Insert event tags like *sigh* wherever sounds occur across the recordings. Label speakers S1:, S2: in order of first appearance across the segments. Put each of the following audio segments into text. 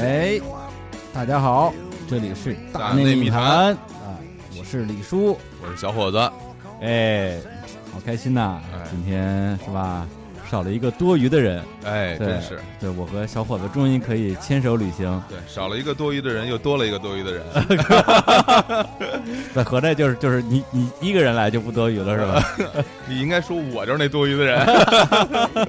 S1: 哎，大家好，这里是
S2: 大
S1: 内
S2: 内密
S1: 谈
S2: 谈
S1: 啊，我是李叔，
S2: 我是小伙子，
S1: 哎，好开心呐、
S2: 哎
S1: 今天是吧？少了一个多余的人，
S2: 哎，
S1: 对，
S2: 真是，
S1: 对我和小伙子终于可以牵手旅行。
S2: 对，少了一个多余的人，又多了一个多余的人，
S1: 那合着就是就是你你一个人来就不多余了是吧？
S2: 你应该说我就是那多余
S1: *laughs*
S2: 的人。 *laughs*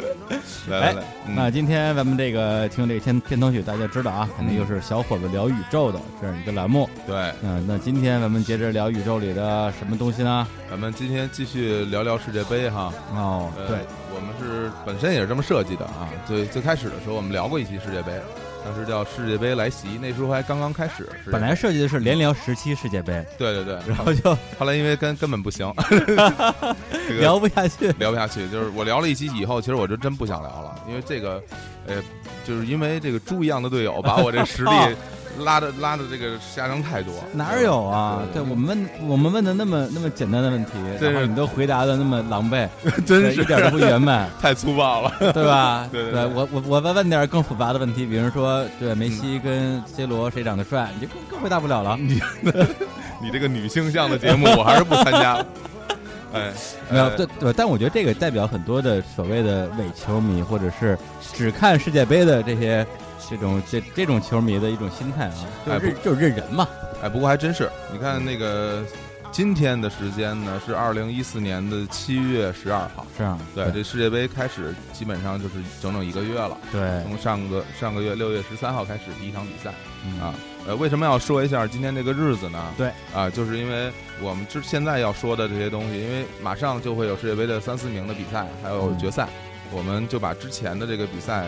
S2: 来来来，
S1: 哎那
S2: 嗯，
S1: 今天咱们这个听这个片片头曲，大家知道啊，肯定又是小伙子聊宇宙的这样一个栏目。
S2: 对，
S1: 嗯、那今天咱们接着聊宇宙里的什么东西呢？
S2: 咱们今天继续聊聊世界杯哈。
S1: 哦，
S2: 呃
S1: 对，，
S2: 我们是本身也是这么设计的啊。最最开始的时候，我们聊过一期世界杯，当时叫世界杯来袭，那时候还刚刚开始。世界杯
S1: 本来设计的是连聊十期世界杯，
S2: 对对对，
S1: 然后就
S2: 后来因为根根本
S1: *laughs*
S2: 不行，这个
S1: 聊不下
S2: *laughs*
S1: 去。
S2: 聊不下去，就是我聊了一期以后，其实我就真不想聊了，因为这个，呃，就是因为这个猪一样的队友把我这
S1: *laughs*
S2: 实力拉的拉的这个下降太多，
S1: 哦哪有啊？对
S2: 对对
S1: 我们问我们问的那么那么简单的问题，
S2: 真是
S1: 然后你都回答的那么狼狈，
S2: *laughs* 真
S1: 对
S2: 是
S1: 一点都不圆
S2: *laughs*
S1: 满，
S2: 太粗暴了。
S1: 对吧？
S2: 对对对
S1: 我我我再问点更复杂的问题，比如说对梅西跟 C 罗谁长得帅，你就更更回答不了了。
S2: 嗯 *laughs* 你你这个女性向的节目，我还是不参
S1: *laughs*
S2: 加了。哎，
S1: 没有
S2: 呃
S1: 对对，但我觉得这个代表很多的所谓的伪球迷，或者是只看世界杯的这些这种这这种球迷的一种心态啊，就是
S2: 哎
S1: 认就是认人嘛。
S2: 哎，不过还真是，你看那个今天的时间呢，是二零一四年的七月十二号。
S1: 这样
S2: 对，这世界杯开始基本上就是整整一个月了，
S1: 对
S2: 从上个上个月六月十三号开始第一场比赛。
S1: 嗯
S2: 啊，呃，为什么要说一下今天这个日子呢？
S1: 对，
S2: 啊，就是因为我们之现在要说的这些东西，因为马上就会有世界杯的三四名的比赛，还有
S1: 嗯
S2: 决赛，我们就把之前的这个比赛，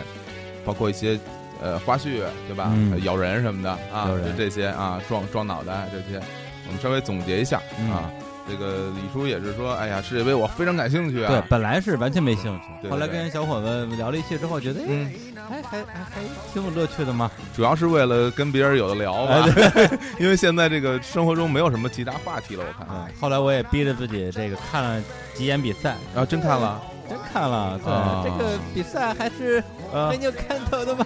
S2: 包括一些呃花絮，对吧？
S1: 嗯
S2: 呃咬人什么的啊
S1: 咬，人
S2: 就这些啊，撞撞脑袋这些，我们稍微总结一下、
S1: 嗯
S2: 啊。这个李叔也是说，哎呀，世界杯我非常感兴趣啊。
S1: 对，本来是完全没兴趣，
S2: 对对
S1: 后来
S2: 对
S1: 跟小伙子聊了一期之后，觉得哎，
S2: 嗯，
S1: 还还还还挺有乐趣的嘛。
S2: 主要是为了跟别人有的聊
S1: 哎
S2: 吧， *laughs* 因为现在这个生活中没有什么其他话题了，我看。
S1: 啊，后来我也逼着自己这个看了几眼比赛，
S2: 啊，真看了，
S1: 真看了。对，
S2: 啊
S1: 这个比赛还是
S2: 啊
S1: 很有看头的嘛。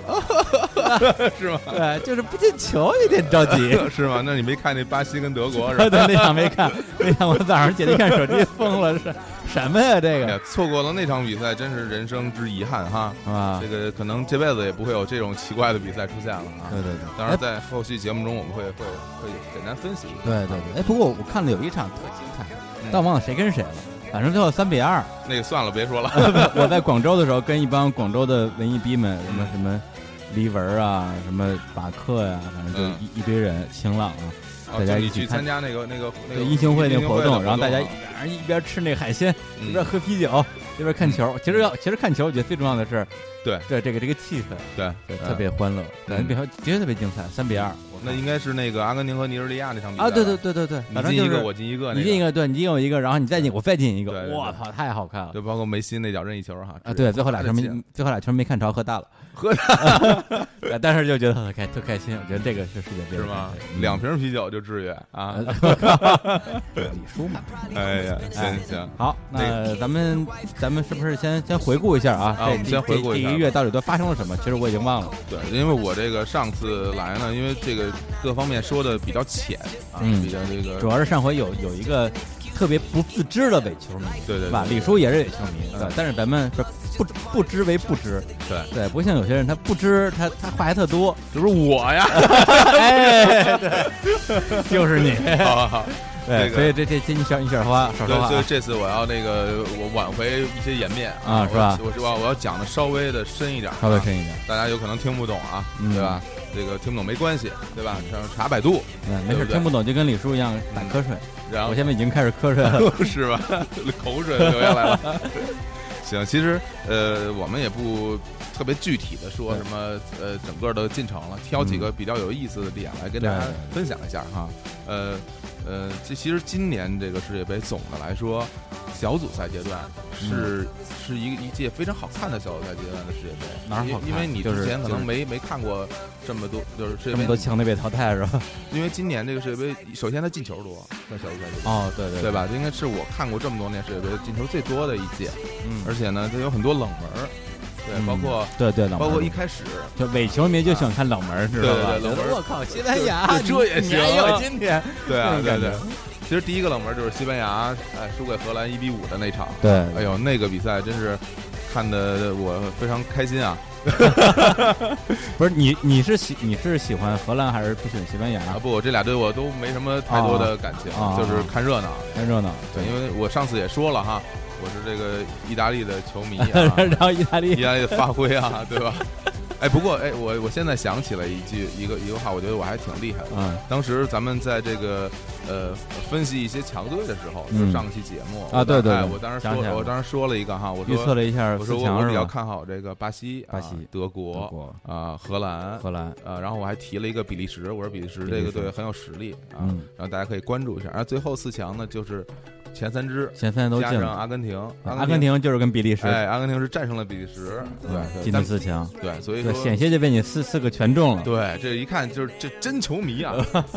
S2: 是吗？
S1: 对，就是不进球有点着急。
S2: *laughs*
S1: *laughs*
S2: 是吗？那你没看那巴西跟德国是吧？
S1: 对那场没看，那场我早上起来一看手机疯了，是什么呀？这
S2: 哎呀
S1: 个，
S2: 错过了那场比赛，真是人生之遗憾哈。
S1: 啊
S2: 这，个可能这辈子也不会有这种奇怪的比赛出现了啊。
S1: 对对对，
S2: 当然，在后续节目中我们会会会简单分析一下。
S1: 对对对。哎，不过我看了有一场特精彩，
S2: 嗯
S1: 但我忘了谁跟谁了，反正最后三比二。
S2: 那个算了，别说
S1: *laughs*
S2: 了。
S1: 我在广州的时候，跟一帮广州的文艺逼们，什么什么黎文啊，什么马克呀、反正就
S2: 嗯
S1: 一、一堆人，晴朗啊，
S2: 啊
S1: 大家
S2: 就
S1: 一
S2: 你
S1: 起
S2: 去
S1: 看
S2: 参加那个那个那个
S1: 对英雄会那个
S2: 个
S1: 活动，
S2: 动啊，
S1: 然后大家一反正一边吃那个海鲜，
S2: 嗯
S1: 一边喝啤酒，一边看球。其实要其实看球，我觉得最重要的是
S2: 对
S1: 对这个这个气氛，
S2: 对
S1: 对，
S2: 嗯
S1: 特别欢乐，对，
S2: 嗯
S1: 比较绝对特别精彩，三比二
S2: 那应该是那个阿根廷和尼日利亚那场比赛
S1: 啊，对对
S2: 吧，
S1: 对对对，反
S2: 你
S1: 正
S2: 进
S1: 就
S2: 一个
S1: 是
S2: 我进一个，
S1: 你进一，个，对你进我一个，然后你再进我再进一
S2: 对
S1: 个，
S2: 对对
S1: 我操，太好看了
S2: 就包括梅西那脚任意球哈
S1: 啊！对，最后俩球没
S2: 太贱，
S1: 最后俩球没看着，喝大了。
S2: 喝
S1: 大， *laughs* 但是就觉得很开，特开心。我觉得这个是世界杯，
S2: 是吗？两瓶啤酒就至于啊 *laughs*
S1: 嗯。我靠李叔嘛。
S2: 哎呀，行行，
S1: 好，那咱们咱们是不是先先回顾一下啊？
S2: 啊我们
S1: 这
S2: 先回顾
S1: 这这
S2: 一下
S1: 一个月到底都发生了什么？其实我已经忘了。
S2: 对，因为我这个上次来呢，因为这个各方面说的比较浅啊，
S1: 嗯
S2: 比较这个
S1: 主要是上回有有一个特别不自知的伪球迷，
S2: 对对
S1: 是吧？
S2: 对
S1: 李叔也是伪球迷，
S2: 嗯
S1: 对但是咱们是不不知为不知，
S2: 对，
S1: 对，不像有些人他不知他他话还特
S2: *laughs*
S1: 多， *laughs*
S2: 就是我呀，
S1: 哎，
S2: *laughs*
S1: 对，就是你，
S2: 好好好，
S1: 对，
S2: 这个
S1: 所以这这这你小你小花啊少
S2: 对
S1: 说，话
S2: 所以这次我要那个我挽回一些颜面
S1: 啊是吧
S2: 我我我要我要讲的稍微的深一点，
S1: 稍微
S2: 啊，
S1: 深一点，
S2: 大家有可能听不懂啊，
S1: 嗯
S2: 对吧？这个听不懂没关系，对吧？上查百度，
S1: 嗯，没
S2: 对
S1: 事，
S2: 不对
S1: 听不懂就跟李叔一样打瞌睡，
S2: 然后
S1: 我现在已经开始瞌睡了，
S2: *laughs* 是吧？口水流下来了。 *laughs* 行，其实呃，我们也不特别具体的说
S1: 对嗯
S2: 什么呃整个的进程了，挑几个比较有意思的点来跟大家分享一下哈。呃呃，这其实今年这个世界杯总的来说，小组赛阶段
S1: 嗯
S2: 是、是一个一届非常好看的小组赛阶段的世界杯，
S1: 哪儿好看
S2: 因因为你
S1: 就是
S2: 之前可
S1: 就是
S2: 能没、没看过这么多，就是世界
S1: *laughs* 这
S2: 杯
S1: 么多强队被淘汰是吧？
S2: *laughs* 因为今年这个世界杯，首先它进球多，在小组赛阶段。
S1: 哦，对对
S2: 对，吧？这应该是我看过这么多年世界杯进球最多的一届，
S1: 嗯，
S2: 而且呢，它有很多冷门儿，对，
S1: 嗯
S2: 包括
S1: 对对，冷
S2: 包
S1: 门
S2: 括一
S1: 儿
S2: 开始，
S1: 就伪球迷就喜欢看冷门儿，知道吧？
S2: 对对冷门儿
S1: 觉得我靠，西班牙
S2: 对这也
S1: 你
S2: 行
S1: 还有今天，
S2: 对啊，
S1: 那种
S2: 对
S1: 感
S2: 对
S1: 觉。
S2: 其实第一个冷门就是西班牙，哎，输给荷兰一比五的那场。
S1: 对
S2: 哎呦，那个比赛真是看的我非常开心啊！
S1: 不是你，你是喜你是喜欢荷兰还是不喜欢西班牙？
S2: 啊，不，我这俩队我都没什么太多的感情，
S1: 啊啊
S2: 就是看热闹。
S1: 看热闹，
S2: 对，因为我上次也说了哈，我是这个意大利的球迷
S1: *laughs*
S2: 啊，
S1: 然后意大
S2: 意
S1: 利，
S2: 大利的发挥啊，对吧？哎，不过哎，我我现在想起了一句一个一个话，我觉得我还挺厉害的。
S1: 嗯
S2: 当时咱们在这个呃分析一些强队的时候，
S1: 嗯
S2: 就上期节目
S1: 啊
S2: 我
S1: 对对
S2: 哎
S1: 对
S2: 我当时
S1: 想起来
S2: 说，
S1: 了
S2: 我当时说了一个哈，我
S1: 预
S2: 说
S1: 测了一下
S2: 我
S1: 四
S2: 说我
S1: 强
S2: 我比
S1: 是
S2: 较
S1: 吧？
S2: 看好这个巴西、啊
S1: 巴西
S2: 德
S1: 德
S2: 国
S1: 国、
S2: 啊、荷兰。
S1: 荷兰，
S2: 呃，然后我还提了一个比利时，我说比利时
S1: 比利
S2: 这个
S1: 时
S2: 队很有实力啊，
S1: 嗯
S2: 然后大家可以关注一下。然后最后四强呢，就是前三支
S1: 前三都
S2: 加
S1: 进
S2: 上
S1: 了，啊
S2: 阿根廷，
S1: 阿根廷就是跟比利时
S2: 哎，阿根廷是战胜了比利时，对，
S1: 进
S2: 对
S1: 的四强，
S2: 咱对，所以
S1: 对，
S2: 说
S1: 险些就被你四四个全中了。
S2: 对，这一看就是这真球
S1: *laughs*
S2: 迷啊，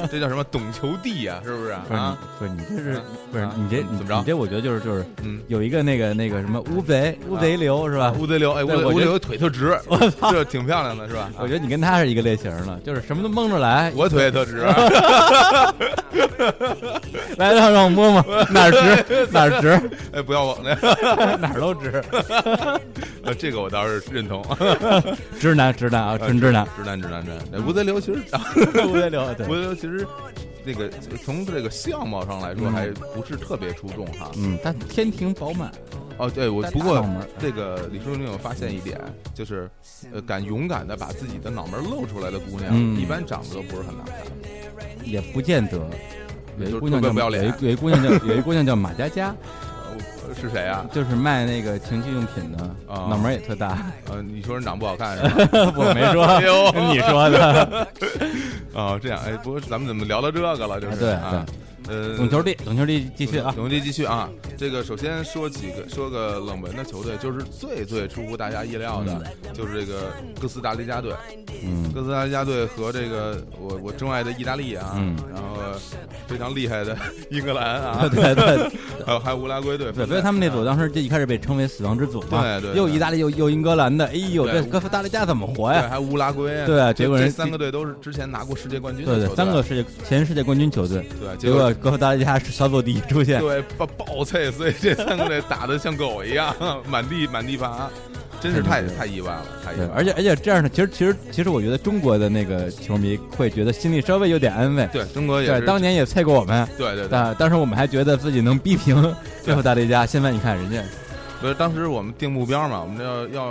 S2: 这叫什么懂球帝呀、是
S1: 不
S2: 不是
S1: 是你
S2: 啊？，
S1: 不是你，这是
S2: 啊
S1: 不是
S2: 啊
S1: 你这
S2: 怎
S1: 你
S2: 么着
S1: 你这我觉得就是就是
S2: 嗯，啊
S1: 有一个那个那个什么乌贼乌贼流是吧？
S2: 乌贼流，哎，乌
S1: 对
S2: 贼
S1: 我
S2: 乌
S1: 觉
S2: 贼
S1: 得
S2: 流腿特直，这挺漂亮的，是吧？啊
S1: 我觉得你跟他是一个类型的，就是什么都蒙着来，
S2: 我腿也特直，啊
S1: *laughs* 来让让我摸
S2: *laughs*
S1: 摸哪儿直哪儿直
S2: 哎，不要我那，
S1: 哪儿都直，
S2: 呃这个我倒是认同，
S1: 直男直男啊，纯直男，
S2: 直男直男直男。那乌贼流其实，
S1: 乌贼流
S2: 乌
S1: 对，
S2: 贼流其实那个从这个相貌上来说
S1: 嗯
S2: 还不是特别出众哈。
S1: 嗯，但天庭饱满，
S2: 哦，对，我
S1: 但
S2: 不过
S1: 大脑门儿
S2: 这个李叔，你有没有发现一点，就是呃，敢勇敢的把自己的脑门露出来的姑娘，
S1: 嗯
S2: 一般长得都不是很难看。
S1: 也不见得。有
S2: 就
S1: 一
S2: 是
S1: 姑娘
S2: 特别
S1: 叫
S2: 不要
S1: 有一
S2: 脸
S1: 有一姑娘叫有一姑娘叫马佳佳，
S2: 呃我是谁啊？
S1: 就是卖那个情趣用品的，
S2: 啊
S1: 脑门儿也特
S2: *laughs*
S1: 大。
S2: 呃，你说人长不好看是吧？ *laughs*
S1: 我没说
S2: 哎呦，
S1: 你说的。
S2: *laughs* 哦，这样，哎，不过咱们怎么聊到这个了？就是
S1: 对
S2: 啊，呃，
S1: 总球帝，总球帝继续啊。
S2: 总结继续啊，这个首先说几个，说个冷门的球队，就是最最出乎大家意料的，就是这个哥斯达黎加队。
S1: 嗯，
S2: 哥斯达黎加队和这个我我钟爱的意大利啊，
S1: 嗯
S2: 然后非常厉害的 *laughs* 英格兰啊，
S1: *laughs* 对对
S2: 还有还有乌拉圭队，
S1: 对，所以他们那组当时就一开始被称为死亡之组嘛，
S2: 对对对
S1: 又意大利又又英格兰的，哎呦，
S2: 对
S1: 这哥斯达黎加怎么活
S2: 对，
S1: 呀？
S2: 还有乌拉圭啊，
S1: 对啊
S2: 这
S1: 结果人
S2: 这三个队都是之前拿过世界冠军的
S1: 对
S2: 球
S1: 对，
S2: 队
S1: 三个世界前世界冠军球队，
S2: 对，结
S1: 结果哥斯达黎加是小组第一出现，
S2: 对爆爆脆，所以这三个队打的像狗一样，满地满地爬，真是太
S1: 对对对
S2: 太意外了，太意
S1: 对，
S2: 外了，
S1: 而且而且这样的，其实其实其实我觉得中国的那个球迷会觉得心里稍微有点安慰，
S2: 对中国也
S1: 对，
S2: 是
S1: 当年也菜过我们，
S2: 对对对。
S1: 但当时我们还觉得自己能逼平哥斯达黎加，现在你看人家，
S2: 不是，当时我们定目标嘛，我们要要，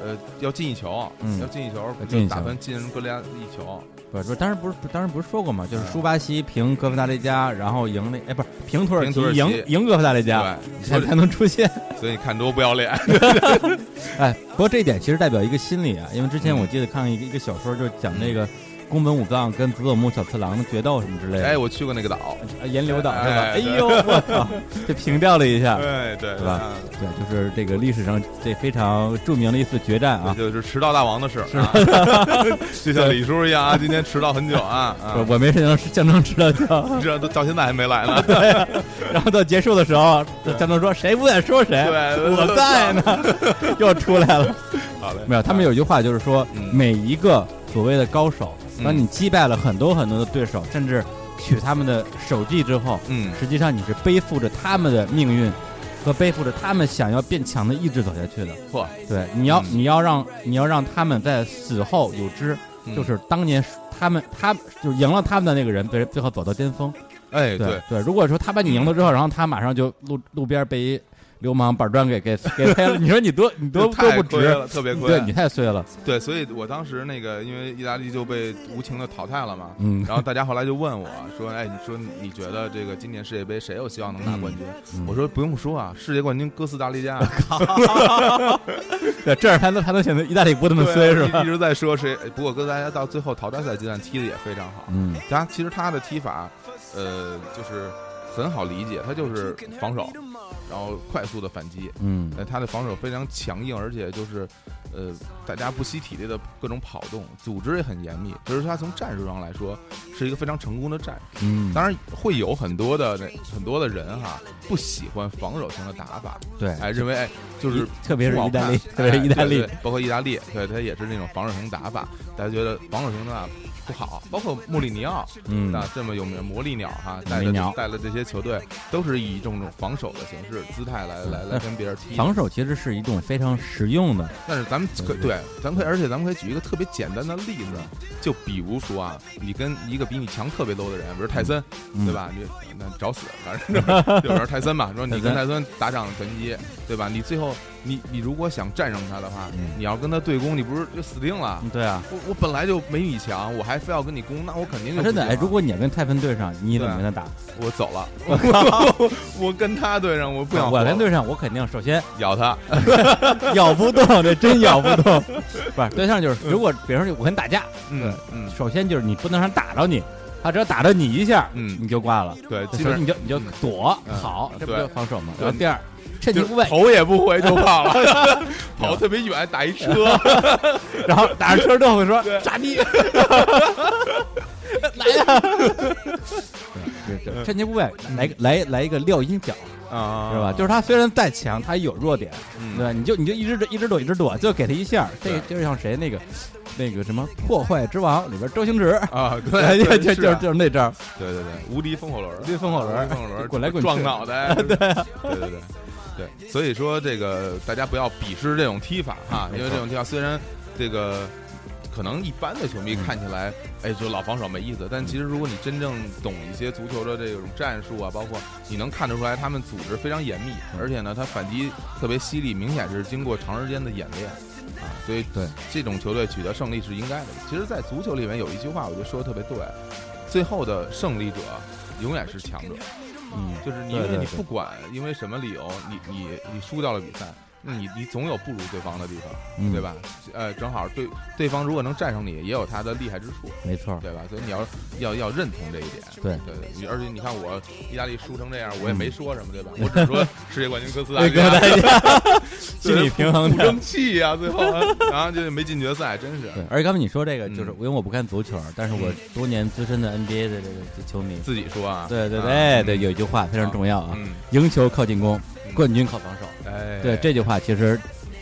S2: 呃，要进一球，
S1: 嗯
S2: 要进一球，
S1: 要进
S2: 就
S1: 一球
S2: 打算进哥斯达黎加一球。
S1: 不是不是，当时不是当时不是说过嘛，就是
S2: 嗯
S1: 输巴西平哥斯达黎加，然后赢那哎不是平土耳
S2: 平土耳其
S1: 赢赢哥斯达黎加，
S2: 对，
S1: 才
S2: 所
S1: 才能出现。
S2: 以所以你看多不要脸。
S1: 哎，不过这一点其实代表一个心理啊，因为之前
S2: 嗯
S1: 我记得看一个一个小说，就是讲那个宫本武藏跟佐佐木小次郎的决斗什么之类的。
S2: 哎，我去过那个岛，
S1: 啊岩流岛是吧？
S2: 哎
S1: 哎
S2: 对
S1: 呦，我操，这平掉了一下。
S2: 对对
S1: 是吧
S2: 啊
S1: 哎对，就是这个历史上这非常著名的一次决战啊。
S2: 这就是迟到大王的事
S1: *laughs*
S2: 儿啊， *laughs* 就像李叔一样啊，今天迟到很久啊，
S1: 我
S2: 啊，
S1: 我没事能象征知道叫，
S2: 这都到现在还
S1: *laughs*
S2: 没来呢。
S1: 然后到结束的时候，象征说谁不在说谁，
S2: 对
S1: 我在呢， *laughs* 又出来了。
S2: 好嘞，啊
S1: 没有，他们有一句话就是说，
S2: 嗯
S1: 每一个所谓的高手，
S2: 嗯
S1: 当你击败了很多很多的对手，甚至取他们的首技之后，
S2: 嗯，
S1: 实际上你是背负着他们的命运。和背负着他们想要变强的意志走下去的，
S2: 嚯，
S1: 对，你要、
S2: 嗯
S1: 你要让你要让他们在死后有知，
S2: 嗯
S1: 就是当年他们他就赢了他们的那个人，最最后走到巅峰。对
S2: 哎，对，
S1: 对，如果说他把你赢了之后，然后他马上就路路边被一流氓板砖给给给拍了，
S2: *laughs*
S1: 你说你多你多
S2: 这
S1: 多
S2: 太
S1: 不
S2: 亏
S1: 值，
S2: 了，特别亏。
S1: 对你太衰了，
S2: 对，所以我当时那个，因为意大利就被无情的淘汰了嘛，
S1: 嗯
S2: 然后大家后来就问我说：“哎，你说你觉得这个今年世界杯谁有希望能拿冠军？”
S1: 嗯
S2: 我说：“不用说啊，世界冠军哥斯达黎加。啊
S1: 对，这样才能才能显得意大利不那么
S2: 对啊
S1: 衰是
S2: 一
S1: 吧
S2: *laughs* 一？直在说谁，哎不过哥斯达黎加到最后淘汰赛阶段踢的也非常好。
S1: 嗯，
S2: 他其实他的踢法，呃，就是很好理解，他就是防守，然后快速的反击。
S1: 嗯
S2: 呃，他的防守非常强硬，而且就是，呃，大家不惜体力的各种跑动，组织也很严密。就是他从战术上来说，是一个非常成功的战术。
S1: 嗯，
S2: 当然会有很多的很多的人哈，不喜欢防守型的打法，
S1: 对，
S2: 哎，认为哎就是
S1: 一特别是
S2: 不好
S1: 意大
S2: 看
S1: 利，特别是
S2: 哎
S1: 意大利
S2: 对，对包括意大利，对他也是那种防守型打法，大家觉得防守型打法不好，包括穆里尼奥，
S1: 嗯
S2: 那这么有名的魔力鸟哈，
S1: 魔
S2: 带
S1: 力鸟
S2: 了带了这些球队，都是以一种种防守的形式姿态来来来跟别人踢。
S1: 嗯哎防守其实是一种非常实用的，
S2: 但是咱们可对，咱们可以，而且咱们可以举一个特别简单的例子，就比如说啊，你跟一个比你强特别 low 的人，比如泰森，
S1: 嗯
S2: 对吧？你那找死，反正
S1: *laughs*
S2: 有人泰森嘛，说你跟
S1: 泰
S2: 泰森打场拳击，对吧？你最后你你如果想战胜他的话
S1: 嗯，
S2: 你要跟他对攻，你不是就死定了？
S1: 嗯对啊，
S2: 我我本来就没你强，我还非要跟你攻，那我肯定就
S1: 真
S2: 不
S1: 的，
S2: 行
S1: 哎，
S2: 了
S1: 如果你要跟泰芬对上，你怎么
S2: 对
S1: 跟他打？
S2: 我走
S1: *laughs*
S2: 了，我我跟他对啊上，我不想
S1: 啊我
S2: 活
S1: 跟
S2: 了
S1: 对上，我肯定首先
S2: 咬他，
S1: *laughs* 咬不动，这真咬不
S2: *laughs*
S1: 动。不是对象就是，如果比如说我跟你打架，
S2: 嗯嗯
S1: 首先就是你不能让他打着你，他只要打着你一下，
S2: 嗯，
S1: 你就挂了。
S2: 对，
S1: 这
S2: 基
S1: 时候
S2: 本
S1: 你就你就躲
S2: 嗯
S1: 跑，这不
S2: 对
S1: 就防守吗？
S2: 对
S1: 然后第二，趁其
S2: 就
S1: 不备，
S2: 头也不回就跑了，
S1: *laughs*
S2: 跑特别远，打一车，
S1: 然后打着车之后会说
S2: 对
S1: 傻逼，
S2: *laughs*
S1: 来呀！对对，趁其不备，来来来一个撂阴脚，
S2: 嗯啊
S1: 是吧？就是他虽然再强，他也有弱点，对
S2: 嗯
S1: 吧？你就你就一直一直躲，一直躲，就给他一下，这个就是像谁那个那个什么破坏之王里边周星驰， *laughs*
S2: 啊，对，
S1: 就
S2: 对
S1: 就是就
S2: 啊
S1: 就是那招，
S2: 对对对，无敌风火轮儿，
S1: 无敌风火轮儿
S2: 无敌风火轮儿，
S1: 滚来滚去啊
S2: 撞
S1: *laughs*
S2: 脑袋，对对对对对，所以说这个大家不要鄙视这种踢法哈，因为这种踢法虽然这个。可能一般的球迷看起来，哎，就老防守没意思。但其实，如果你真正懂一些足球的这种战术啊，包括你能看得出来，他们组织非常严密，而且呢，他反击特别犀利，明显是经过长时间的演练啊。所以，
S1: 对
S2: 这种球队取得胜利是应该的。其实，在足球里面有一句话，我觉得说的特别对，最后的胜利者永远是强者，
S1: 嗯，
S2: 就是你
S1: 对
S2: 因
S1: 对
S2: 为你
S1: 对
S2: 不管因为什么理由，你你你输掉了比赛，那你你总有不如对方的地方，
S1: 嗯
S2: 对？吧？呃，正好对对方如果能战胜你，也有他的厉害之处，
S1: 没错，
S2: 对吧？所以你要要要认同这一点。
S1: 对。
S2: 对，你而且你看我意大利输成这样，我也没说什么，对吧？
S1: 嗯
S2: 我只
S1: *laughs*
S2: 说世界冠军哥斯达黎
S1: 跟
S2: 加
S1: 大家
S2: 对
S1: *laughs* 心理平衡
S2: 不
S1: 点
S2: 争。气呀、最后啊然后就没进决赛，真是
S1: 对，而且刚才你说这个，就是
S2: 嗯
S1: 因为我不看足球，但是我多年资深的 NBA 的这个球迷，
S2: 自己说啊。
S1: 嗯对对
S2: 啊
S1: 对对，有一句话非常重要啊，
S2: 嗯，
S1: 赢球靠进攻，
S2: 嗯
S1: 冠军靠防守。
S2: 哎，
S1: 对，这句话其实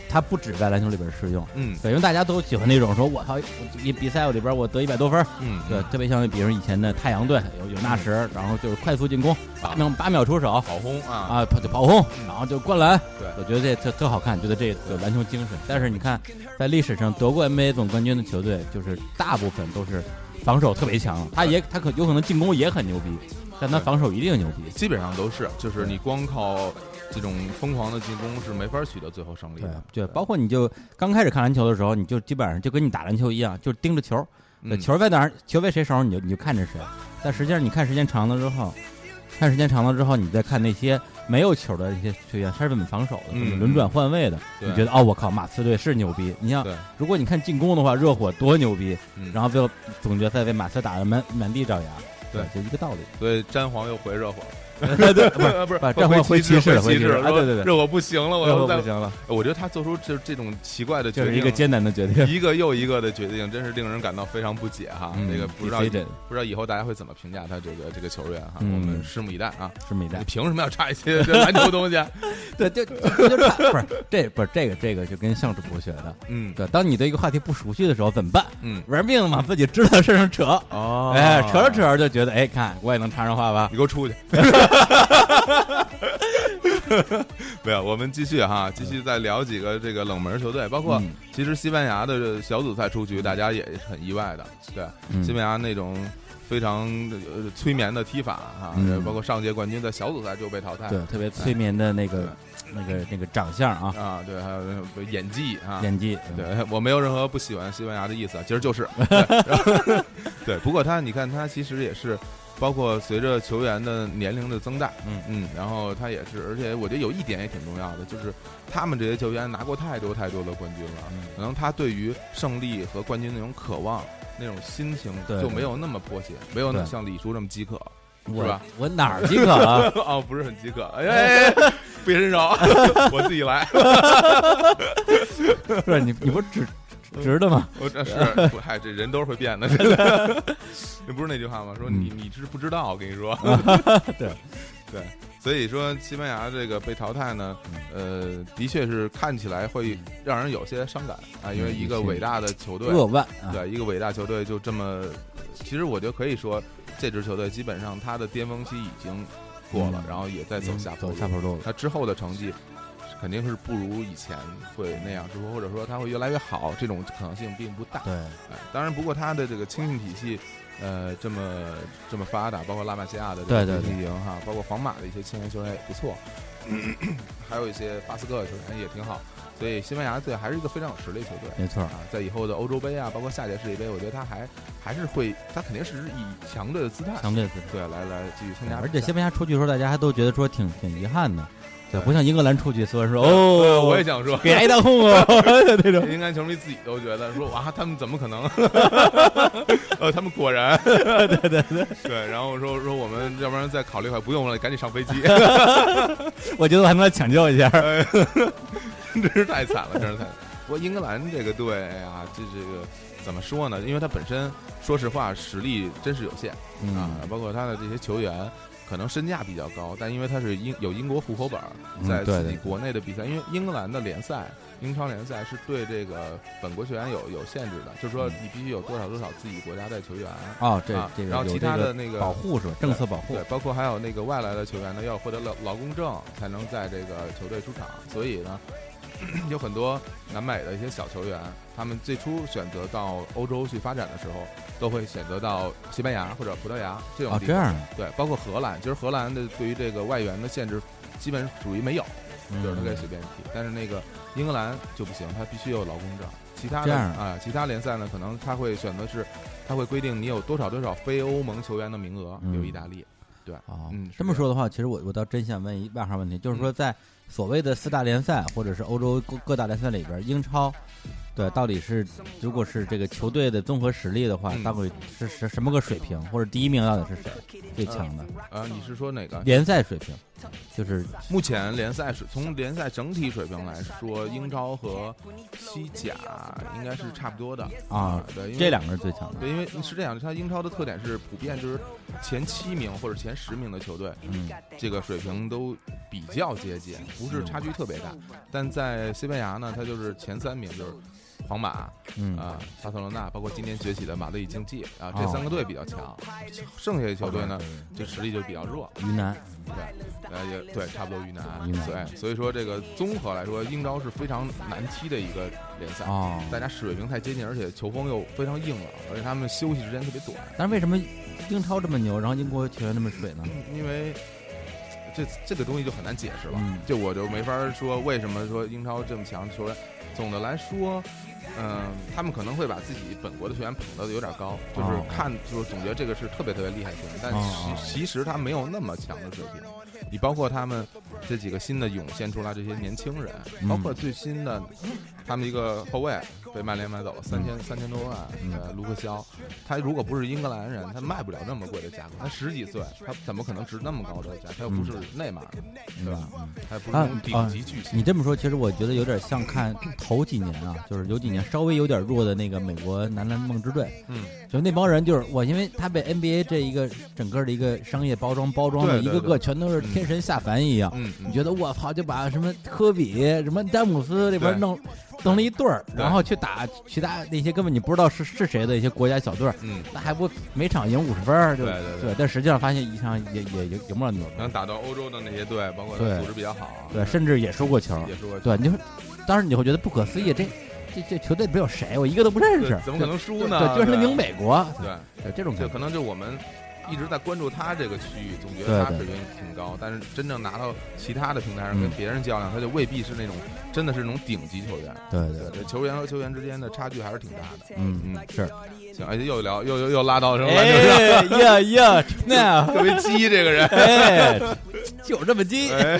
S1: 它不止在篮球里边适用，
S2: 嗯
S1: 对，因为大家都喜欢那种说我操，比比赛我里边我得一百多分儿，
S2: 嗯，
S1: 对，特别像比如以前的太阳队有有纳什，然后就是快速进攻，嗯八秒八秒出手。
S2: 跑轰啊，
S1: 啊，跑就跑轰，然后就灌篮，
S2: 对
S1: 我觉得这特特好看，觉得这有篮球精神。但是你看，在历史上得过 NBA 总冠军的球队，就是大部分都是防守特别强，他也他可有可能进攻也很牛逼，但他
S2: 对
S1: 防守一定牛逼。
S2: 基本上都是，就是你光靠这种疯狂的进攻是没法取得最后胜利
S1: 对啊
S2: 的。
S1: 对，包括你就刚开始看篮球的时候，你就基本上就跟你打篮球一样，就是盯着球，对，
S2: 嗯
S1: 球在哪儿，球在谁手上，你就你就看着谁。但实际上，你看时间长了之后，看时间长了之后，你再看那些没有球的那些球员，他是怎么防守的，怎么
S2: 嗯
S1: 轮转换位的，
S2: 对
S1: 你觉得哦，我靠，马刺队是牛逼。你像
S2: 对，
S1: 如果你看进攻的话，热火多牛逼，
S2: 嗯
S1: 然后最后总决赛被马刺打得满满地找牙，
S2: 对
S1: 就一个
S2: *laughs*
S1: 道理。
S2: 所以詹皇又回热火，
S1: *laughs* 对，不是
S2: *laughs* 呃不是
S1: 把战皇
S2: 回
S1: 回骑士了
S2: 回骑
S1: 回骑士
S2: 士，
S1: 啊对对对
S2: 热火不行了，我
S1: 最后
S2: 要
S1: 不
S2: 再，
S1: 行了，
S2: 我觉得他做出这这种奇怪的
S1: 这
S2: 决定，
S1: 是一个艰难的决定。
S2: *laughs* 一个又一个的决定，真是令人感到非常不解哈。
S1: 嗯
S2: 这个不知道
S1: Defeated
S2: 不知道以后大家会怎么评价他这个这个球员哈，
S1: 嗯
S2: 我们拭目以待啊。
S1: 是美代
S2: 你。凭什么要插一些这篮球东西？啊
S1: *laughs* 对，就就就差不是这不是这个这个就跟相声博学的，
S2: 嗯
S1: 对，当你对一个话题不熟悉的时候怎么办？
S2: 嗯
S1: 玩命往自己知道的事上扯，
S2: 哦
S1: 哎，扯着扯，着就觉得，哎，看我也能插上话吧？
S2: 你给我出去。 *laughs* 没有，我们继续哈，继续再聊几个这个冷门球队，包括
S1: 嗯
S2: 其实西班牙的小组赛出局，大家也是很意外的。对，
S1: 嗯
S2: 西班牙那种非常呃催眠的踢法哈
S1: 嗯，
S2: 包括上届冠军在小组赛就被淘汰。
S1: 对，特别啊催眠的那个、那个、那个长相啊，
S2: 啊，对，还有那个演技啊，
S1: 演技，嗯
S2: *laughs* 对我没有任何不喜欢西班牙的意思，啊，其实
S1: *laughs*
S2: 就是，对然后对。不过他，你看他其实也是，包括随着球员的年龄的增大，
S1: 嗯
S2: 嗯，然后他也是，而且我觉得有一点也挺重要的，就是他们这些球员拿过太多太多的冠军了，
S1: 嗯
S2: 可能他对于胜利和冠军那种渴望。那种心情
S1: 对
S2: 就没有那么迫切，没有那
S1: 对 *laughs*
S2: 像李叔这么饥渴，
S1: 我
S2: 是吧 *laughs*
S1: 我哪儿饥渴了？啊
S2: 哦，不是很饥渴。哎哎，哎别
S1: *laughs*
S2: 伸手，我自己来。
S1: 不是你你不是直直的吗？
S2: *laughs* 我这是，不嗨，这人都是会变的。真的 *laughs* 那不是那句话吗？说你你是不知道，我跟你说。
S1: 嗯 *laughs* 对
S2: *laughs* 对，所以说西班牙这个被淘汰呢，
S1: 嗯
S2: 呃，的确是看起来会让人有些伤感啊，因为
S1: 嗯
S2: 一个伟大的球队，
S1: 扼腕啊，
S2: 对一个伟大球队就这么，其实我觉得可以说，这支球队基本上它的巅峰期已经过了
S1: 嗯，
S2: 然后也在走下坡
S1: 走
S2: 路。
S1: 下坡路了。
S2: 他之后的成绩肯定是不如以前会那样，之后或者说他会越来越好，这种可能性并不大。
S1: 对，
S2: 哎，当然，不过他的这个青训体系，呃，这么这么发达，包括拉玛西亚的这
S1: 对
S2: 个
S1: 对
S2: 青训营哈，包括皇马的一些青年球员也不错， *coughs* 还有一些巴斯克球员也挺好，所以西班牙队还是一个非常有实力球队。
S1: 没错儿，
S2: 啊，在以后的欧洲杯啊，包括下届世界杯，我觉得他还还是会，他肯定是以强队的姿态，
S1: 强队是。
S2: 对来来继续参加比赛。
S1: 而且西班牙出去的时候，大家还都觉得说挺挺遗憾的，对，
S2: 对
S1: 不像英格兰出去，所有人说
S2: 呃
S1: 哦，
S2: 我也想说，
S1: 给挨大轰哦 *laughs* 那种。
S2: 应该球迷自己都觉得说哇，他们怎么可能？ *laughs* 呃，他们果然，对对对 *laughs* 对。然后说说我们要不然再考虑考虑，不用了，赶紧上飞机， *laughs*
S1: 我觉得我还能来抢救一下。
S2: 啊真是太惨了，真是太惨。不过英格兰这个队，哎呀，这这个怎么说呢？因为他本身说实话实力真是有限啊
S1: 嗯，，
S2: 包括他的这些球员。可能身价比较高，但因为他是英有英国户口本儿，
S1: 嗯
S2: 在
S1: 对
S2: 自己
S1: 对
S2: 国内的比赛，因为英格兰的联赛，英超联赛是对这个本国球员有有限制的，就是说
S1: 嗯
S2: 你必须有多少多少自己国家的球员，
S1: 哦，这
S2: 啊
S1: 这个
S2: 然后
S1: 有
S2: 其
S1: 这
S2: 他的
S1: 个
S2: 那个
S1: 保护是吧？政策保护
S2: 对，，包括还有那个外来的球员呢，要获得劳劳工证才能在这个球队出场。所以呢， *clears throat* 有很多南美的一些小球员，他们最初选择到欧洲去发展的时候，都会选择到西班牙或者葡萄牙这种
S1: 哦，
S2: 地
S1: 这
S2: 方。
S1: 样的，
S2: 对，包括荷兰，其实荷兰的对于这个外援的限制，基本属于没有，就是他可以随
S1: 嗯
S2: 便踢。但是那个英格兰就不行，他必须有劳工证。其他
S1: 这
S2: 的
S1: 样
S2: 啊、其他联赛呢，可能他会选择是，他会规定你有多少多少非欧盟球员的名额，
S1: 嗯
S2: 有意大利。
S1: 哦
S2: 嗯，是
S1: 这么
S2: 这嗯
S1: 说的话，其实我我倒真想问一外行问题，就是说在所谓的四大联赛或者是欧洲各各大联赛里边，英超。对，到底是如果是这个球队的综合实力的话，
S2: 嗯
S1: 到底是是什么个水平，或者第一名到底是谁最强的？
S2: 啊，你是说哪个？
S1: 联赛水平，就是
S2: 目前联赛水从联赛整体水平来说，英超和西甲应该是差不多的
S1: 啊，
S2: 对，因为
S1: 这两个是最强的。
S2: 对，因为是这样，它英超的特点是普遍就是前七名或者前十名的球队，
S1: 嗯，
S2: 这个水平都比较接近，不是差距特别大。但在西班牙呢，它就是前三名就是皇马啊、
S1: 嗯，
S2: 巴塞罗那，包括今年崛起的马德里竞技
S1: 哦
S2: 啊，这三个队比较强，剩下的球队呢，这实力就比较弱。
S1: 云南，
S2: 呃，也对，差不多云南，
S1: 云南
S2: 对，所以说这个综合来说，英超是非常难踢的一个联赛，
S1: 哦，
S2: 大家水平太接近，而且球风又非常硬朗，而且他们休息时间特别短，
S1: 但是为什么英超这么牛，然后英国球员那么水呢？
S2: 因为这这个东西就很难解释了，
S1: 嗯
S2: 这我就没法说为什么说英超这么强球员。总的来说，嗯、他们可能会把自己本国的球员捧得有点高，就是
S1: 哦
S2: 看就是总觉得这个是特别特别厉害的球员，但
S1: 哦哦
S2: 其其实他没有那么强的水平。你包括他们这几个新的涌现出来这些年轻人，
S1: 嗯
S2: 包括最新的他们一个后卫被曼联买走了三
S1: 嗯
S2: 千三千多万，呃，卢克肖，他如果不是英格兰人，他卖不了那么贵的价格。他十几岁，他怎么可能值那么高的价？他又
S1: 嗯
S2: 不是内马尔，对吧？他又不是那种顶级巨星。
S1: 啊你这么说，其实我觉得有点像看头几年啊，就是有几年稍微有点弱的那个美国男篮梦之队，
S2: 嗯，
S1: 就那帮人就是我，因为他被 NBA 这一个整个的一个商业包装包装的，
S2: 对
S1: 一
S2: 对
S1: 个个全都是天神下凡一样。
S2: 嗯嗯
S1: 你觉得我操，就把什么科比、什么詹姆斯这边
S2: 对
S1: 弄弄了一对儿，
S2: 对
S1: 然后去打其他那些根本你不知道是是谁的一些国家小队儿，
S2: 嗯，
S1: 那还不每场赢五十分儿？就
S2: 对对对
S1: 但实际上发现一场也也赢赢不了那么多
S2: 能打到欧洲的那些队，包括
S1: 对
S2: 组织比较好啊，
S1: 对，甚至也输过球。
S2: 也说过
S1: 对，你就当时你会觉得不可思议，这这这球队里边有谁？我一个都不认识
S2: 对，怎么可能
S1: 对
S2: 输呢？
S1: 对，居然能赢
S2: 北。
S1: 美国，
S2: 对，
S1: 对这种
S2: 就
S1: 感
S2: 可
S1: 觉。
S2: 能就我们一直在关注他这个区域，总觉得他
S1: 对
S2: 水
S1: 对
S2: 平挺高，但是真正拿到其他的平台上
S1: 嗯
S2: 跟别人较量，他就未必是那种真的是那种顶级球员。
S1: 对对对，
S2: 对，球员和球员之间的差距还是挺大的。
S1: 嗯，
S2: 嗯
S1: 是。
S2: 行，哎，又聊又又又拉到什么篮球上，
S1: 哎呀呀，那
S2: 特别鸡这个人。 *laughs*
S1: 哎， *laughs* 就这么鸡。
S2: 哎，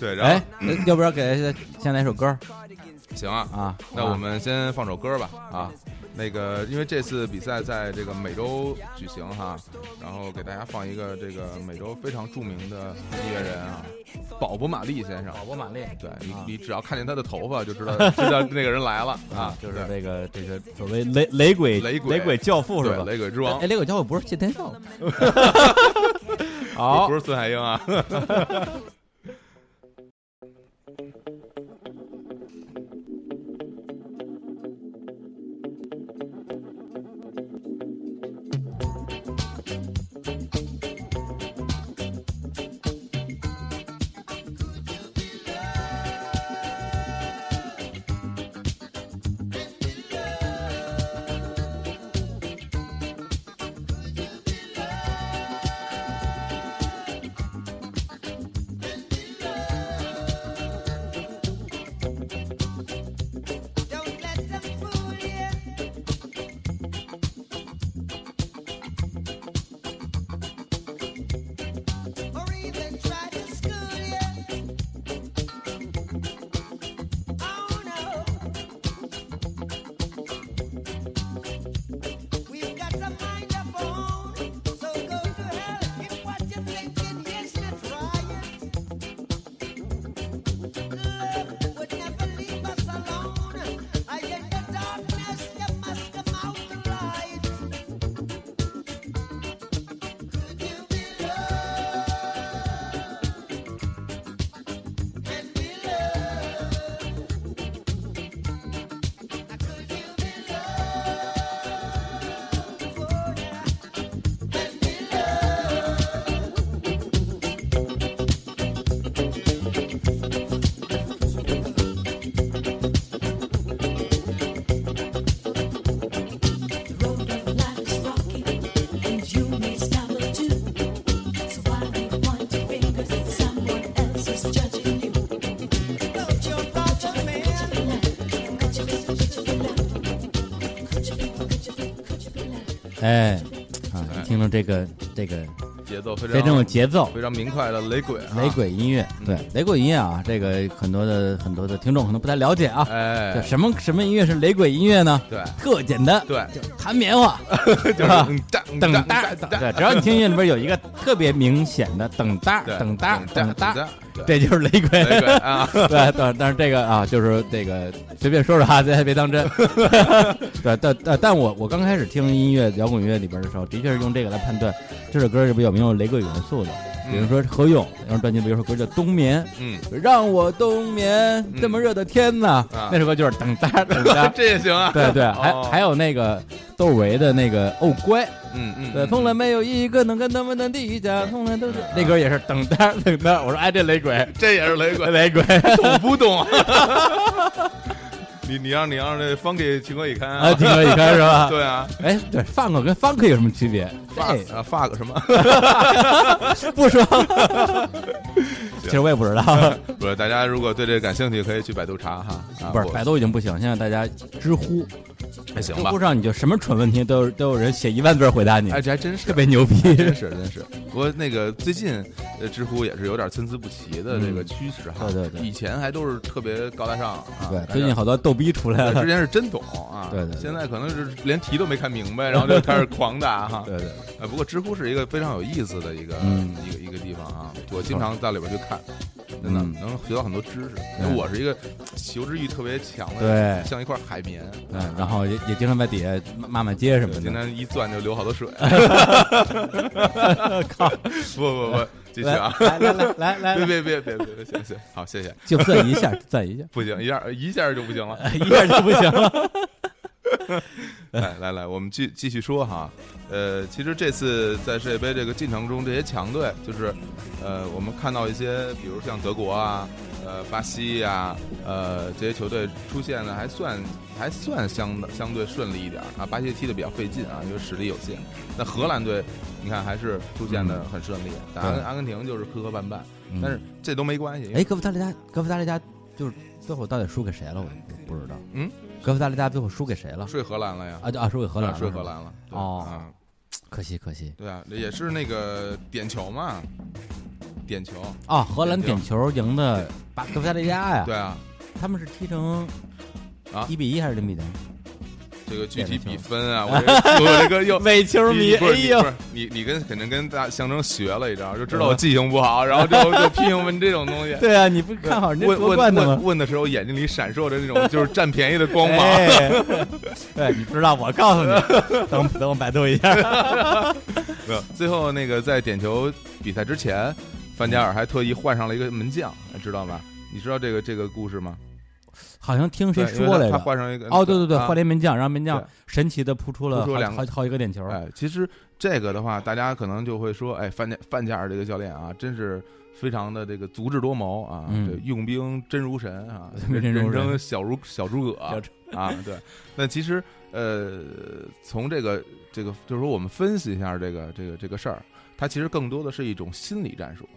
S2: 对，然
S1: 哎
S2: 后，
S1: 要不要给大家先来首歌
S2: 行啊，
S1: 啊？
S2: 那我们先放首歌吧啊，那个，因为这次比赛在这个美洲举行哈，然后给大家放一个这个美洲非常著名的音乐人啊，保博·马利先生。
S1: 保博马利，
S2: 对你
S1: 啊，
S2: 你只要看见他的头发就知道知道那个人来了啊，
S1: 就是这
S2: 对
S1: 个这个所谓雷雷鬼
S2: 雷鬼
S1: 鬼教父是
S2: 对
S1: 吧？
S2: 雷鬼之王
S1: 哎，，雷鬼教父不是谢天笑吗？
S2: 不
S1: 好
S2: 不，是孙海英啊。 *laughs*
S3: Don't let them fool you. Or even try to school you. Oh no. We've got a mind of our own, so go to hell if what you're thinking is not right. Would never leave us alone. I in the darkness, you must come out the light. Could you be loved? Can be loved. Could you be loved? Can be loved.
S4: road of life is rocky, and you may stumble too. So why do you point your fingers at someone else who's judging you?
S3: Don't you love a man?
S4: Could you be, could you be loved? Could you be, could you be, could you be loved?
S1: 哎，啊，听着这个这
S2: 哎
S1: 个
S2: 节奏非常
S1: 非常有节奏，
S2: 非常明快的雷鬼、啊，嗯
S1: 雷，鬼音乐，对雷鬼音乐啊，这个很多的很多的听众可能不太了解啊。对，
S2: 哎，
S1: 什么什么音乐是雷鬼音乐呢？
S2: 对
S1: 特简单，
S2: 对
S1: 就弹棉花，
S2: *laughs* 就是嗯哒嗯
S1: 等
S2: 哒
S1: 哒
S2: 嗯哒嗯哒
S1: 对，只要你听音乐里边有一个特别明显的等哒
S2: 对
S1: 等哒
S2: 嗯哒
S1: 等
S2: 嗯
S1: 哒
S2: 哒，对
S1: 这就是雷鬼。
S2: 雷鬼啊，
S1: *laughs* 对，但但是这个啊，就是这个随便说说啊，大家别当真。 *laughs* 对，但但但我我刚开始听音乐摇滚乐里边的时候，的确是用这个来判断这首歌是不是有没有雷鬼元素的。比如说何勇那张专辑，比如说歌叫《冬眠》，
S2: 嗯，
S1: 让我冬眠，这么热的天呐，
S2: 啊
S1: 那首歌就是等
S2: *laughs*
S1: 哒 *laughs* 等哒。
S2: 这也行啊，
S1: 对对，还、
S2: 哦
S1: 还有那个窦唯的那个哦乖，
S2: 嗯嗯，
S1: 对，
S2: 嗯
S1: 从来没有一个能跟他们的敌讲，从来都是那歌也是等哒等哒。我说哎，这雷鬼，
S2: 这也是雷 *laughs* 鬼，
S1: 雷鬼。
S2: 懂不懂啊？ *laughs* 你你让你让这 Funky 情何以
S1: *laughs*
S2: 堪
S1: 啊，
S2: 啊？
S1: 听过一开是吧？
S2: 对啊
S1: 哎，对，funk 跟 funk 有什么区别？
S2: ，fuck 啊 fuck 什么？ *laughs*
S1: 这不说，其实我也不知道，
S2: 不是，大家如果对这个感兴趣，可以去百度查哈。
S1: *laughs*
S2: 啊
S1: 不是
S2: 我
S1: 百度已经不行，现在大家知乎，
S2: 还行
S1: 知
S2: 吧
S1: 乎？上你就什么蠢问题都有都有人写一万字儿回答你，
S2: 哎，这还真
S1: *laughs*
S2: 是
S1: 特。别牛逼。
S2: 真是真是，不过那个最近，呃，知乎也是有点参差不齐的这个趋势哈。
S1: 嗯对对对
S2: 以前还都是特别高大上啊，
S1: 对，
S2: 感觉
S1: 最近好多逗逼出来
S2: 对
S1: 了
S2: 之。前是真懂啊，
S1: 对对对
S2: 现在可能是连题都没看明白，然后就开始狂打哈。
S1: *laughs* 对对，
S2: 呃，不过知乎是一个非常有意思的一个、
S1: 嗯
S2: 一个一个地方啊，我经常到里边去看，真的、
S1: 嗯
S2: 能学到很多知识。因
S1: 嗯
S2: 为我是一个求知欲特别强的，
S1: 对
S2: 像一块海绵，
S1: 嗯，然后也也经常在底下骂骂骂街什么
S2: 对今 *laughs*
S1: 的。
S2: 天一钻就流好多水。
S1: 靠，
S2: 不不不，继续啊！
S1: 来来来来来来，
S2: 别别别别别，行行，好，谢谢。
S1: 就算一下，算
S2: *laughs*
S1: 一下，
S2: 不行，一下一下就不行了。
S1: 一下就不行了。 *laughs*
S2: 来来来，我们继继续说哈。呃，其实这次在世界杯这个进程中，这些强队就是，呃，我们看到一些，比如像德国啊，呃，巴西呀、呃，这些球队出现的还算还算相相对顺利一点儿啊。巴西踢的比较费劲啊，因为实力有限。那荷兰队，你看还是出现的很顺利，打阿根阿根廷就是磕磕绊绊，
S1: 嗯
S2: 但是这都没关系。因为
S1: 哎，哥布达黎加，哥布达黎加就是最后到底输给谁了？我我不知道。
S2: 嗯，
S1: 哥布达黎加最后输给谁了？
S2: 睡荷兰了呀，
S1: 啊，就啊，输给荷兰了，
S2: 睡荷兰了。对
S1: 哦
S2: 啊
S1: 可惜可惜
S2: 对啊，也是那个点球嘛，点球。
S1: 啊！荷兰
S2: 点
S1: 点球赢的巴哥布达黎加呀，
S2: 对啊，
S1: 他们是踢成
S2: 啊
S1: 一比一还是零比零？
S2: 这个具
S1: 练
S2: 体
S1: 得
S2: 比
S1: 挺
S2: 分
S1: *laughs*
S2: 啊，我这个我这个又
S1: 伪球迷，
S2: 你不
S1: 哎
S2: 是你
S1: 呦嗯
S2: 不，是你你跟肯定跟大象征学了一招，就知道我记性不好，然
S1: *laughs*
S2: 后就就批评问这种东西。
S1: 对啊，你不看好人家
S2: 问
S1: 夺
S2: 问
S1: 冠的
S2: 问
S1: 吗？
S2: 问的时候，眼睛里闪烁着那种就是占便宜的光芒。
S1: 哎， *laughs* 对，你不知道，我告诉
S2: *laughs*
S1: 你，等等我百度一下。
S2: 没有，最后那个在点球比赛之前，范加尔还特意换上了一个门将，知道吧？你知道这个这个故事吗？
S1: 好像听谁
S2: 对因为
S1: 说
S2: 他
S1: 来
S2: 他
S1: 着？
S2: 换上一个
S1: 哦，对对对，
S2: 啊
S1: 换了一门将，让门将
S2: 对
S1: 神奇的扑出了
S2: 扑出
S1: 好
S2: 两个
S1: 好好几个点球。
S2: 哎，其实这个的话，大家可能就会说，哎，范加范加尔这个教练啊，真是非常的这个足智多谋啊，
S1: 嗯
S2: 这用兵真如神
S1: *laughs*
S2: 啊，
S1: 真
S2: 人
S1: 如神
S2: 称小如小诸葛
S1: 小诸
S2: 啊，对。那其实呃，从这个这个就是说，我们分析一下这个这个这个事儿，它其实更多的是一种心理战术，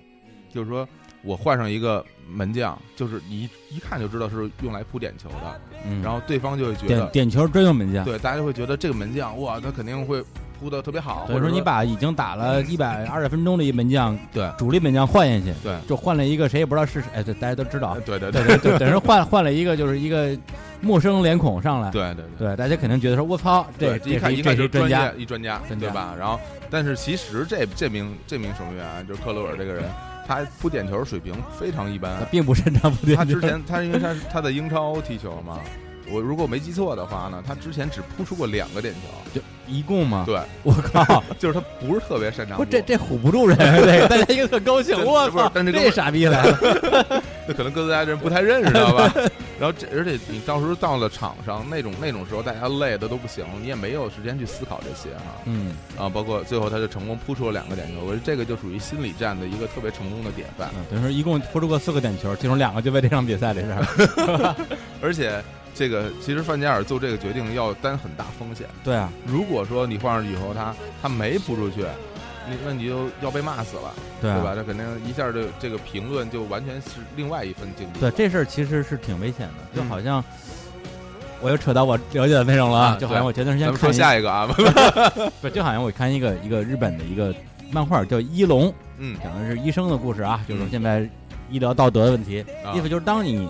S2: 就是说。我换上一个门将，就是你一一看就知道是用来扑点球的，
S1: 嗯，
S2: 然后对方就会觉得
S1: 点点球专用门将。
S2: 对，大家就会觉得这个门将哇，他肯定会扑的特别好，
S1: 所
S2: 或
S1: 以
S2: 者
S1: 说你把已经打了一百二十分钟的一门将，
S2: 对
S1: 主力门将换下去，
S2: 对
S1: 就换了一个谁也不知道是谁，哎，对，大家都知道
S2: 呃，对对
S1: 对对对，等于说换换了一个就是一个陌生脸孔上来，
S2: 对对
S1: 对，大家肯定觉得说我操，这
S2: 一
S1: 这
S2: 看
S1: 是
S2: 一
S1: 这
S2: 看
S1: 是
S2: 就
S1: 一
S2: 是专
S1: 家，
S2: 一专家，
S1: 专
S2: 对
S1: 家
S2: 吧？然后，但是其实这这名这名守门员啊就是克鲁尔这个人，他扑点球水平非常一般
S1: 他。并不擅长不点
S2: 他
S1: 球
S2: 之。前他因为他是他在英超踢球嘛，我如果没记错的话呢，他之前只扑出过两个点球。
S1: 就一共嘛，
S2: 对，
S1: 我靠！
S2: 就是他不是特别擅长
S1: 不
S2: 扑。
S1: 是，这这唬不住
S2: *laughs*
S1: 人，对，大家一个特高兴，
S2: 这
S1: 我
S2: 不是
S1: 操，
S2: 但这哥
S1: 这
S2: 们儿
S1: 傻逼来了，
S2: 这可能各家人不太认识，知道
S1: *laughs*
S2: 吧？然后这，而且你到时候到了场上那种那种时候，大家累的都不行，你也没有时间去思考这些哈。
S1: 嗯，
S2: 啊，包括最后他就成功扑出了两个点球，我觉得这个就属于心理战的一个特别成功的典范。
S1: 嗯等于说一共扑出过四个点球，其中两个就在这场比赛里边儿，
S2: 而且这个其实范加尔做这个决定要担很大风险，
S1: 对啊，
S2: 如果说你换上去以后他他没扑出去，你那你就要被骂死了，
S1: 对
S2: 对
S1: 啊
S2: 吧？，这肯定一下就这个评论就完全是另外一份境地。
S1: 对，这事儿其实是挺危险的，就
S2: 嗯
S1: 好像我又扯到我了解的内容了啊，
S2: 啊
S1: 就好像
S2: 对
S1: 我前段时
S2: 咱
S1: 间
S2: 们说
S1: 看一
S2: 下
S1: *laughs*
S2: 一个啊，
S1: 不，就好像我看一个一个日本的一个漫画叫《医龙》，
S2: *laughs* 嗯，
S1: 讲的是医生的故事啊，就是
S2: 嗯
S1: 现在医疗道德的问题。
S2: 啊
S1: 意思就是，当你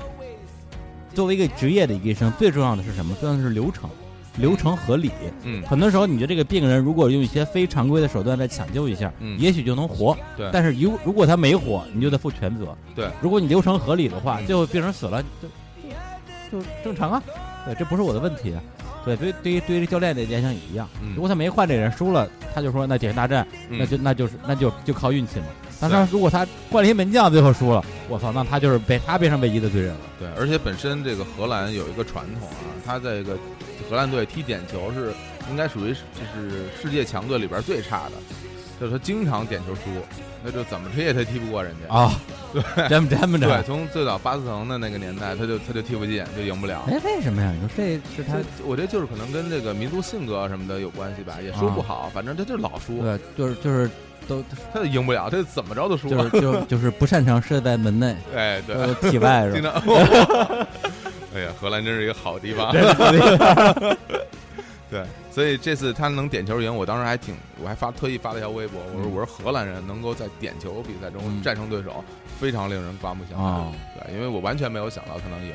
S1: 作为一个职业的一个医生，最重要的是什么？最重要的是流程，流程合理。
S2: 嗯
S1: 很多时候，你觉得这个病人如果用一些非常规的手段再抢救一下，
S2: 嗯
S1: 也许就能活。
S2: 对
S1: 但是如如果他没活，你就得负全责。
S2: 对，
S1: 如果你流程合理的话，
S2: 嗯
S1: 最后病人死了就就就正常啊。对，这不是我的问题啊。对，所以对于对于这教练的联想也一样。
S2: 嗯
S1: 如果他没换这人输了，他就说那铁人大战，
S2: 嗯
S1: 那就那就是那就就靠运气嘛。但他如果他换了一门将，最后输了，我操，那他就是被他变成唯一的罪人了。
S2: 对，而且本身这个荷兰有一个传统啊，他这个荷兰队踢点球是应该属于是就是世界强队里边最差的，就是他经常点球输，那就怎么踢也他踢不过人家。
S1: 啊、 *laughs* 咱们咱们
S2: 对，
S1: 着。
S2: 从最早巴斯滕的那个年代，他就他就踢不进，就赢不了。
S1: 哎，为什么呀？你说这是他
S2: 他，我觉得就是可能跟这个民族性格什么的有关系吧，也输不好，反正他就老输，
S1: 啊对，就是就是都
S2: 他就赢不了，他就怎么着都输。
S1: 就是
S2: *laughs*
S1: 就就是不擅长射在门内，
S2: 哎，对，
S1: 呃，体外是 *laughs*
S2: *laughs* 经
S1: 吧？
S2: 常。哎呀，荷兰真是一个好地方。啊对，所以这次他能点球赢，我当时还挺，我还发特意发了一条微博，我说
S1: 嗯
S2: 我说荷兰人能够在点球比赛中
S1: 嗯
S2: 战胜对手，非常令人刮目相看。
S1: 哦
S2: 对，因为我完全没有想到他能赢，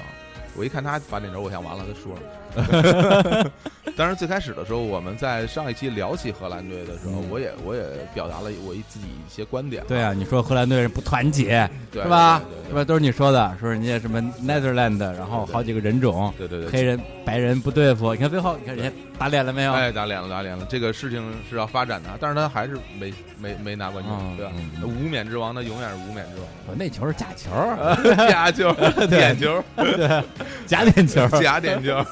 S2: 我一看他发点球，我想完了，他输了。 *laughs* 当然，最开始的时候，我们在上一期聊起荷兰队的时候，
S1: 嗯
S2: 我也我也表达了我一自己一些观点嘛，
S1: *laughs* 对啊，你说荷兰队是不团结
S2: 对
S1: 是吧
S2: 对对？对
S1: 是吧？都是你说的，说人家什么 Netherland，然后好几个人种，
S2: 对对对，
S1: 黑人、啊白人不对付。你看最后，你看人家打脸了没有？
S2: 哎，打脸了，打脸了！这个事情是要发展的，但是他还是没没没拿冠军，
S1: 嗯
S2: 对吧
S1: 嗯？嗯
S2: 无冕之王，他永远是无冕之
S1: 我那球是假球， *laughs*
S2: 王，假球、点球、
S1: 假点球。
S2: 假点球。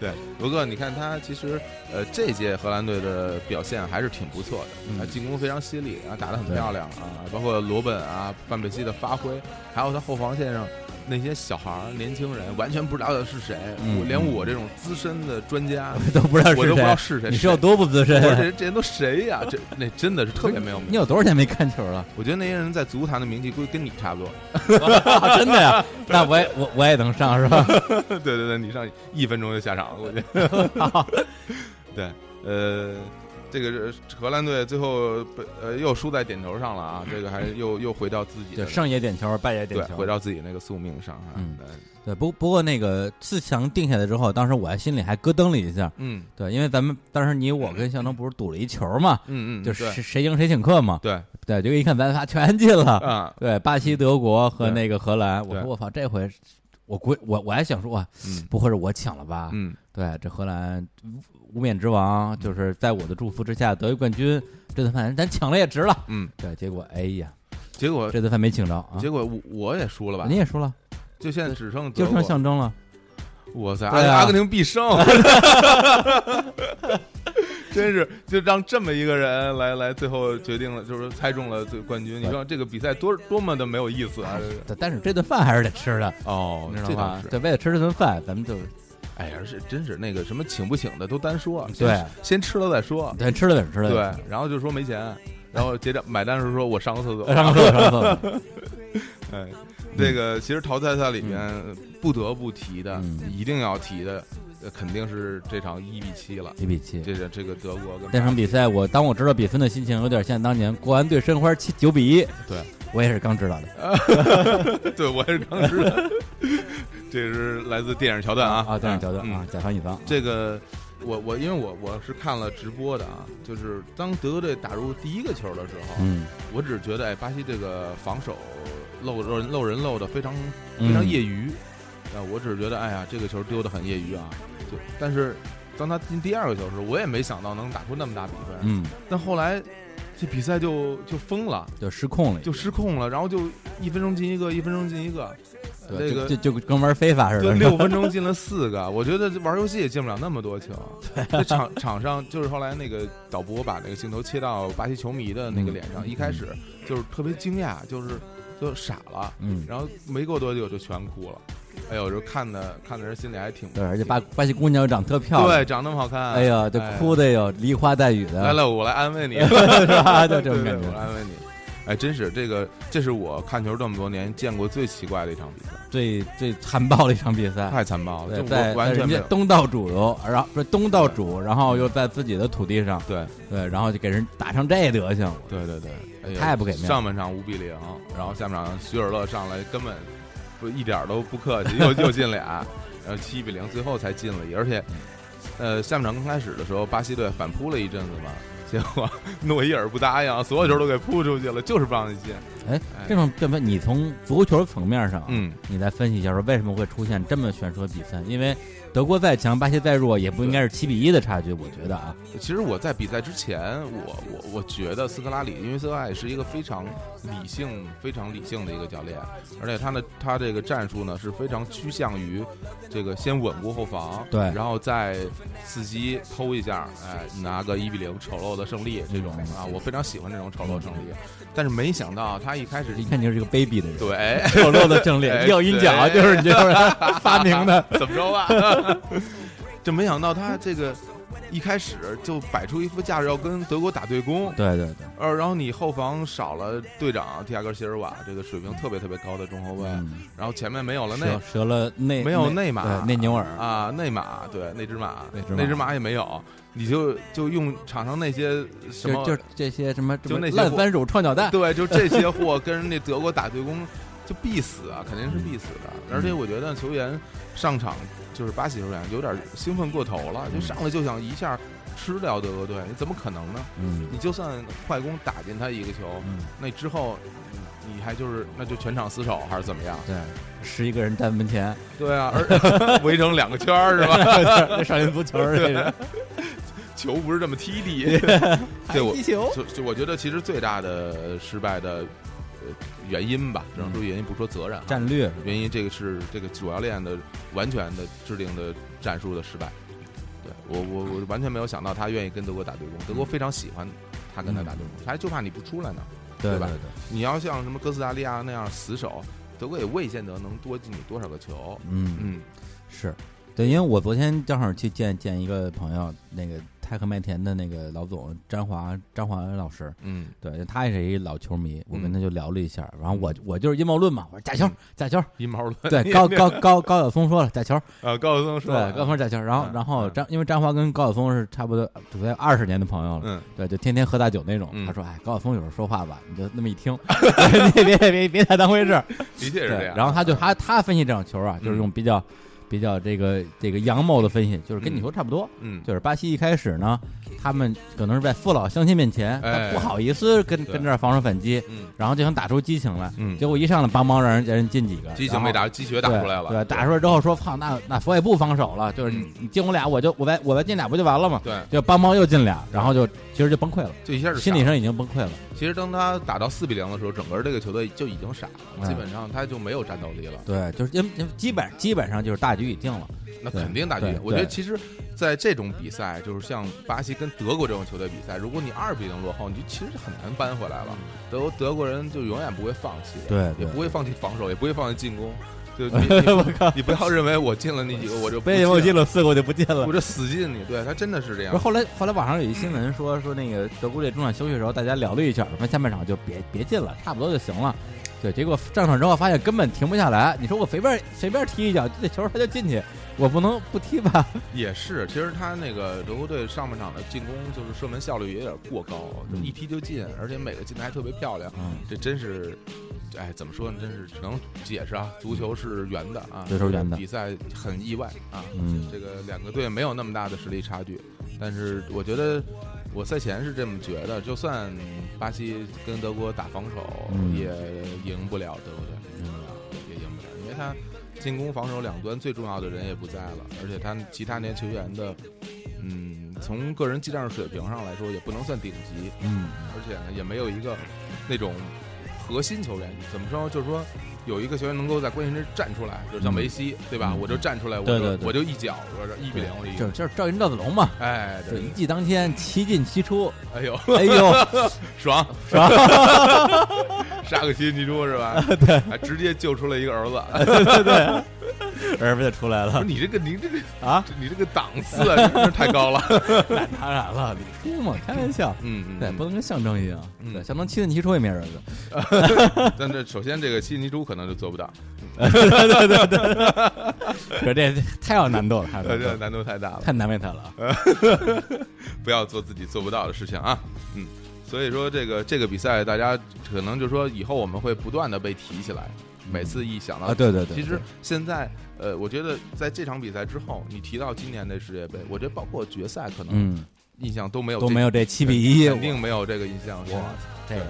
S2: 对，不过你看他其实，呃，这届荷兰队的表现还是挺不错
S1: 嗯
S2: 的，啊，进攻非常犀利，啊，打得很
S1: 对
S2: 漂亮啊，包括罗本啊、范佩西的发挥，还有他后防线上那些小孩儿、年轻人，完全不知道是谁，
S1: 嗯
S2: 我连
S1: 嗯
S2: 我这种资深的专家，
S1: *laughs* 都不知道
S2: 我都
S1: 是
S2: 不知道
S1: 谁，
S2: 是谁，
S1: 你
S2: 是
S1: 是有多不资深啊
S2: 我？说这这人都谁呀、这那真的是特别没有名
S1: 你。有多少年没看球了？ *laughs*
S2: 我觉得那些人在足坛的名气估计跟你差不多。
S1: 啊真的呀？ *laughs* 那我也我我也能上是吧？
S2: 对 *laughs* 对
S1: *laughs*
S2: 对，你上一分钟就下场了，估计。对，呃，这个是荷兰队最后被呃又输在点球上了啊，这个还是又又回到自己
S1: 对，
S2: 的
S1: 上也点球，败也点
S2: 对
S1: 球，
S2: 回到自己那个宿命上啊。
S1: 嗯
S2: 对，
S1: 对，不不过那个四强定下来之后，当时我还心里还咯噔了一下，
S2: 嗯
S1: 对，因为咱们当时你我跟向东不是赌了一球嘛，
S2: 嗯嗯，
S1: 就
S2: 对
S1: 是谁赢谁请客嘛，
S2: 对
S1: 对，结果一看咱仨全进了，*laughs*
S2: 啊，
S1: 对，巴西、德国和
S2: 对
S1: 那个荷兰，我
S2: 对
S1: 说我操，这回我估我我还想说，哇，
S2: 嗯
S1: 不会是我抢了吧？
S2: 嗯
S1: 对，这荷兰无无冕之王，就是在我的祝福之下得一冠军，这顿饭咱抢了也值了。
S2: 嗯，
S1: 对，结果哎呀，
S2: 结果
S1: 这顿饭没请着啊
S2: 结，果我我也输了吧
S1: 你？也输了，
S2: 就现在只剩
S1: 就
S2: 德
S1: 剩
S2: 国
S1: 象征了。
S2: 哇塞，
S1: 对啊
S2: 阿根廷必胜， *laughs* 真是就让这么一个人来来，最后决定了，就是猜中了最冠军。你说这个比赛多多么的没有意思啊！
S1: 对但是这顿饭还是得吃的，
S2: 哦
S1: 你知道
S2: 这倒
S1: 吧？
S2: 是，
S1: 对，为了吃这顿饭，咱们就
S2: 哎呀，是真是那个什么请不请的都单说，
S1: 对
S2: 先先吃了再说，
S1: 对吃了点吃了
S2: 对
S1: 点。，
S2: 然后就说没钱，然后结账买单的时候说我上个厕所，
S1: 呃上个厕所，上个厕 *laughs* 所，
S2: 哎，这个其实淘汰赛里面不得不提的，
S1: 嗯
S2: 一定要提的，呃肯定是这场一比七了。
S1: 一比七。
S2: 这个这个德国跟
S1: 那场比赛，我当我知道比分的心情，有点像当年国安对申花七九比一，
S2: 对
S1: 我也是刚知道的
S2: *laughs* 对，我也是刚知道，这是来自电影桥段啊
S1: 啊，这样角度啊
S2: 嗯，
S1: 甲方乙方，
S2: 这个我我因为我我是看了直播的啊，就是当德国队打入第一个球的时候，
S1: 嗯，
S2: 我只是觉得哎，巴西这个防守漏漏人漏人漏的非常
S1: 嗯
S2: 非常业余，啊，我只是觉得哎呀，这个球丢的很业余啊，就但是当他进第二个球的时候，我也没想到能打出那么大比分，
S1: 嗯，
S2: 但后来这比赛就就疯了。
S1: 就失控了，
S2: 就失控了，然后就一分钟进一个，一分钟进一个，呃
S1: 对
S2: 那个
S1: 就就就跟玩非法似
S2: 就
S1: 的，
S2: 六分钟进了四
S1: *laughs*
S2: 个，我觉得这玩游戏也进不了那么多球。这场场上就是后来那个导播把那个镜头切到巴西球迷的那个脸上，
S1: 嗯
S2: 一开始就是特别惊讶，就是就傻了，
S1: 嗯，
S2: 然后没过多久就全哭了。哎呦，就看的看的人心里还挺
S1: 对，而且巴巴西姑娘又长特漂亮，
S2: 对长那么好看，
S1: 哎呀，就哭的哟，梨花带雨
S2: 来
S1: 的，
S2: 了，我来安慰你，
S1: 啊 *laughs*
S2: *laughs*
S1: 是吧？就
S2: 对
S1: 这
S2: 对
S1: 种感
S2: 对，我来
S1: 觉，
S2: 安慰你。哎，真是这个，这是我看球这么多年见过最奇怪的一场比赛，
S1: 最最残暴的一场比赛。
S2: 太残暴了，
S1: 哎对，
S2: 就
S1: 在
S2: 我
S1: 在
S2: 完全
S1: 人
S2: 没
S1: 家
S2: 有
S1: 东道主游，然后不是东道主，然后又在自己的土地上，
S2: 对。
S1: 对，然后就给人打成这德行，
S2: 对对对，哎呀
S1: 太不给面子
S2: 上半场五比零，然后下半场徐尔乐上来根本不一点儿都不客气，又又进俩， *laughs* 然后七比零，最后才进了一，而且呃下半场刚开始的时候，巴西队反扑了一阵子嘛。结果 *laughs* 诺伊尔不答应，所有球都给扑出去了，就是不让你进。
S1: 哎
S2: 哎，
S1: 这种辩分，你从足球层面上，啊
S2: 嗯，
S1: 你再分析一下，说为什么会出现这么悬殊的比分？因为德国再强，巴西再弱，也不应该是七比一的差距，我觉得啊，
S2: 其实我在比赛之前，我我我觉得斯科拉里，因为斯科拉里是一个非常理性、非常理性的一个教练，而且他呢，他这个战术呢是非常趋向于这个先稳固后防，
S1: 对
S2: 然后再伺机偷一下，哎，拿个一比零丑陋的胜利这种啊，我非常喜欢这种丑陋胜利，但是没想到他一开始
S1: 一嗯看你就是个卑鄙的人，
S2: 对，哎
S1: 丑陋的正脸，
S2: *laughs* 哎
S1: 一有阴脚，
S2: 对
S1: 就是你这种人
S2: *laughs*
S1: 发明的，
S2: 怎么着吧？ *laughs* 就没想到他这个一开始就摆出一副架势要跟德国打 *laughs* 对攻，
S1: 对对对，
S2: 呃，然后你后防少了队长蒂亚戈·席尔瓦这个水平特别特别高的中后卫，
S1: 嗯，
S2: 然后前面没有了
S1: 折
S2: 内
S1: 折了内
S2: 没有
S1: 内
S2: 内马
S1: 对内牛耳，
S2: 啊内马，对那只马
S1: 那只马
S2: 马也没有，你就就用场上那些
S1: 就
S2: 什么
S1: 就这些什么什
S2: 就
S1: 么
S2: 那些
S1: 烂番薯创脚蛋，
S2: 对，就这些货跟人家德国打对攻就必死啊，肯定是必死的。
S1: 嗯
S2: 而且我觉得球员上场就是巴西球员有点兴奋过头了，就上来就想一下吃掉德国队，你怎么可能呢？
S1: 嗯
S2: 你就算快攻打进他一个球，
S1: 嗯，
S2: 那之后你你还就是那就全场死守还是怎么样？
S1: 对，十一个人站门
S2: *laughs*
S1: 前， *laughs*
S2: 对啊，而 *laughs* 围成两个圈儿是吧？ *laughs*
S1: 少林足球儿这个
S2: 球不是这么踢的。对 *laughs* 我
S1: 踢球，
S2: 就就我觉得其实最大的失败的呃原因吧，只能说原因不说责任啊，
S1: 战略
S2: *laughs* 原因这个是这个主教练的完全的制定的战术的失败。对我我我完全没有想到他愿意跟德国打对攻，德国非常喜欢他跟他打对攻，他就怕你不出来呢。
S1: 对
S2: 对吧
S1: 对，
S2: 你要像什么哥斯达黎加那样死守，德国也未见得能多进你多少个球。
S1: 嗯。
S2: 嗯
S1: 是，对，因为我昨天正好去见见一个朋友，那个他泰克麦田的那个老总张华张华老师，
S2: 嗯，
S1: 对他也是一老球迷，我跟
S2: 嗯
S1: 他就聊了一下，然后我我就是阴谋论嘛，我说假球
S2: 嗯
S1: 假
S2: *laughs*
S1: 球，
S2: 阴谋论，
S1: 对高高高高晓松说了假球，
S2: 啊，高晓松
S1: 对
S2: 说了，
S1: 高晓松假球，然后
S2: 嗯
S1: 然后
S2: 嗯
S1: 张因为张华跟高晓松是差不多处在二十年的朋友了，
S2: 嗯，
S1: 对，就天天喝大酒那种。
S2: 嗯
S1: 他说：“哎，高晓松有时候说话吧，你就那么一
S2: *laughs*
S1: 听，别别别别别太当回事儿。
S2: 的确
S1: 对
S2: 是这样。
S1: 然后他就他他分析这场球啊，就是
S2: 嗯
S1: 用比较比较这个这个阳谋的分析，就是跟你说差不多。
S2: 嗯，
S1: 就是巴西一开始呢，他们可能是在父老乡亲面前，他
S2: 哎
S1: 不好意思跟
S2: 对
S1: 跟这儿防守反击，
S2: 嗯
S1: 然后就想打出激情来。
S2: 嗯
S1: 结果一上来帮忙让人让人进几个，
S2: 激
S1: 然
S2: 情
S1: 后
S2: 被打，鸡血打出来了，
S1: 对，对打出来之后说：“操，那那佛也不防守了，就是你
S2: 嗯
S1: 你进我俩，我就我再我再进俩不就完了吗？”
S2: 对，
S1: 就帮忙又进俩，然后就其实就崩溃了。
S2: 就一下就
S1: 心
S2: 傻
S1: 理
S2: 了
S1: 上已经崩溃了。
S2: 其实当他打到四比零的时候，整个这个球队就已经傻了，
S1: 嗯
S2: 基本上他就没有战斗力了。
S1: 对，就是因为因为基本基本上就是大局已定
S2: *laughs*
S1: 了。 *laughs*
S2: 那
S1: 对
S2: 肯定大局
S1: 对。
S2: 我觉得
S1: 对
S2: 其实，在这种比赛，就是像巴西跟德国这种球队比赛，如果你二比零落后，你就其实很难扳回来了。德德国人就永远不会放弃的，
S1: 嗯对对
S2: 也不会放弃防守，也不会放弃进攻。就
S1: *laughs*
S2: 你你你不要认为我进了那几个我就不
S1: 被我进
S2: 了，
S1: 了四个我就不进了
S2: 我。就死进你。对他真的是这
S1: 不是
S2: 样。
S1: 后来后来网上有一新闻说说那个德国队中场休息的时候，大家聊了一下，说下半场就别别进了，差不多就行了。对，结果上场之后发现根本停不下来。你说我随便随便踢一脚，这球他就进去，我不能不踢吧？
S2: 也是，其实他那个德国队上半场的进攻就是射门效率也有点过高，就
S1: 嗯
S2: 一踢就进，而且每个进的还特别漂亮。
S1: 嗯，
S2: 这真是，哎，怎么说呢？真是只能解释啊，足球是圆的啊，
S1: 足球是圆的
S2: 比赛很意外啊。
S1: 嗯
S2: 这个两个队没有那么大的实力差距，但是我觉得我赛前是这么觉得，就算巴西跟德国打防守，
S1: 嗯
S2: 也赢不了德国队，也赢不了，因为他进攻防守两端最重要的人也不在了，而且他其他那些球员的，嗯，从个人技战术水平上来说，也不能算顶级，
S1: 嗯，
S2: 而且呢也没有一个那种核心球员，怎么说？就是说有一个球员能够在关键时站出来，就像
S1: 嗯
S2: 梅西，对吧？
S1: 嗯
S2: 我就站出来，我
S1: 对
S2: 就
S1: 对对
S2: 我就一脚，我说一比零，我就赢
S1: 就是就是赵云赵子龙嘛，
S2: 哎，
S1: 就
S2: 对
S1: 一，骑当千，七进七 *laughs* 出。
S2: 哎呦， *laughs*
S1: 哎呦，
S2: 爽
S1: *laughs* 爽！
S2: 杀个奇尼猪是
S1: *laughs*
S2: 吧？对，还直接救出了一个儿子。 *laughs*
S1: 儿子就出来
S2: 不
S1: 了
S2: 是你这个，你这个，
S1: 啊！
S2: 你这个档次啊，真是太高了。 *laughs*
S1: 那 *laughs* 当然了，李叔嘛，开玩笑。
S2: 嗯，嗯
S1: 对，不能跟象征一样。
S2: 嗯
S1: 对，象征七进七出也没儿子。
S2: 但这首先这个奇尼猪可能就做
S1: *laughs*
S2: 不到，
S1: 可这这太有难度了，太有
S2: 呃，
S1: 难度
S2: 这
S1: 了
S2: 难度太呃大了。
S1: 太难为他了。啊
S2: *laughs* 不要做自己做不到的事情啊。嗯，所以说这个这个比赛，大家可能就说以后我们会不断的被提起来，每次一想到
S1: 啊，对对对，
S2: 其实
S1: 对
S2: 现在，呃，我觉得在这场比赛之后，你提到今年的世界杯，我觉得包括决赛，可能
S1: 嗯，
S2: 印象都没有
S1: 都
S2: 这
S1: 没有这七比一，
S2: 肯定没有这个印象深。
S1: 我这个，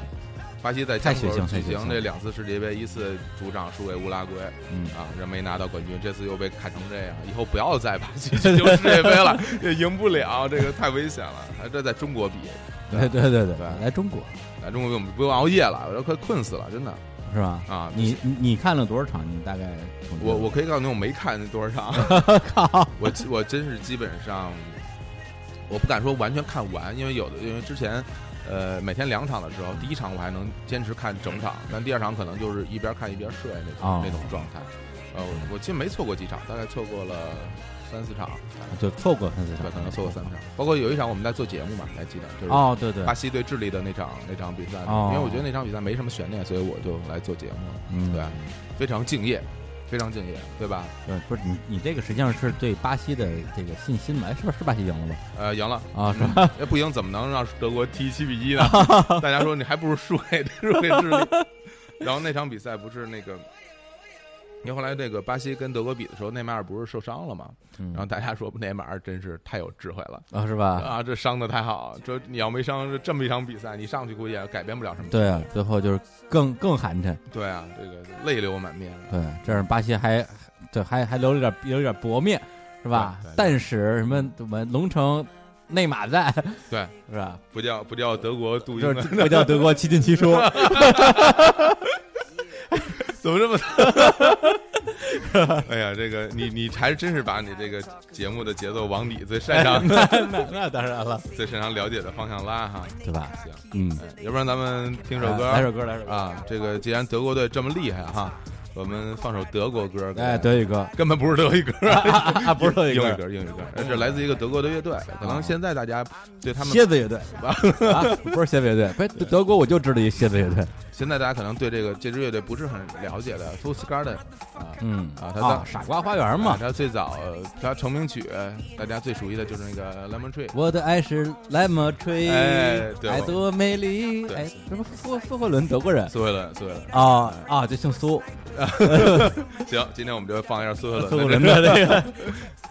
S2: 巴西在
S1: 太
S2: 加
S1: 血
S2: 索尔
S1: 腥太
S2: 举
S1: 血腥
S2: 行这两次世界杯，一次主场输给乌拉圭
S1: 嗯，
S2: 啊，这没拿到冠军，这次又被砍成这样，以后不要再巴西去丢世界杯了，也赢不了，这个太危险了。还这在中国比，
S1: 对对对对
S2: 对
S1: 来中国
S2: 来中国比我们不用熬夜了，我都快困死了，真的
S1: 是吧？
S2: 啊！
S1: 你你你看了多少场？你大概统计
S2: 我我可以告诉你，我没看多少场，
S1: *laughs* 靠，
S2: 我我真是基本上，我不敢说完全看完，因为有的因为之前，呃，每天两场的时候，第一场我还能坚持看整场，但第二场可能就是一边看一边睡那种、
S1: 哦
S2: 那种状态。呃，我我其实没错过几场，大概错过了三四场，
S1: 就错过三四
S2: 对，
S1: 场，
S2: 可能错过三场，包括有一场我们在做节目嘛，还记得就是。
S1: 哦，对对
S2: 巴，西对智利的那场那场比赛，
S1: 哦
S2: 因为我觉得那场比赛没什么悬念，所以我就来做节目了，
S1: 嗯，
S2: 对非常敬业，非常敬业，对吧？
S1: 对，不是你你这个实际上是对巴西的这个信心嘛？哎，是不是是巴西赢了吧？
S2: 呃，
S1: *laughs*
S2: 赢了，
S1: 啊，是吧？
S2: 哎，不赢怎么能让德国踢七比一呢？ *laughs* 大家说你还不如输给 *laughs* 输给智利。然后那场比赛不是那个，因为后来这个巴西跟德国比的时候，内马尔不是受伤了嘛？
S1: 嗯
S2: 然后大家说内马尔真是太有智慧了
S1: 啊，是 *laughs* 吧？
S2: 啊，这伤的太好，这你要没伤，这这么一场比赛，你上去估计也改变不了什么。
S1: 对啊，最后就是更更寒碜，
S2: 对啊，这个泪流满面。
S1: 对，这样巴西还对还还留了点留了点薄面，是吧
S2: 对对对？
S1: 但是什么我们龙城内马在，
S2: 对，
S1: 是吧？
S2: 不叫不叫德国镀
S1: 就
S2: 金
S1: 是
S2: 的，
S1: 不叫德国七进七出，
S2: 怎么这么？ *laughs* 哎呀，这个你你还真是把你这个节目的节奏往你最
S1: *laughs*
S2: 擅
S1: *laughs*
S2: 长
S1: 那那那当然了，
S2: 最擅长了解的方向拉哈。
S1: 对吧？
S2: 行，
S1: 嗯，
S2: 哎要不然咱们听首歌啊
S1: 来首歌，来首歌。啊
S2: 啊。这个既然德国队这么厉害哈，我们放首德国歌，
S1: 哎，德语歌，
S2: 根本不是德语歌，
S1: 啊，不是德
S2: 英
S1: 语
S2: 语
S1: 歌，啊
S2: 歌，英语歌，这来自一个德国的乐队，可能现在大家对他们
S1: 蝎子乐队， *laughs* 啊，不是蝎子乐队，不是德德国，我就知道一蝎子乐队，
S2: 现在大家可能对这个这支乐队不是很了解的 t o o s Garden 啊，
S1: *laughs* 嗯
S2: 啊他当
S1: 傻瓜花园嘛
S2: 啊，他最早呃他成名曲大家最熟悉的就是那个 Lemon Tree，
S1: 我的爱是莱姆吹，
S2: 哎对
S1: 爱多美丽，
S2: 对
S1: 哎，这不苏苏慧伦德国人
S2: 苏慧伦，苏慧伦，
S1: 啊啊，就姓苏，
S2: 行，今天我们就放一下苏慧
S1: 苏慧
S2: 伦
S1: 伦
S2: 的
S1: 的
S2: 这个，
S1: *laughs* 这个。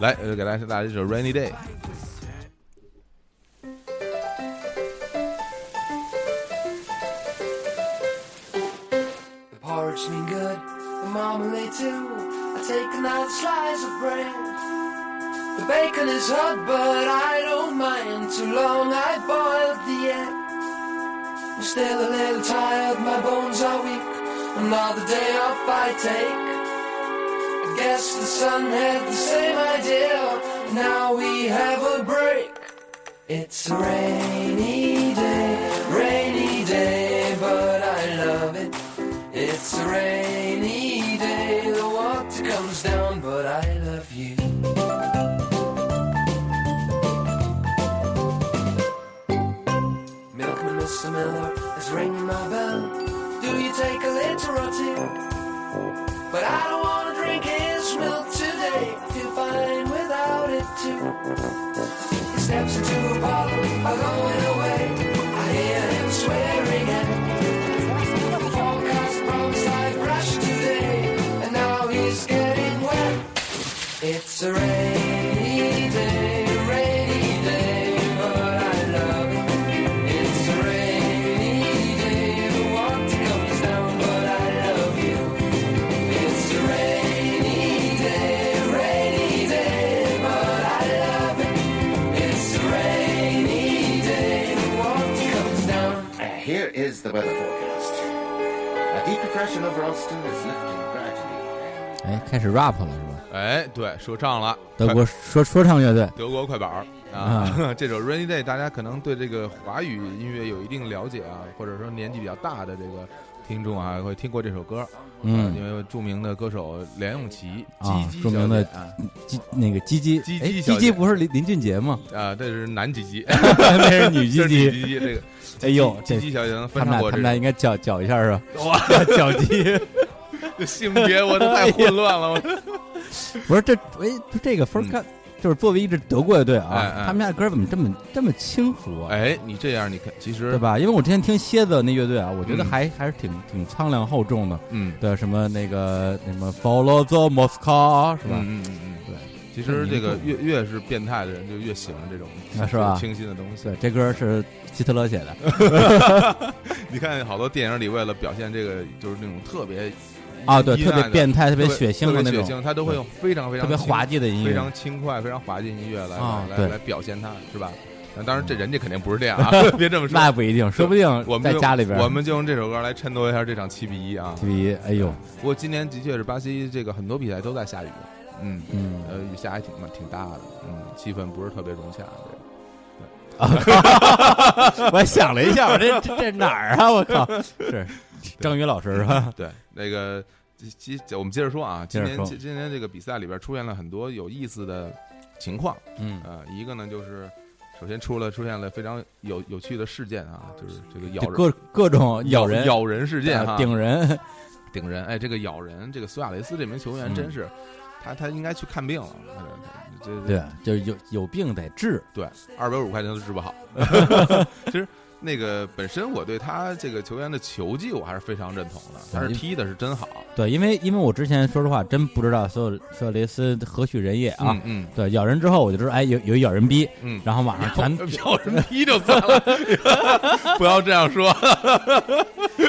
S2: *laughs* 来呃给大家带来一首 Rainy Day。
S5: The porridge's been good, the marmalade too. I take another slice of bread. The bacon is hot, but I don't mind. Too long I boiled the egg. I'm still a little tired, my bones are weak. Another day off I take. I guess the sun had the same idea. Now we have a break. It's a rainy day, rainy day, but I love it. It's a rainy day, the water comes down, but I love you. Milkman Mr. Miller is ringing my bell. Do you take a liter or two? But I don't wanna drink his milk today. Feel fine without it too. He steps into a bottle, I'm going away. I hear him swearing at Forecast promised I'd rush today, and now he's getting wet. It's a rainy day, rainy day, but I love it. It's a rainy day, the water comes down, but I love you. It's a rainy day, rainy day, but I love it. It's a rainy day, the water comes down.
S6: And here is the weather forecast. A deep depression over Ulster is lifting gradually.
S1: 哎，开始 rap 了是吧？
S2: 哎，对，说唱了，
S1: 德国说说唱乐队，
S2: 德国快板儿啊， *laughs* 这首《Rainy Day》，大家可能对这个华语音乐有一定了解啊，或者说年纪比较大的这个听众啊，会听过这首歌。
S1: 嗯
S2: 啊因为著名的歌手梁咏琪，
S1: 啊
S2: 鸡鸡
S1: 著名的
S2: 小姐啊
S1: 鸡那个鸡鸡，
S2: 鸡鸡
S1: 哎，
S2: 小
S1: 鸡
S2: 姐
S1: 鸡不是林林俊杰吗？
S2: 啊，这是男鸡鸡，
S1: *laughs* 那是女鸡
S2: *laughs* 这是
S1: 鸡。
S2: 女鸡鸡，这个
S1: 哎呦，
S2: 鸡
S1: 这
S2: 鸡小姐能
S1: 他
S2: 翻
S1: 们俩
S2: 唱过
S1: 他们
S2: 这
S1: 俩
S2: 个
S1: 应该搅搅一下是吧？
S2: 哇，
S1: *laughs* 搅
S2: *laughs*
S1: 鸡
S2: 这性别我都太混乱了，我
S1: *laughs* 不是这哎这个分儿
S2: 嗯
S1: 看，就是作为一支德国乐队
S2: 哎
S1: 啊，
S2: 哎
S1: 他们家的歌怎么这么这么轻浮啊？
S2: 哎，你这样，你看，其
S1: 对
S2: 实，
S1: 吧？因为我之前听蝎子那乐队啊，我觉得
S2: 嗯
S1: 还还是挺挺苍凉厚重的。
S2: 嗯，
S1: 对，什么那个什么 Follow the Moscow 是
S2: 是吧？
S1: 吧？
S2: 嗯嗯嗯嗯，
S1: 对。
S2: 其实这个越越是变态的人，就越喜欢这种
S1: 啊是吧
S2: 清新的东西。
S1: 对，这歌是希特勒写的。
S2: 你看好多电影里，为了表现这个就是那种特别
S1: 啊，
S2: *laughs*
S1: 对，
S2: 阴
S1: 特别
S2: 暗的
S1: 变态、特别血
S2: 特
S1: 腥的
S2: 别
S1: 那
S2: 血
S1: 种，
S2: 腥，他都会用非常非
S1: 特
S2: 常
S1: 别滑
S2: 轻、
S1: 稽的音
S2: 非
S1: 乐
S2: 常轻快、非常滑稽的音乐来
S1: 啊
S2: 来
S1: 对嗯
S2: 来表现它，是吧？那当然，这人家肯定不是这
S1: *laughs*
S2: 样啊，别这么说。
S1: 那不一定，说不定
S2: 我们
S1: 在
S2: 就
S1: 家里边儿，
S2: 我们就用这首歌来衬托一下这场七比一啊。
S1: TV，哎呦，
S2: 不过今年的确是巴西这个很多比赛都在下雨，嗯，
S1: 嗯，
S2: 呃，雨下还挺蛮挺大的，嗯，气氛不是特别融洽。这个
S1: 我还想了一下，我这这这哪儿啊？我 *laughs* 靠，是张宇老师是吧？
S2: *laughs* 对，那个接接我们接着说啊，
S1: 接
S2: 今
S1: 着
S2: 年
S1: 说
S2: 今今年这个比赛里边出现了很多有意思的情况，
S1: 嗯，
S2: 呃，一个呢就是首先出了出现了非常有有趣的事件啊，就是这个咬
S1: 就
S2: 人
S1: 各各种咬人、
S2: 咬人事件哈，嗯
S1: 啊顶人，
S2: 顶人，哎，这个咬人，这个苏亚雷斯这名球员
S1: 嗯
S2: 真是，他他应该去看病了，呃他这
S1: 对，就是有有病得治，
S2: 对，二百五十块钱都治
S1: *laughs*
S2: 不好。其实那个本身我对他这个球员的球技我还是非常认同
S1: 啊
S2: 的，但是踢的是真好
S1: 对，因为因为我之前说实话真不知道所有所有雷斯何许人也啊。
S2: 嗯嗯
S1: 对，咬人之后我就知道，哎，有有一咬人逼，
S2: 嗯。
S1: 然后网上全，
S2: 咬人踢就算了， *laughs* 不要这样说，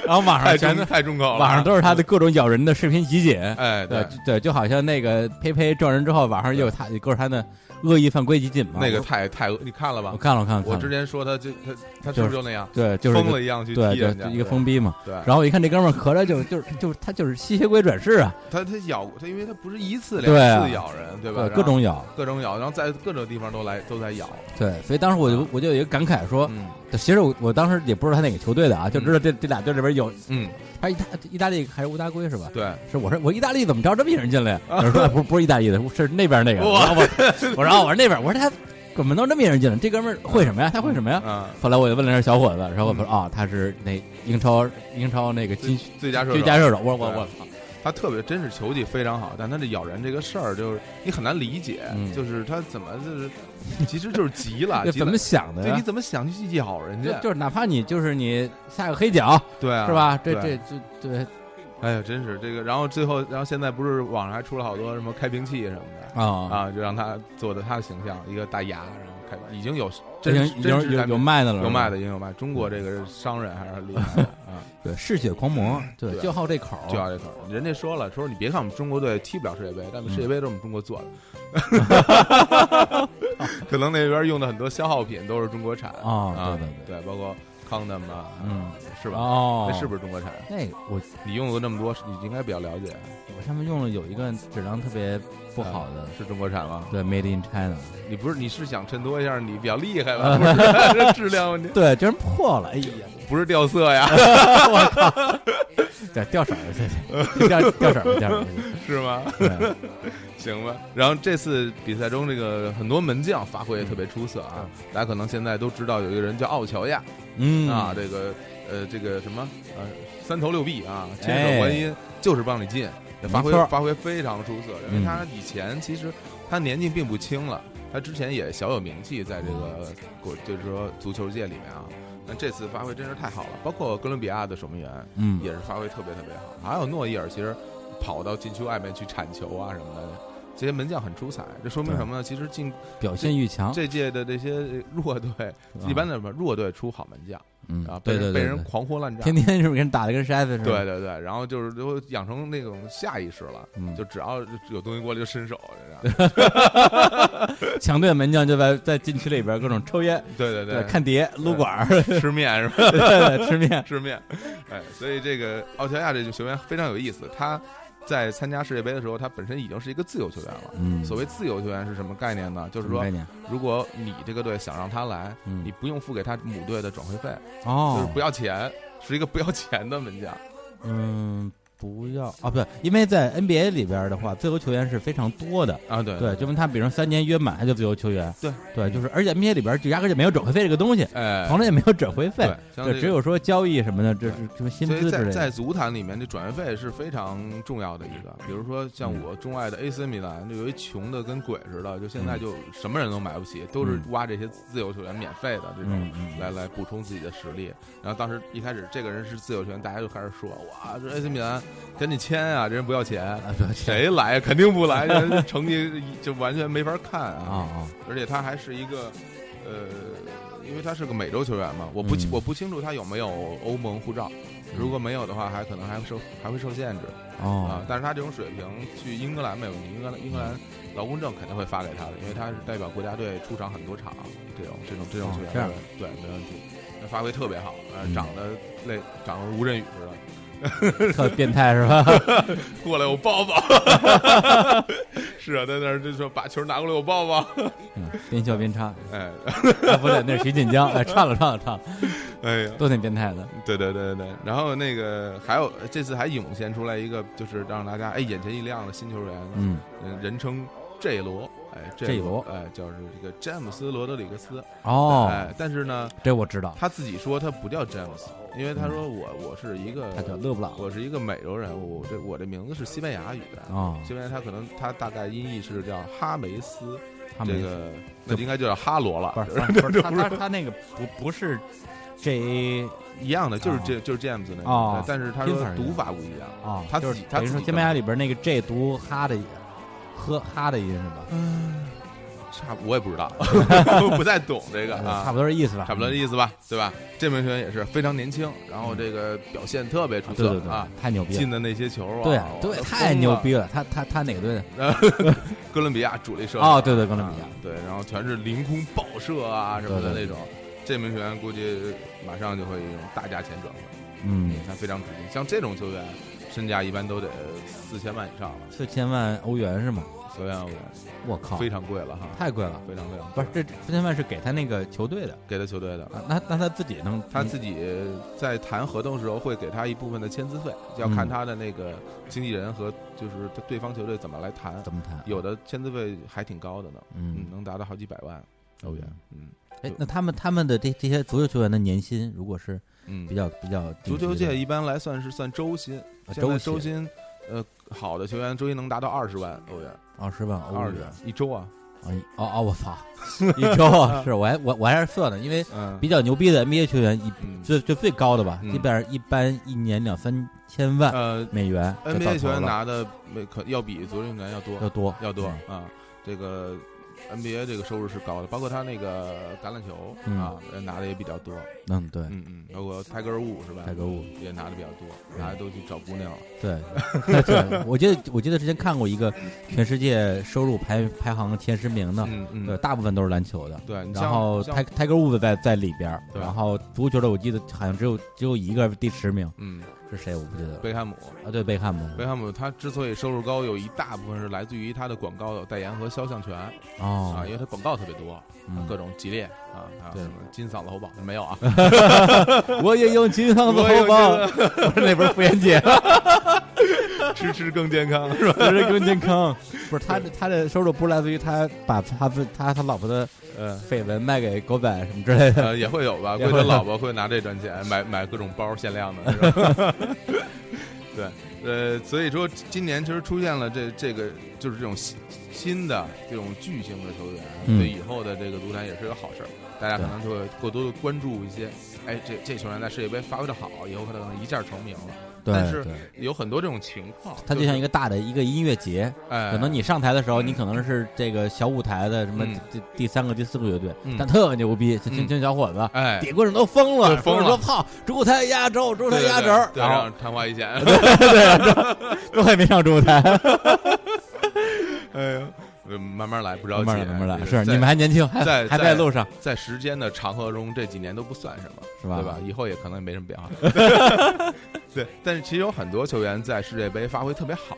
S1: 然后网上
S2: 太
S1: 全
S2: 中太中口了。
S1: 啊
S2: 啊嗯
S1: 网上都是他的各种咬人的视频集锦，
S2: 哎，
S1: 对
S2: 对，
S1: 对，就好像那个佩佩撞人之后，网上又有他各是他的恶意犯规集锦嘛。
S2: 那个
S1: 我
S2: 太太，你看了
S1: 我
S2: 吧？
S1: 看了，我看了，
S2: 我
S1: 看
S2: 之
S1: 了
S2: 前说他就他他
S1: 就是
S2: 不是有就那样，
S1: 对，就是一
S2: 疯
S1: 个
S2: 了一样去哎踢
S1: 对
S2: 人家，
S1: 对，一个疯逼嘛。
S2: 对，
S1: 然后我一看这哥们儿，合着就就是就是他就是吸血鬼转世啊，
S2: 他他咬他，因为他不是一次
S1: 对啊
S2: 两次咬人，对
S1: 对，
S2: 吧？然后
S1: 各种呃咬，
S2: 各种咬，然后在各种地方都来都在咬。
S1: 对，所以当时我就我就有一个感慨说，
S2: 嗯
S1: 其实我我当时也不知道他哪个球队的啊，就知道这这俩队里边有
S2: 嗯，
S1: 他意大意大利还是乌拉圭是吧？
S2: 对，
S1: 是我说我意大利怎么招这么一人进来？有人说哎不是不是意大利的，是那边那个。
S2: 哇
S1: 然后我我说啊我说那边，我说他怎么能这么一人进来？这哥们儿会什么呀？他会什么呀？
S2: 嗯，
S1: 后来我就问了一下小伙子，然后我说啊他是那英超英超那个金
S2: 最最佳射手
S1: 最佳射手。我说我
S2: 对
S1: 我操，
S2: 他特别真是球技非常好，但他这咬人这个事儿，就是你很难理解，
S1: 嗯
S2: 就是他怎么就是，其实就是急
S1: *laughs*
S2: 了，
S1: 这
S2: 急了
S1: 怎么想的
S2: 对，你
S1: 呀？
S2: 怎么想去咬人
S1: 就
S2: 家？
S1: 就是哪怕你就是你下个黑脚
S2: 对啊，
S1: 是吧？这
S2: 对
S1: 这这这
S2: 哎呀，真是这个。然后最后，然后现在不是网上还出了好多什么开瓶器什么的
S1: 啊
S2: 啊，就让他做的他的形象，一个大牙，然后开已经有
S1: 这
S2: 真
S1: 已
S2: 实
S1: 经
S2: 真
S1: 有
S2: 实
S1: 有
S2: 产
S1: 有
S2: 品
S1: 卖的了，
S2: 有卖
S1: 是
S2: 的，
S1: 吧，嗯
S2: 也有卖。中国这个商人还是厉
S1: *laughs*
S2: 害的啊，
S1: 对，嗜血狂魔，对，
S2: 对
S1: 就好这口儿，
S2: 就要这口儿。人家说了，说你别看我们中国队踢不了世界杯，但是
S1: 嗯
S2: 世界杯都是我们中国做的， *laughs* 可能那边用的很多消耗品都是中国产
S1: 啊
S2: 啊，
S1: 对
S2: 对包括康 o 嘛，
S1: 嗯，
S2: 是吧？
S1: 哦，
S2: 那是不是中国产？
S1: 那个我
S2: 你用了那么多，你应该比较了解，
S1: 我上面用了有一个质量特别不好的，
S2: 是中国产吗？
S1: 对，Made in China，
S2: 你不是你是想衬托一下你比较厉害
S1: *laughs*
S2: 吧？不是 *laughs* 这质量问题，
S1: 对，居然破了，哎呀，
S2: 不是掉色呀， *laughs*
S1: 对，掉色儿去，掉掉色儿去，掉色儿去
S2: 是吗？
S1: 对，
S2: *laughs* 行吧。然后这次比赛中，这个很多门将发挥也特别出色啊。大家可能现在都知道有一个人叫奥乔亚
S1: 嗯
S2: 啊，，这个呃这个什么呃三头六臂啊，千手观音就是帮你进，也发挥
S1: 哎没错
S2: 发挥非常出色。
S1: 嗯
S2: 因为他以前其实他年纪并不轻了，他之前也小有名气，在这个国就是说足球界里面啊。但这次发挥真是太好了，包括哥伦比亚的守门员，
S1: 嗯，
S2: 也是发挥特别特别好。还有诺伊尔，其实跑到禁区外面去铲球啊什么的，这些门将很出彩。这说明
S1: 对啊
S2: 什么呢？其实进
S1: 表现欲强，啊
S2: 这届的这些呃弱队，一般的什么弱队出好门将
S1: 嗯
S2: 啊，，
S1: 对
S2: 被
S1: 对
S2: 人被
S1: 对
S2: 人
S1: 对，
S2: 狂轰滥炸。
S1: 天天是不是跟打的跟筛子似的？
S2: 对，对对，然后就是都养成那种下意识了，
S1: 嗯
S2: 就只要有东西过来就伸手，
S1: *laughs* 强队门将就在在禁区里边各种抽烟，
S2: 对对
S1: 对，看碟、撸管儿、 *laughs*
S2: 吃面是吧？
S1: 对对吃面，
S2: 吃面，哎，所以这个奥乔亚这球员非常有意思。他在参加世界杯的时候，他本身已经是一个自由球员了。
S1: 嗯，
S2: 所谓自由球员是什么概念呢？就是
S1: 什么
S2: 说
S1: 概，念
S2: 如果你这个队想让他来，
S1: 嗯
S2: 你不用付给他母队的转会费，就是
S1: 哦
S2: 不，要钱， *laughs* 是一个不要钱的门将。
S1: 嗯。不要啊，不对，因为在 NBA 里边的话，自由球员是非常多的，
S2: 啊，对
S1: 对，就问他，比如三年约满，他就自由球员。
S2: 对
S1: 对，就是，而且 NBA 里边就压根就没有转会费这个东西，
S2: 哎，
S1: 从来也没有转会费，
S2: 对像这
S1: 对，
S2: 个
S1: 只有说交易什么的，这是什么薪
S2: 所
S1: 资之
S2: 以在
S1: 类
S2: 在
S1: 的。
S2: 足坛里面，这转会费是非常重要的一
S1: 嗯
S2: 个。比如说像我钟爱的 AC 米兰，就有一穷的跟鬼似
S1: 嗯
S2: 的，就现在就什么人都买不起，都是挖这些自由球员免费的这种
S1: 嗯嗯
S2: 来来补充自己的实力。然后当时一开始这个人是自由球员，大家就开始说哇，这 AC 米兰赶紧签啊，这人不要钱。
S1: 啊，对，
S2: *laughs* 谁来？肯定不来，这成绩就完全没法看
S1: 啊
S2: 啊！
S1: 啊？
S2: 而且他还是一个，呃，因为他是个美洲球员嘛，我不、
S1: 嗯
S2: 我不清楚他有没有欧盟护照，如果没有的话，还可能还会受还会受限制啊
S1: 哦。，
S2: 但是他这种水平去英格兰没有问题，英格兰英格兰劳工证肯定会发给他的，因为他是代表国家队出场很多场，这种这种这种
S1: 哦
S2: 球员，
S1: 这样
S2: 对没问题，那发挥特别好，呃
S1: 嗯，
S2: 长得类长得吴镇宇似的，
S1: 特变态是吧？
S2: 过来我抱 *laughs* 抱，是啊，在那儿就说把球拿过来我抱抱，
S1: 嗯边笑边唱，
S2: *laughs* 哎
S1: 啊不对，那是徐锦江，哎，唱了唱了唱了，
S2: 哎呀，
S1: 都挺变态的。
S2: 对对对对对，然后那个还有这次还涌现出来一个，就是让大家哎眼前一亮的新球员，
S1: 嗯，
S2: 嗯，人称 J 罗，哎
S1: J
S2: ，J
S1: 罗
S2: 哎，就是这个詹姆斯·罗德里格斯，
S1: 哦，
S2: 哎，但是呢，
S1: 这我知道，
S2: 他自己说他不叫詹姆斯，因为他说我我是一个
S1: 他叫勒布朗。
S2: 我是一个美洲人，我这我这名字是西班牙语的，
S1: 哦，
S2: 西班牙他可能他大概音译是叫哈梅斯，
S1: 他
S2: 这
S1: 没
S2: 个那应该就叫哈罗 *laughs* 了，
S1: 不是不是他他他那个不不是 J
S2: 一样的，就是这就是 James 那个，
S1: 啊哦
S2: 但是他
S1: 拼
S2: 说
S1: 法儿一样
S2: 读法不一样。
S1: 啊，
S2: 他
S1: 就是
S2: 自己他
S1: 等于
S2: 自
S1: 说
S2: 己
S1: 西班牙里边那个 J 读哈的音，喝哈的音是吧？
S2: 差不我也不知
S1: *laughs*
S2: 道，不太懂这个
S1: 呃差
S2: 啊，
S1: 不多这意思吧？
S2: 差不多的意思吧，对吧？这名球员也是非常年轻，然后这个表现特别出
S1: 啊对对
S2: 色
S1: 对
S2: 啊，，
S1: 太牛逼
S2: 进
S1: 了！
S2: 的那些球啊，
S1: 对
S2: 我
S1: 对，
S2: 都
S1: 太
S2: 疯
S1: 牛
S2: 了！
S1: 逼了！他他他哪个队的？
S2: *laughs* 哥伦比亚主力射手
S1: 哦，对对，哥伦比亚
S2: 啊，对，然后全是凌空爆射啊什么的
S1: 对对
S2: 那种，这名球员估计马上就会有大价钱转会，
S1: 嗯，
S2: 他非常指定。像这种球员，身价一般都得四千万以上了，
S1: 四千万欧元是吗？
S2: 所以啊我
S1: 我靠，
S2: 非常贵了哈，
S1: 太贵了。
S2: 非常贵了。
S1: 不是，这四千万是给他那个球队的，
S2: 给的球队的，
S1: 啊、那那他自己能
S2: 他自己在谈合同时候会给他一部分的签字费，要
S1: 嗯
S2: 看他的那个经纪人和就是他对方球队怎么来谈
S1: 你。怎么谈？
S2: 有的签字费还挺高的呢，嗯，
S1: 嗯，
S2: 能达到好几百万欧元。嗯
S1: 哎
S2: 有，
S1: 那他们他们的这这些足球球员的年薪，如果是
S2: 嗯，
S1: 比较比较
S2: 足球界
S1: 界
S2: 一般来算是算周薪，
S1: 啊
S2: 现在周薪，呃，好的球员周薪能达到二十万欧元，
S1: 二十万欧
S2: 二十
S1: 元
S2: 一周啊，
S1: 啊一哦哦，我操，一周啊是我还我我还是算的，因为
S2: 嗯，
S1: 比较牛逼的 NBA 球员一
S2: 嗯
S1: 最最最高的吧，
S2: 嗯
S1: 基本上一般一年两三千 *laughs* 万
S2: 呃
S1: 美元就到头了
S2: ，NBA 球员拿的没可要比足球运动员要多
S1: 要嗯多
S2: 要多啊，这个 NBA 这个收入是高的，包括他那个橄榄球
S1: 嗯
S2: 啊呃拿的也比较多，
S1: 嗯对
S2: 嗯嗯，包括泰戈尔伍是吧？
S1: 泰戈尔伍
S2: 也拿的比较多，拿的都去找姑娘了， *laughs*
S1: 对对，我记得我记得之前看过一个全世界收入排排行前十名的，
S2: 嗯
S1: 啊对，
S2: 嗯，
S1: 大部分都是篮球的。
S2: 对，你像
S1: 然后
S2: 像
S1: 泰泰戈尔伍兹在在里边儿，
S2: 对啊
S1: 然后足球的我记得好像只有只有一个第十名
S2: 嗯
S1: 是谁我不记得了
S2: 贝坎姆，
S1: 啊，对贝克汉姆
S2: 贝坎姆他之所以收入高，有一大部分是来自于他的广告有代言和肖像权啊，
S1: 哦
S2: 因，为他广告特别多，
S1: 嗯
S2: 各种吉列啊，还有
S1: 对
S2: 什么金嗓子喉宝没
S1: *laughs*
S2: 有啊？
S1: 我也用金嗓子 *laughs* 喉宝，不是那不是傅园姐，
S2: 吃吃更健康是吧？
S1: 不是更健康， *laughs* 不是他的他的收入不是来自于他把他不他他老婆的
S2: 嗯。
S1: 绯闻卖给狗仔什么之类的，
S2: *laughs* 呃，也会有吧，
S1: 也
S2: 估
S1: 会
S2: 计老婆会拿这赚钱买买各种包限量的，是吧？ *laughs* 对，呃，所以说今年其实出现了这这个就是这种新新的这种巨星的球员，啊
S1: 嗯
S2: 对以后的这个足坛也是个好事儿，大家可
S1: 对
S2: 能就会过多的关注一些，哎，这这球员在世界杯发挥的好，以后他可能一下成名了。但
S1: 对
S2: 是
S1: 对，
S2: 有很多这种情况，
S1: *laughs* 他就
S2: 就
S1: 像
S2: 是
S1: 一个大的一个音乐节，
S2: 哎，
S1: 可能你上台的时候，你可能是这个小舞台的什么
S2: 嗯
S1: 第第三个、第四个乐队
S2: 嗯，
S1: 但特牛逼，这青
S2: 嗯
S1: 青小伙子，
S2: 哎，
S1: 底棍人都疯了，
S2: 对疯了
S1: 说操，主舞台压轴，主舞台
S2: 对对
S1: 压轴，
S2: 对对，
S1: 然后
S2: 让昙花一现。
S1: *laughs* 都还没上主舞台，
S2: 哎呀，呃慢慢来，不着
S1: 慢慢来，
S2: 急，
S1: 慢慢来，
S2: 就是在
S1: 你们还年轻，还
S2: 在
S1: 还
S2: 在
S1: 在路上，
S2: 在时间的长河中，这几年都不算什么，
S1: 是吧
S2: 对吧？以后也可能没什么
S1: *laughs*
S2: 变化。对，但是其实有很多球员在世界杯发挥特别好，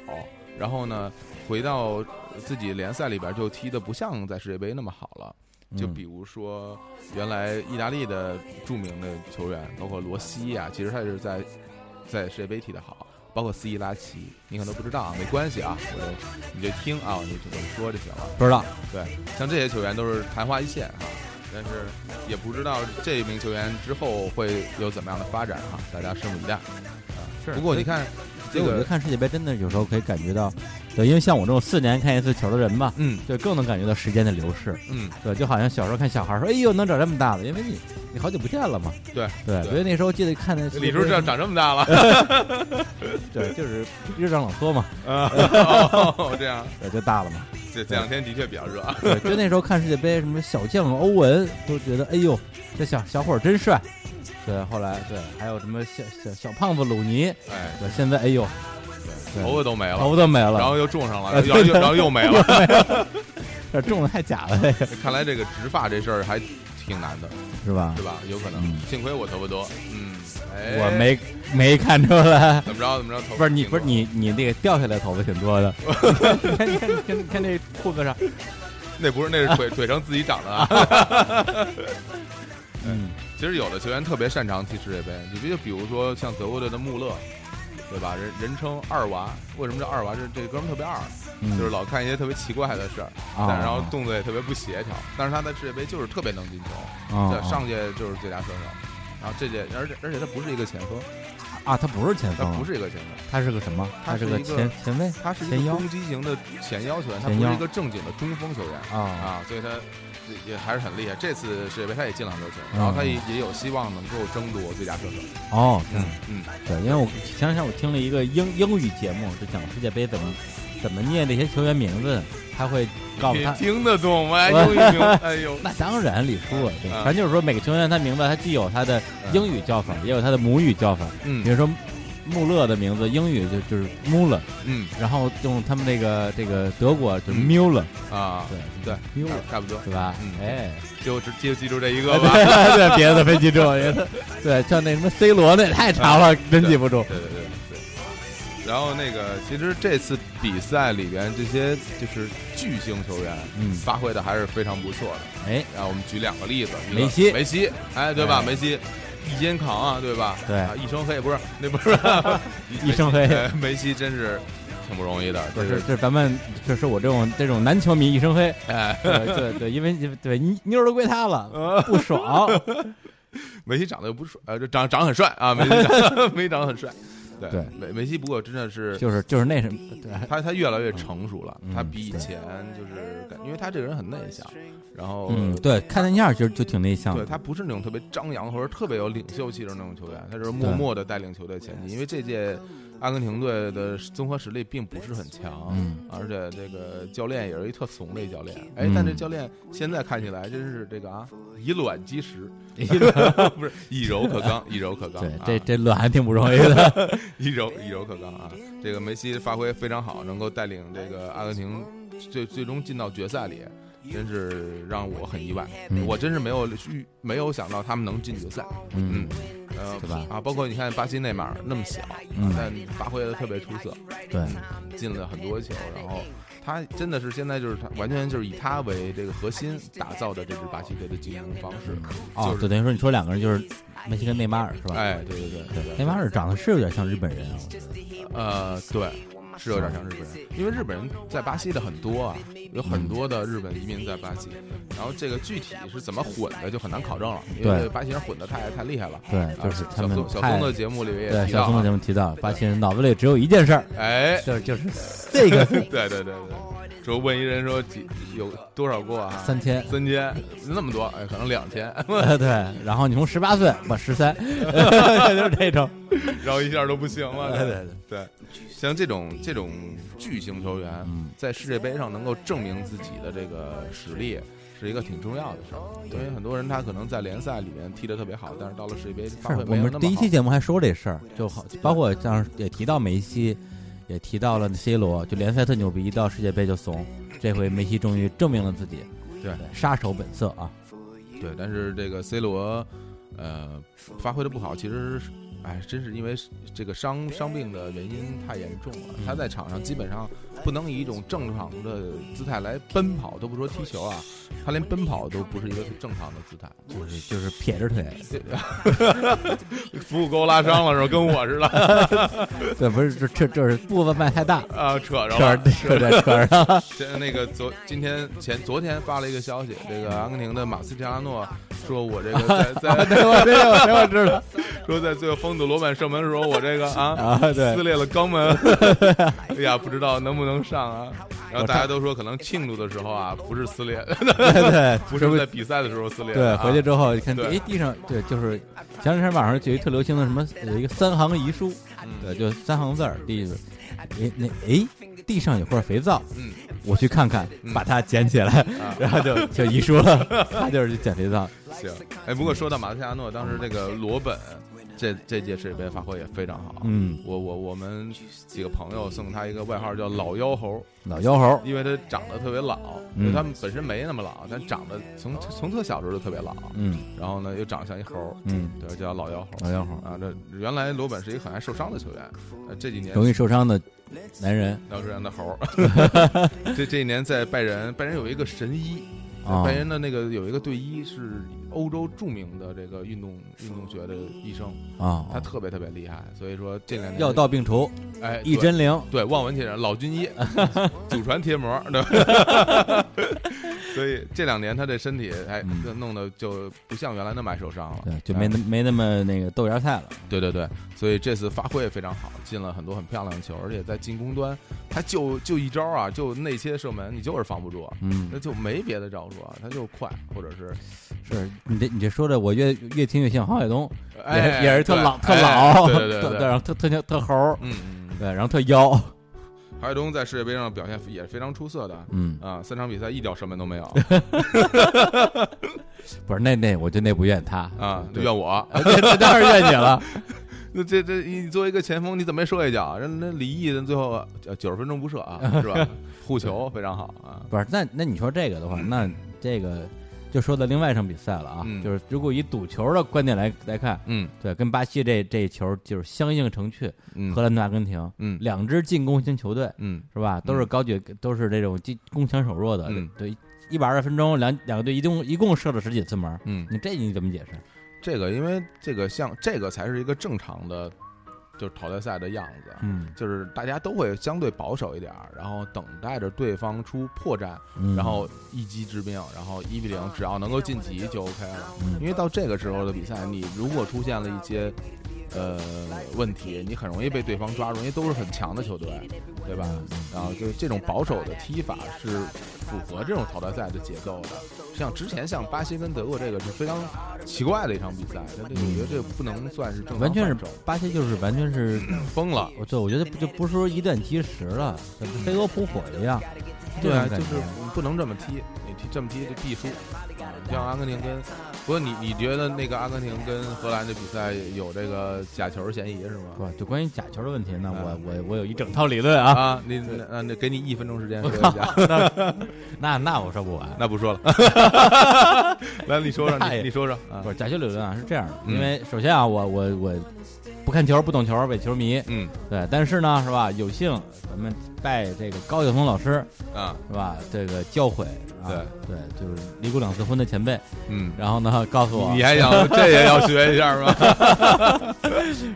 S2: 然后呢，回到自己联赛里边就踢的不像在世界杯那么好了。就
S1: 嗯
S2: 比如说，原来意大利的著名的球员，包括罗西啊，其实他也是在在世界杯踢得好，包括斯伊拉奇，你可能都不知道啊，没关系啊，我就你就听啊，我就我就说就行了。
S1: 不知道，
S2: 对，像这些球员都是昙花一现哈，但是也不知道这名球员之后会有怎么样的发展哈，大家拭目以待。
S1: 是
S2: 不过你看
S1: 所
S2: 这
S1: 以我觉得
S2: 个，
S1: 看世界杯真的有时候可以感觉到，对，因为像我这种四年看一次球的人吧，
S2: 嗯
S1: 对，更能感觉到时间的流逝，
S2: 嗯，
S1: 对，就好像小时候看小孩说，哎呦，能长这么大了，因为你你好久不见了嘛，
S2: 对
S1: 对，
S2: 对
S1: 所以那时候记得看那世界
S2: 李
S1: 杯
S2: 叔这长这么大了
S1: 对，就是热胀冷缩嘛，
S2: 啊，哦这样
S1: 对，就大了嘛。
S2: 这这两天的确比较热，
S1: 对，
S2: *laughs*
S1: 就那时候看世界杯，什么小将欧文都觉得，哎呦，这小小伙儿真帅。对，后来对，还有什么小小小胖子鲁尼，
S2: 哎，
S1: 对，现在哎呦，对
S2: 头发都没了，
S1: 头都没
S2: 然
S1: 了，
S2: 后又种上了，
S1: 哎
S2: 啊然后又然后又没了， *laughs*
S1: *laughs* 这种的太假了，这个
S2: 看来这个植发这事儿还挺难的，
S1: 是吧
S2: 是？吧？有可能，
S1: 嗯
S2: 幸亏我头发多，嗯，哎，
S1: 我没没看出来，
S2: 怎么着怎么着，头发
S1: 不是你
S2: 挺
S1: 不是
S2: 多
S1: 你你那个掉下来头发挺多的， *laughs* 你看你看你看你看这裤子上，
S2: 那不是那是腿腿成自己长的啊。
S1: 嗯，
S2: 其实有的球员特别擅长踢世界杯，你比就比如说像德国队的穆勒，对吧？人人称二娃，为什么叫二娃？这这哥们儿特别二，
S1: 嗯
S2: 就是老干一些特别奇怪的事儿，
S1: 啊
S2: 但是然后动作也特别不协调。但是他在世界杯就是特别能进球，
S1: 啊
S2: 对，上届就是最佳射手。然后这届，而且而且他不是一个前锋，
S1: 啊，他不是前
S2: 他
S1: 锋，
S2: 不，是一个前锋，
S1: 他是个什么？
S2: 他
S1: 是
S2: 是
S1: 个
S2: 一个
S1: 前前卫
S2: 他是一
S1: 前
S2: 个
S1: 腰
S2: 攻击型的前腰球员，他
S1: 前
S2: 不是
S1: 腰
S2: 一个正经的中锋球员
S1: 啊，
S2: 啊，所以他也也还是很厉害。这次世界杯他也进两个球，
S1: 啊
S2: 然后他也也有希望能够争夺最佳射手。
S1: 哦，这样
S2: 嗯嗯，
S1: 对，因为我前两天我听了一个英英语节目，就讲世界杯怎么怎么念这些球员名字，他会告诉
S2: 你
S1: 他。
S2: 听得懂 *laughs* 吗？哎
S1: 我
S2: 呦呦，哎呦，
S1: 那当然，李叔，对，
S2: 啊
S1: 反正就是说每个球员他名字，他既有他的英语叫法，也有他的母语叫法。比
S2: 嗯
S1: 如说穆勒的名字英语就就是 Muller，
S2: 嗯
S1: 然后用他们那个这个德国就是 Muller，
S2: 啊，
S1: 对
S2: 对，
S1: Muller
S2: 差不多，
S1: 对吧？
S2: 嗯
S1: 哎，
S2: 就只就记住这一个吧。
S1: *laughs* 对对，别的没记住，别的对，像那什么 C 罗那太长了，真记不住。
S2: 嗯对对对对。然后那个，其实这次比赛里边这些就是巨星球员，
S1: 嗯
S2: 发挥的还是非常不错的。
S1: 哎，
S2: 然后我们举两个例子，一个
S1: 梅西
S2: 梅西，哎，对吧？
S1: 哎
S2: 梅西一肩扛啊，对吧？
S1: 对
S2: 啊一身黑不是那 *laughs* 不是
S1: 一身黑
S2: *laughs* 哎梅西真是挺不容易的，
S1: 这
S2: 这
S1: 是
S2: 是
S1: 这是咱们这是我这种这种男球迷一身
S2: *laughs*
S1: 黑，
S2: 哎，
S1: 对对对，因为对妞妞儿都归他了，
S2: 嗯
S1: 不爽。
S2: 梅西长得又不帅，呃，这长长得很帅啊，梅
S1: *laughs*
S2: 西长梅西长得很帅，对
S1: 对
S2: 梅梅西不过真的是
S1: 就是就是那什么，
S2: *laughs*
S1: 对
S2: 他他越来越成熟了，
S1: 嗯
S2: 他比以前就是感，因为他这个人很内向，然后
S1: 嗯，对，看那样儿就就挺内向
S2: 对
S1: 的，
S2: 他不是那种特别张扬或者特别有领袖气质那种球员，他就是默默的带领球队前进。因为这届阿根廷队的综合实力并不是很强，
S1: 嗯
S2: 而且这个教练也是一特怂的一教练。哎，
S1: 嗯
S2: 但这教练现在看起来真是这个啊，以卵击石， *laughs* 不是以柔克刚，以柔克刚。
S1: 对
S2: 啊，
S1: 这这卵还挺不容易的，
S2: *laughs* 以柔以柔克刚啊！这个梅西发挥非常好，能够带领这个阿根廷最最终进到决赛里，真是让我很意外。
S1: 嗯
S2: 我真是没有预没有想到他们能进决赛。
S1: 嗯，
S2: 呃，
S1: 对吧
S2: 啊，包括你看巴西内马尔那么小，
S1: 嗯
S2: 但发挥的特别出色，
S1: 对，
S2: 进了很多球，然后。他真的是现在就是他，完全就是以他为这个核心打造的这支巴西队的进攻方式。
S1: 哦
S2: 就，是
S1: 对，等于说你说两个人就是梅西跟内马尔是吧？
S2: 哎，对对对对对，
S1: 内马尔长得是有点像日本人啊，我觉得
S2: 呃，对，是有点像日本人，因为日本人在巴西的很多啊，有很多的日本移民在巴西，然后这个具体是怎么混的就很难考证了，因为
S1: 对
S2: 巴西人混的太太厉害了。
S1: 对，就是
S2: 啊
S1: 他们
S2: 小松小
S1: 太
S2: 松的节目里也
S1: 对
S2: 提
S1: 小
S2: 到
S1: 松的节
S2: 啊，
S1: 目提到，巴西人脑子里只有一件事儿，
S2: 哎，
S1: 就是就是这个
S2: 对对对对，说问一人说几有多少过啊？
S1: 三
S2: *laughs*
S1: 千 *laughs*
S2: 三千，那么多，哎，可能两千，
S1: 呃对，然后你从十八岁我十
S2: *laughs*
S1: 三，就是这种， *laughs*
S2: 然后一下都不行了。
S1: 对对
S2: 对，像这种这种巨星球员，
S1: 嗯
S2: 在世界杯上能够证明自己的这个实力，是一个挺重要的事儿。因为很多人他可能在联赛里面踢得特别好，但是到了世界杯发
S1: 是
S2: 挥
S1: 我
S2: 没有
S1: 们
S2: 那么好。
S1: 第一期节目还说这事儿，就好，包括像也提到梅西，也提到了 C 罗，就联赛特牛逼，一到世界杯就怂。这回梅西终于证明了自己，
S2: 对
S1: 杀手本色啊！
S2: 对，但是这个 C 罗，呃，发挥的不好，其实是，哎，真是因为这个伤伤病的原因太严重了。他在场上基本上不能以一种正常的姿态来奔跑，都不说踢球啊，他连奔跑都不是一个正常的姿态。
S1: 就是就是撇着腿，
S2: *laughs* 腹股沟拉伤了是吧？跟我似的
S1: 这不是这这这是步子迈太大，
S2: 啊，扯着
S1: 扯
S2: 了
S1: 着。扯着扯
S2: *laughs*
S1: 着，
S2: 这那个昨今天前昨天发了一个消息，这个阿根廷的马斯切拉诺说，我这个在在
S1: 对 *laughs* 我这我这我知道
S2: 说在最后封堵罗本射门的时候，我这个啊
S1: *laughs* 啊，对
S2: 撕，裂了
S1: *laughs*
S2: 肛门，哎呀，不知道能不能上啊。然后大家都说，可能庆祝的时候啊，不是撕
S1: *laughs*
S2: 裂，
S1: 对对，
S2: 不
S1: 这
S2: 是在比赛的时候撕裂
S1: 对，
S2: 的啊。
S1: 回去之后你看，
S2: 对
S1: 哎，地上对，就是前两天网上就有一特流行的什么，有一个三行遗书，
S2: 嗯
S1: 对，就三行字儿，第一个，哎那哎，地上有块肥皂，
S2: 嗯，啊
S1: 我去看看，把它捡起来，然后就就遗书了， *laughs* 他就是捡肥皂，
S2: 行。哎，不过说到马特亚诺，当时这个罗本这这届世界杯发挥也非常好。
S1: 嗯，
S2: 我我我们几个朋友送他一个外号叫“老妖猴
S1: 老妖猴”，，
S2: 因为他长得特别老，
S1: 嗯
S2: 因为他们本身没那么老，但长得从从特小时候就特别老，
S1: 嗯
S2: 然后呢又长得像一猴，
S1: 嗯，
S2: 对，叫老妖猴。
S1: 老妖猴，
S2: 啊，这原来罗本是一个很爱受伤的球员，呃，这几年
S1: 容易受伤的男人
S2: 当时让的猴儿。
S1: *laughs*
S2: 这这一年在拜仁，拜仁有一个神医，
S1: 啊
S2: 拜，仁的那个有一个队医是欧洲著名的这个运动运动学的医生，
S1: 啊，
S2: 他特别特别厉害，所以说这两年
S1: 药到病除，
S2: 哎
S1: 一。针灵，
S2: 对对，望文解人，老
S1: *laughs*
S2: 军医，祖传贴膜，对吧 *laughs* 所以这两年他这身体，哎，
S1: 嗯
S2: 弄得就不像原来那么爱受伤了，
S1: 对，就没那
S2: 哎
S1: 没那么那个豆芽菜了，
S2: 对对对，所以这次发挥也非常好，进了很多很漂亮的球，而且在进攻端，他就就一招啊，就内切射门，你就是防不住，
S1: 嗯
S2: 那，就没别的招数啊，他就快，或者是
S1: 是你这你这说的，我越越听越像郝海东。也
S2: 哎
S1: 是也是特
S2: 对
S1: 老特
S2: 哎
S1: 老，
S2: 对
S1: *laughs*
S2: 对
S1: 特
S2: 对
S1: 然后特特像特猴儿，
S2: 嗯嗯，嗯
S1: 对，然后特妖，
S2: 郝海东在世界杯上表现也是非常出色的。
S1: 嗯，
S2: 啊，三场比赛一脚射门都
S1: *laughs*
S2: 没有
S1: 不是那那我就那不怨他
S2: 啊！
S1: 对
S2: 怨我，
S1: 这这当然怨你了，
S2: 那这这你作为一个前锋，你怎么也射一脚？人那李毅人最后九十分钟不射啊，
S1: *laughs*
S2: 是吧？护球非常好啊，
S1: 不是，那那你说这个的话，那这个就说到另外一场比赛了啊，
S2: 嗯
S1: 就是如果以赌球的观点来来看，
S2: 嗯
S1: 对，跟巴西这这球就是相映成趣，
S2: 嗯
S1: 荷兰对阿根廷，
S2: 嗯
S1: 两支进攻型球队
S2: 嗯
S1: 是吧，都是高举，都是这种进攻强守弱的，
S2: 嗯
S1: 对，一百二十分钟，两两个队一共一共射了十几次门，
S2: 嗯，
S1: 你这你怎么解释？
S2: 这个因为这个像这个才是一个正常的，就是淘汰赛的样子。啊
S1: 嗯，
S2: 就是大家都会相对保守一点儿，然后等待着对方出破绽，
S1: 嗯
S2: 然后一击致命，然后一比零，只要能够晋级就 OK 了。
S1: 嗯
S2: 因为到这个时候的比赛，你如果出现了一些呃问题，你很容易被对方抓住，因为都是很强的球队，对吧？
S1: 嗯
S2: 然后就是这种保守的踢法是符合这种淘汰赛的节奏的。像之前像巴西跟德国这个是非常奇怪的一场比赛，但这个我觉得这个不能算是正常
S1: 完全是
S2: 范畴
S1: 巴西就是完全是
S2: 疯了。
S1: 我对，我觉得不就不是说一段即时了，就飞蛾扑火一样。
S2: 对
S1: 这
S2: 啊，
S1: 种感
S2: 就
S1: 觉
S2: 是你不能这么踢，你踢这么踢就必输。啊你像阿根廷跟，不过你你觉得那个阿根廷跟荷兰这比赛有这个假球嫌疑是吗？
S1: 不，就关于假球的问题呢，我
S2: 嗯
S1: 我我有一整套理论啊。
S2: 啊，你那那那给你一分钟时间说一
S1: *laughs*
S2: 下，
S1: 那那我说不完。
S2: 那不说了。 *laughs* 来，你说说，
S1: 那也
S2: 你你说说啊
S1: 哎不，是假球理论啊，是这样的，
S2: 嗯
S1: 因为首先啊，我我我不看球，不懂球，伪球迷。
S2: 嗯
S1: 对，但是呢，是吧？有幸咱们拜这个高晓松老师，
S2: 啊，
S1: 是吧？这个教诲啊，对就是离过两次婚的前辈。
S2: 嗯，
S1: 然后呢，告诉我
S2: 你， *laughs* 还想这也要学一下
S1: *laughs*
S2: 吗？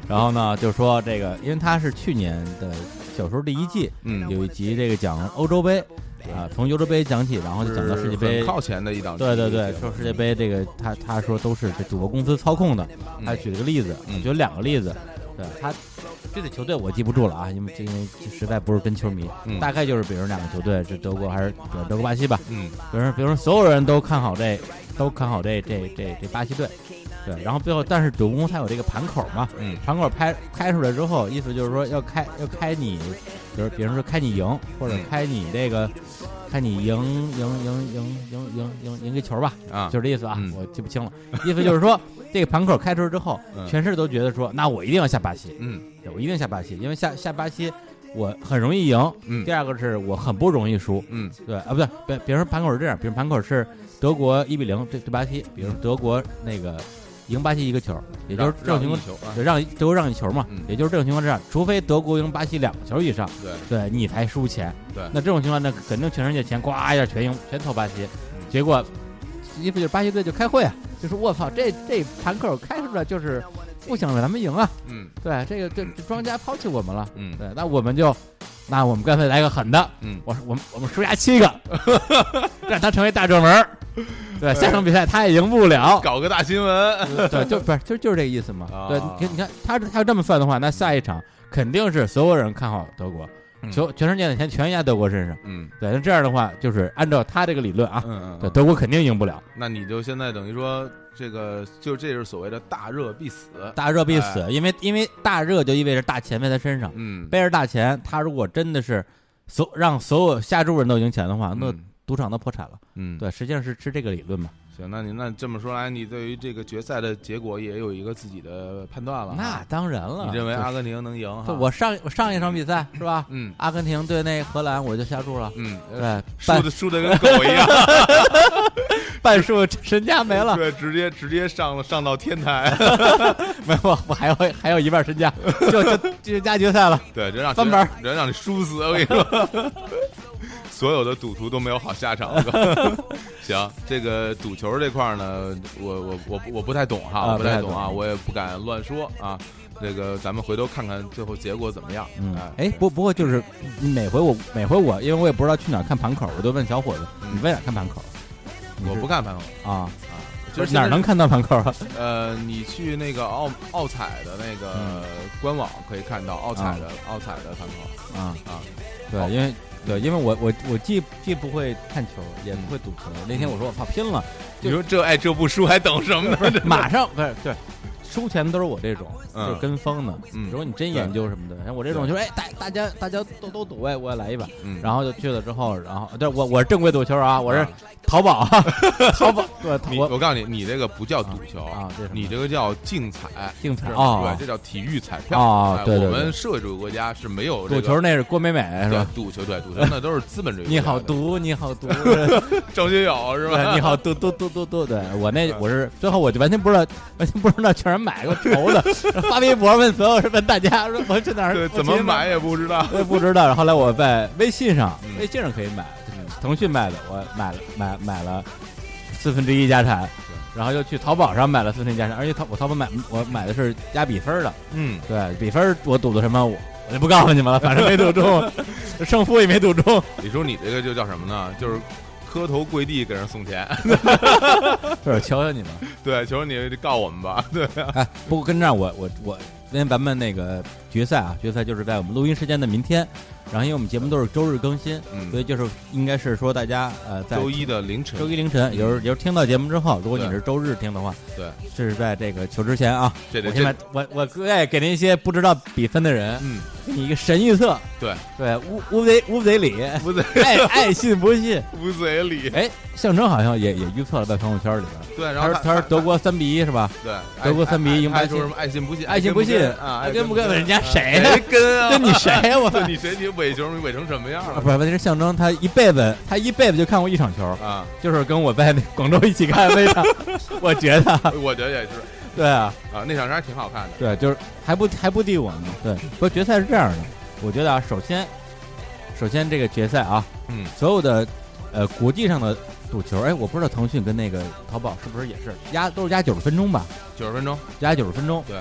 S1: 然后呢，就说这个，因为他是去年的小说第一季，
S2: 嗯
S1: 有一集这个讲欧洲杯，啊，从欧洲杯讲起，然后就讲到世界杯
S2: 很，靠前的一档，
S1: 对对对，说世界杯这个，他他说都是这赌博公司操控的，他举了个例子，我
S2: 嗯
S1: 举了两个例子，对他具体球队我记不住了啊，因为因为实在不是真球迷，
S2: 嗯
S1: 大概就是比如两个球队，这德国还是比如德国巴西吧，
S2: 嗯
S1: 比如说比如说所有人都看好这，都看好这这这这巴西队。对，然后最后，但是赌博公司它有这个盘口嘛，
S2: 嗯
S1: 盘口拍开出来之后，意思就是说要开要开你，比如比如说开你赢，或者
S2: 嗯
S1: 开你这个，开你赢赢赢赢赢赢赢赢个球吧，
S2: 啊
S1: 就是这意思啊，
S2: 嗯
S1: 我记不清了，意思就是说这个盘口开出来之后，
S2: 嗯
S1: 全市都觉得说，那我一定要下巴西，
S2: 嗯
S1: 对我一定下巴西，因为下下巴西我很容易赢，
S2: 嗯
S1: 第二个是我很不容易输，
S2: 嗯
S1: 对啊，不对，别别人盘口是这样，比如盘口是德国一比零对对巴西，比如德国那个赢巴西一个球，也就是这种
S2: 让
S1: 情
S2: 一
S1: 况，
S2: 球啊，
S1: 对让一德国让一球嘛，
S2: 嗯
S1: 也就是这种情况之下，除非德国赢巴西两个球以上，
S2: 对
S1: 对你才输钱。
S2: 对
S1: 那这种情况呢，肯定全世界钱呱一下全赢全投巴西，
S2: 嗯
S1: 结果意思就是巴西队就开会啊，就说我操，这这盘口开出来就是不想让咱们赢啊，
S2: 嗯
S1: 对，这个这这庄家抛弃我们了，
S2: 嗯
S1: 对，那我们就，那我们干脆来个狠的，
S2: 嗯
S1: 我我们我们输他七个， *laughs* 让他成为大热门儿。对，下场比赛他也赢不了。
S2: 搞个大新闻，
S1: 对，就不是就就是这个意思嘛。
S2: 啊
S1: 对，你看你看他他要这么算的话，那下一场肯定是所有人看好德国，
S2: 嗯
S1: 全全世界的钱全压德国身上。
S2: 嗯
S1: 对，那这样的话，就是按照他这个理论啊
S2: 嗯，嗯
S1: 对，。德国肯定赢不了，
S2: 那你就现在等于说，这个就这是所谓的大热必死。
S1: 大热必死，哎因为因为大热就意味着大钱在他身上，
S2: 嗯，
S1: 背着大钱，他如果真的是所让所有下注人都赢钱的话，那
S2: 嗯
S1: 赌场都破产了。
S2: 嗯，
S1: 对，实际上是是这个理论嘛。
S2: 行，那你那这么说来，你对于这个决赛的结果也有一个自己的判断了
S1: 那
S2: 哈。
S1: 当然了，
S2: 啊你认为
S1: 就是
S2: 阿根廷能赢哈？
S1: 就我上我上一场比赛是吧？
S2: 嗯
S1: 阿根廷对那荷兰，我就下注了，
S2: 嗯，呃
S1: 对，
S2: 输
S1: 半
S2: 的输的跟狗一
S1: *laughs*
S2: 样，
S1: 半数身家没了，
S2: 对，直接直接上了上到天台，
S1: *laughs* 没有，我还会还有一半身
S2: *laughs*
S1: 家，就就就加决赛了。
S2: 对，人让
S1: 翻本儿
S2: 人让你输死，我跟你说。 *laughs* 所有的赌徒都没有好下场。 *laughs* 行，这个赌球这块儿呢，我我我不我不太懂哈，
S1: 啊
S2: 我不太
S1: 不太
S2: 啊，
S1: 懂
S2: 我也不敢乱说啊。这个咱们回头看看最后结果怎么样。
S1: 嗯，
S2: 哎，
S1: 哎，不不过就是每回我每回我，因为我也不知道去哪儿看盘口，我都问小伙子，
S2: 嗯
S1: 你为哪儿看盘口？
S2: 我不
S1: 看
S2: 看盘口
S1: 啊，
S2: 啊，
S1: 不
S2: 就是是
S1: 哪儿能看嗯到盘口啊？
S2: 现在？呃，你去那个奥奥彩的那个官网可以看到奥彩的奥彩的盘口
S1: 啊，
S2: 啊。
S1: 对，因为对，因为我我我既既不会看球，也不会赌球。那天我说我怕拼了，就
S2: 你说这哎这不输还等什么呢？
S1: 马上不是对，收钱都是我这种，
S2: 嗯
S1: 就是跟风的。
S2: 嗯
S1: 如果你真研究什么的，像我这种就是哎，大大家大家都都赌，我也我也来一把。
S2: 嗯
S1: 然后就去了之后，然后对我我是正规赌球啊，我是淘宝啊， *laughs* 淘宝对
S2: *laughs* 你
S1: 我
S2: 我告诉你，你这个不叫赌球
S1: 啊这是什么
S2: 你这个叫竞彩。
S1: 竞彩
S2: 是吧
S1: 哦
S2: 对，这叫体育彩票
S1: 哦
S2: 哎
S1: 对对
S2: 我
S1: 对
S2: 们社会主义国家是没有这
S1: 赌
S2: 个
S1: 球那是郭美美是
S2: 对
S1: 吧？
S2: 赌球对赌球那都是资本主义。
S1: 你好，毒，你好
S2: *laughs*
S1: 毒，是
S2: 郑金友是吧？
S1: 吧？你好毒毒毒毒毒，对我那
S2: 嗯
S1: 我是最后我就完全不知道，完全不知道去哪儿买，给我愁的。发微博问所有人问大家说我去哪儿
S2: 对，怎么？买也不知道。
S1: 我也不知道。后来我在微信上
S2: 嗯，
S1: 微信上可以买，腾讯卖的，我买了买买了四分之一家产，然后又去淘宝上买了四分之一家产，而且淘我淘宝买我买的是加比分的，
S2: 嗯，
S1: 对比分我赌的什么我我就不告诉你们了，反正没赌 *laughs* 中，胜负也没赌中，
S2: 你说你这个就叫什么呢？就是磕头跪地给人送钱。 *laughs*
S1: 就是求求你们。
S2: 对，求你告我们吧。对，
S1: 哎，不过跟这儿我我我，因为咱们那个决赛啊，决赛就是在我们录音时间的明天，然后因为我们节目都是周日更新，
S2: 嗯
S1: 所以就是应该是说大家呃在
S2: 周一的凌晨，
S1: 周一凌晨，也就是也就是听到节目之后，如果你
S2: 对
S1: 是周日听的话，
S2: 对，
S1: 是在这个球之前啊，
S2: 这
S1: 我
S2: 得
S1: 现在
S2: 这，
S1: 我我哎给那些不知道比分的人，
S2: 嗯，
S1: 给你一个神预测，
S2: 对
S1: 对，乌乌贼乌贼里，
S2: 乌贼
S1: 爱爱信不信？
S2: 乌贼里，
S1: 哎，象征好像也也预测了在朋友圈里边，
S2: 对，然
S1: 他
S2: 后
S1: 说他说德国三比一是吧？
S2: 对
S1: 德国3比一赢巴
S2: 还
S1: 西
S2: 说什么爱信不信，
S1: 爱信
S2: 不
S1: 信
S2: 啊，
S1: 爱
S2: 信
S1: 不
S2: 跟
S1: 跟人家谁
S2: 谁跟啊？
S1: 跟你谁呀？
S2: *laughs*
S1: 我操！
S2: 你谁？你伪球迷伪成什么样
S1: 啊，
S2: 了
S1: 不是，问题是象征他一辈子，他一辈子就看过一场球，
S2: 啊？
S1: 就是跟我在那广州一起看的那场。 *laughs* 我觉得，
S2: 我觉得也是
S1: 对啊，
S2: 啊，那场还挺好看的。
S1: 对，就是还不还不敌我呢。对，
S2: 嗯
S1: 不过决赛是这样的，我觉得啊，首先，首先这个决赛啊，
S2: 嗯，
S1: 所有的呃国际上的赌球，哎，我不知道腾讯跟那个淘宝是不是也是压都是压九十分钟吧，
S2: 九十分钟，
S1: 压九十分钟，
S2: 对，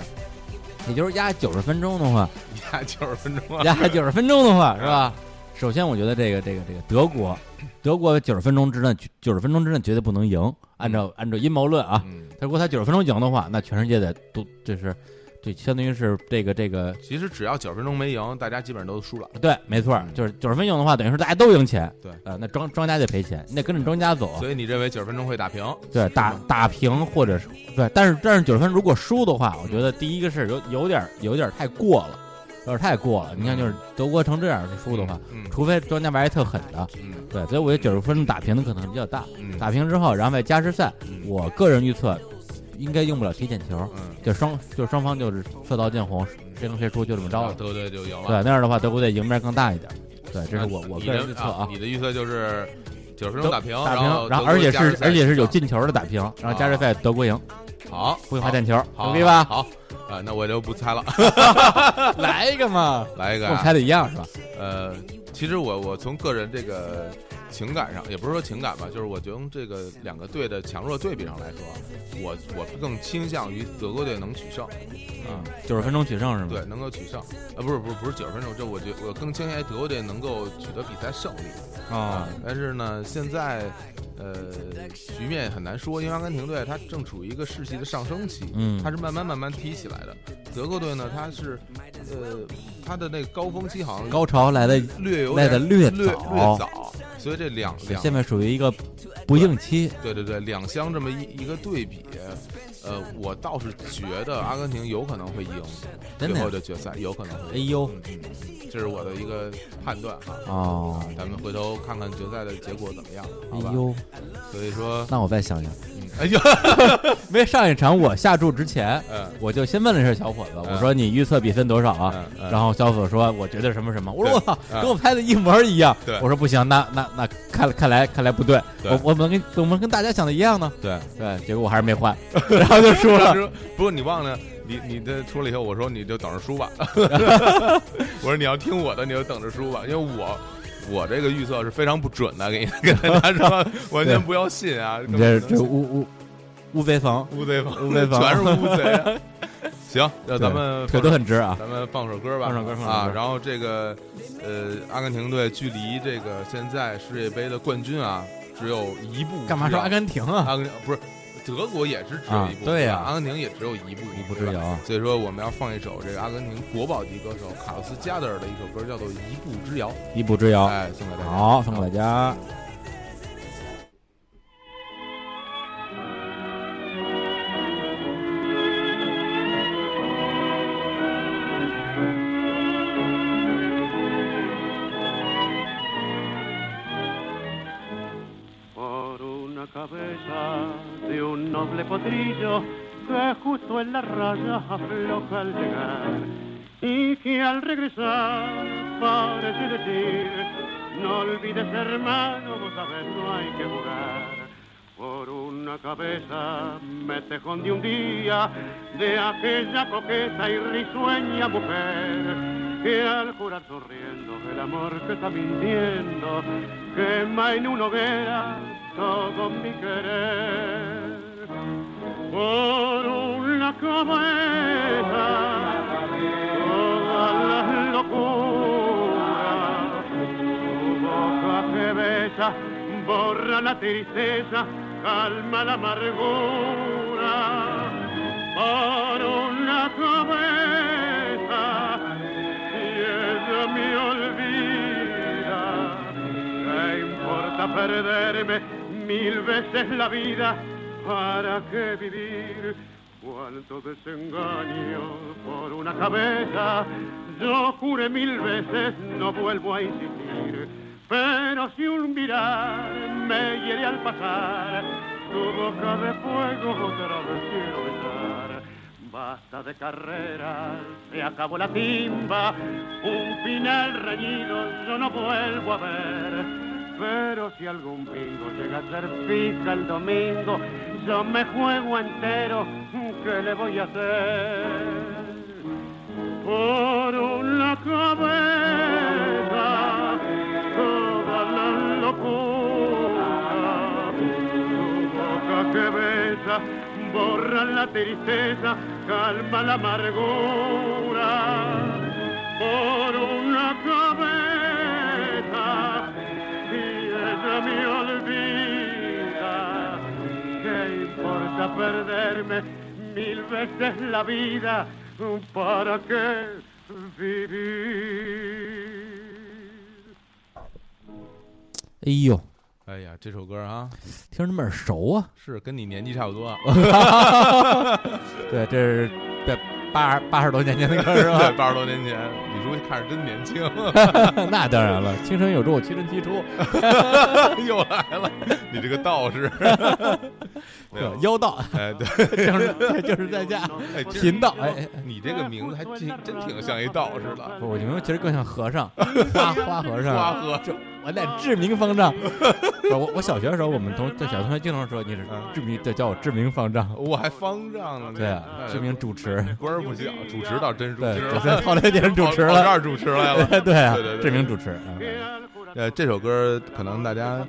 S1: 也就是压九十分钟的
S2: *laughs*
S1: 话，
S2: 压九十分钟啊！
S1: 压九十分钟的话，是吧？
S2: 嗯
S1: 首先，我觉得这个这个这个德国，德国九十分钟之内，九十分钟之内绝对不能赢。按照按照阴谋论啊，
S2: 嗯，
S1: 如果他九十分钟赢的话，那全世界的都就是，这相当于是这个这个
S2: 其实只要九十分钟没赢，大家基本上都输了。
S1: 对，没错，就是九十分赢的话，等于说大家都赢钱。
S2: 嗯对
S1: 呃，那庄庄家得赔钱，你得跟着庄家走。
S2: 所以你认为九十分钟会打平？
S1: 对，打打平或者是对，但是但是九十分如果输的话，我觉得第一个是有有点有点太过了，有点太过了。你看，就是德国成这样输的话，
S2: 嗯
S1: 除非庄家玩一特狠的，
S2: 嗯
S1: 对，所以我觉得九十分打平的可能比较大。
S2: 嗯，
S1: 打平之后，然后在加时赛，
S2: 嗯
S1: 我个人预测应该用不了踢毽球，
S2: 嗯，
S1: 就双就双方就是射到见红，谁赢谁出就这么着
S2: 然后
S1: 了。
S2: 德国队啊就赢了。
S1: 对，那样的话德国队赢面更大一点。对，这是
S2: 那
S1: 我我
S2: 你
S1: 个人
S2: 的
S1: 预测
S2: 啊
S1: 啊。
S2: 你的预测就是九十
S1: 德
S2: 分钟打平，
S1: 打
S2: 然后
S1: 平，然后
S2: 德
S1: 而
S2: 国
S1: 且
S2: 加时
S1: 是
S2: 赛
S1: 而且是有
S2: 上
S1: 进球的打平，然后加时
S2: 啊
S1: 赛德国赢，
S2: 好，
S1: 不会
S2: 好
S1: 罚毽球，
S2: 好
S1: 牛逼吧？
S2: 好，啊，那我就不猜了，
S1: *laughs* 来一个嘛，
S2: 来一
S1: 跟
S2: 个
S1: 我
S2: 啊
S1: 们。猜的一样是吧？
S2: 呃，其实我我从个人这个情感上，也不是说情感吧，就是我觉得这个两个队的强弱对比上来说，我我更倾向于德国队能取胜，
S1: 嗯，九十分钟取胜是吗？
S2: 对，，能够取胜。呃，不是不是不是九十分钟，这我觉我更倾向于德国队能够取得比赛胜利
S1: 啊，
S2: 但是呢，现在呃局面很难说，因为阿根廷队它正处于一个士气的上升期，
S1: 嗯
S2: 它是慢慢慢慢踢起来的。德国队呢，它是呃它的那个高峰期好像
S1: 高潮来的
S2: 略有
S1: 来
S2: 点
S1: 的略
S2: 略略
S1: 早
S2: 早，所以这两两
S1: 现在属于一个不应期，
S2: 对对对两相这么一一个对比，呃，我倒是觉得阿根廷有可能会赢
S1: 真的
S2: 最
S1: 呀
S2: 后的决赛，有可能
S1: 哎
S2: 会赢。
S1: 呦
S2: 嗯，这是我的一个判断哈。
S1: 哦，
S2: 咱们回头看看决赛的结果怎么样，好吧
S1: 哎？呦，
S2: 所以说，
S1: 那我再想想，
S2: 嗯哎呦，
S1: 因为上一场我下注之前，
S2: *laughs* 嗯
S1: 我就先问了一下小伙子，我说你预测比分多少啊？
S2: 嗯嗯
S1: 然后小伙子说我觉得什么什么，我说
S2: 对
S1: 我操，
S2: 嗯
S1: 跟我拍的一模一样
S2: 对。
S1: 我说不行，那那那看看来看来不对，
S2: 对
S1: 我我们跟我们跟大家想的一样呢。
S2: 对，
S1: 对，结果我还是没
S2: *laughs*
S1: 换，然后就输
S2: 当
S1: 了。
S2: *laughs* 时不过你忘了，你你的出了以后，我说你就等着
S1: *laughs*
S2: 输吧。我说你要听我的，你就等着输吧，因为我我这个预测是非常不准的，给给大家说，完全不要信啊！
S1: 你
S2: 根
S1: 这
S2: 本不
S1: 这
S2: 能信
S1: 乌乌乌贼房，
S2: 乌贼房，
S1: 乌贼房
S2: 全是乌贼啊。行，那咱们
S1: 腿
S2: 放
S1: 都
S2: 首
S1: 很直啊。
S2: 咱们放首歌吧，
S1: 放首歌放首歌
S2: 啊！然后这个呃，阿根廷队距离这个现在世界杯的冠军啊，只有一步之遥。
S1: 干嘛说阿根廷
S2: *laughs*
S1: 啊？
S2: 阿根不是德国也是只有一
S1: 啊
S2: 步，
S1: 对呀
S2: 吧阿根廷也只有一步一
S1: 步之遥啊
S2: 所以说我们要放一首这个阿根廷国宝级歌手卡洛斯加德尔的一首歌，叫做《一步之遥》，
S1: 一步之遥。
S2: 哎，送给大家。
S1: 好，送给大家。
S7: Thank potrillo que justo en la raya afloja al llegar y que al regresar parece decir no olvides hermano, vos sabes no hay que jugar por una cabeza me tejón de un día de aquella coqueta y risueña mujer que al jurar sonriendo el amor que está mintiendo quema en una hoguera todo mi querer por una cabeza todas las locuras tu boca que besa borra la tristeza calma la amargura por una cabeza y ella me olvida ¿Qué importa perderme mil veces la vida? ¿Para qué vivir? Cuánto desengaño por una cabeza. Yo juré mil veces, no vuelvo a insistir. Pero si un mirar me hiere al pasar, tu boca de fuego otra vez quiero besar. Basta de carreras, se acabó la timba, un final reñido yo no vuelvo a ver. Pero si algún pingo llega a ser pica el domingo, yo me juego entero, ¿qué le voy a hacer? por una cabeza toda la locura tu boca que besa borra la tristeza calma la amargura por una cabeza y ella me olvida ¿Qué importa perderme mil veces la vida? ¿Para qué vivir?
S1: 哎呦，
S2: 哎呀，这首歌啊，
S1: 听着那么耳熟
S2: *laughs*
S1: 啊！
S2: 是跟你年纪差
S1: *laughs*
S2: 不多啊，
S1: 对，这是在八八十多年前的歌是啊
S2: 对
S1: 吧？
S2: 八十多年前，你说看着真年轻， *laughs*
S1: *laughs* 那当然了，青春有度，七春七出，
S2: 又来了，你这个道
S1: *laughs*
S2: 士，没有，
S1: 妖
S2: *laughs*
S1: 道，
S2: 哎，对，
S1: 就是就是在家
S2: 哎这
S1: 贫道，哎，哎
S2: 你这个名字还真真挺像一道士的，
S1: 不，我觉得其实更像和
S2: *laughs*
S1: 尚，花花和尚，
S2: 花和
S1: 就我得志明方丈。不是我我小学的时候，我们同在小同学经常说你是
S2: 嗯
S1: 志明，对，叫我志明方丈，
S2: 我还方丈呢，那
S1: 对啊，
S2: 哎
S1: 志明主持，
S2: 官儿不小，主持倒真主
S1: 对，
S2: 持
S1: 对
S2: 了，
S1: 对后来变成 *laughs* 主持
S2: 跑哦这
S1: 了，，
S2: 儿主持来了
S1: *laughs* 对啊
S2: 哦对对，对
S1: 志明主持，嗯
S2: 呃，这首歌可能大家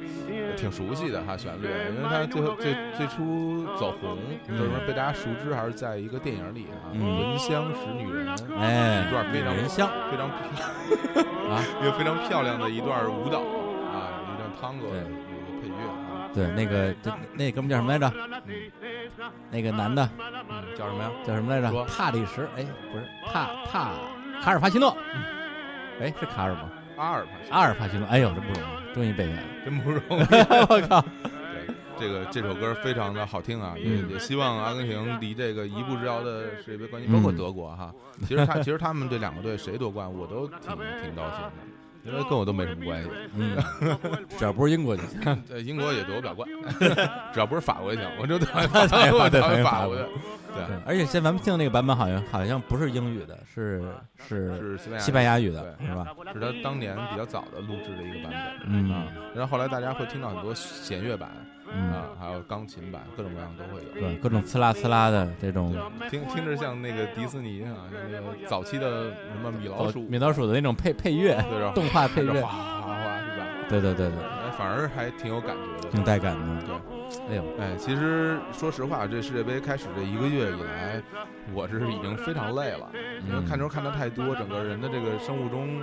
S2: 挺熟悉的哈旋律，因为它最后最最初走红，
S1: 嗯
S2: 就是说被大家熟知，还是在一个电影里啊，
S1: 嗯
S2: 闻香识女人》
S1: 哎，
S2: 一段非常
S1: 女人香
S2: 非常漂
S1: *laughs* 啊，
S2: *laughs* 一个非常漂亮的一段舞蹈啊，一段 tango
S1: 对
S2: 的一个配乐啊，
S1: 对，那个这那哥们叫什么来着？那个男的
S2: 嗯叫什么呀？
S1: 叫什么来着？
S2: 说
S1: 帕里什，哎，不是帕帕卡尔帕西诺，哎，是卡尔吗？
S2: 阿尔帕西，
S1: 阿尔帕西诺，哎呦，真不容易，终于背下来了，
S2: 真不容易。
S1: *laughs* 我靠，
S2: 对这个这首歌非常的好听啊，也
S1: 嗯
S2: 也希望阿根廷离这个一步之遥的世界杯冠军，包括
S1: 嗯
S2: 德国哈。其实他其实他们这两个队谁夺冠，我都挺挺高兴的，因为跟我都没什么关系。
S1: 嗯，只要不是英国就行。
S2: 呃，英国也夺不了冠， *laughs* 只要不是法国就行，我就讨厌法国，我讨厌法国的。
S1: 对
S2: 对，，
S1: 而且现在咱们听的那个版本好像好像不是英语的，是是
S2: 是
S1: 西
S2: 西
S1: 班
S2: 班牙
S1: 牙语的，是吧？
S2: 语，是他当年比较早的录制的一个版本。
S1: 嗯
S2: 啊，然后后来大家会听到很多弦乐版
S1: 嗯，
S2: 啊，还有钢琴版，各种各样都会有。
S1: 对，各种刺啦刺啦的这种
S2: 听听着像那个迪士尼啊，像那个早期的什么米老
S1: 哦
S2: 鼠，
S1: 米老鼠的那种配配乐
S2: 对吧，
S1: 动画配
S2: 哗
S1: 乐，
S2: 哗哗哗是吧？
S1: 对对对对，
S2: 哎，反而还挺有感觉的。
S1: 挺带感的。
S2: 对，
S1: 哎呦，
S2: 哎，其实说实话，这世界杯开始这一个月以来，我是已经非常累了，因为
S1: 嗯
S2: 看球看的太多，整个人的这个生物钟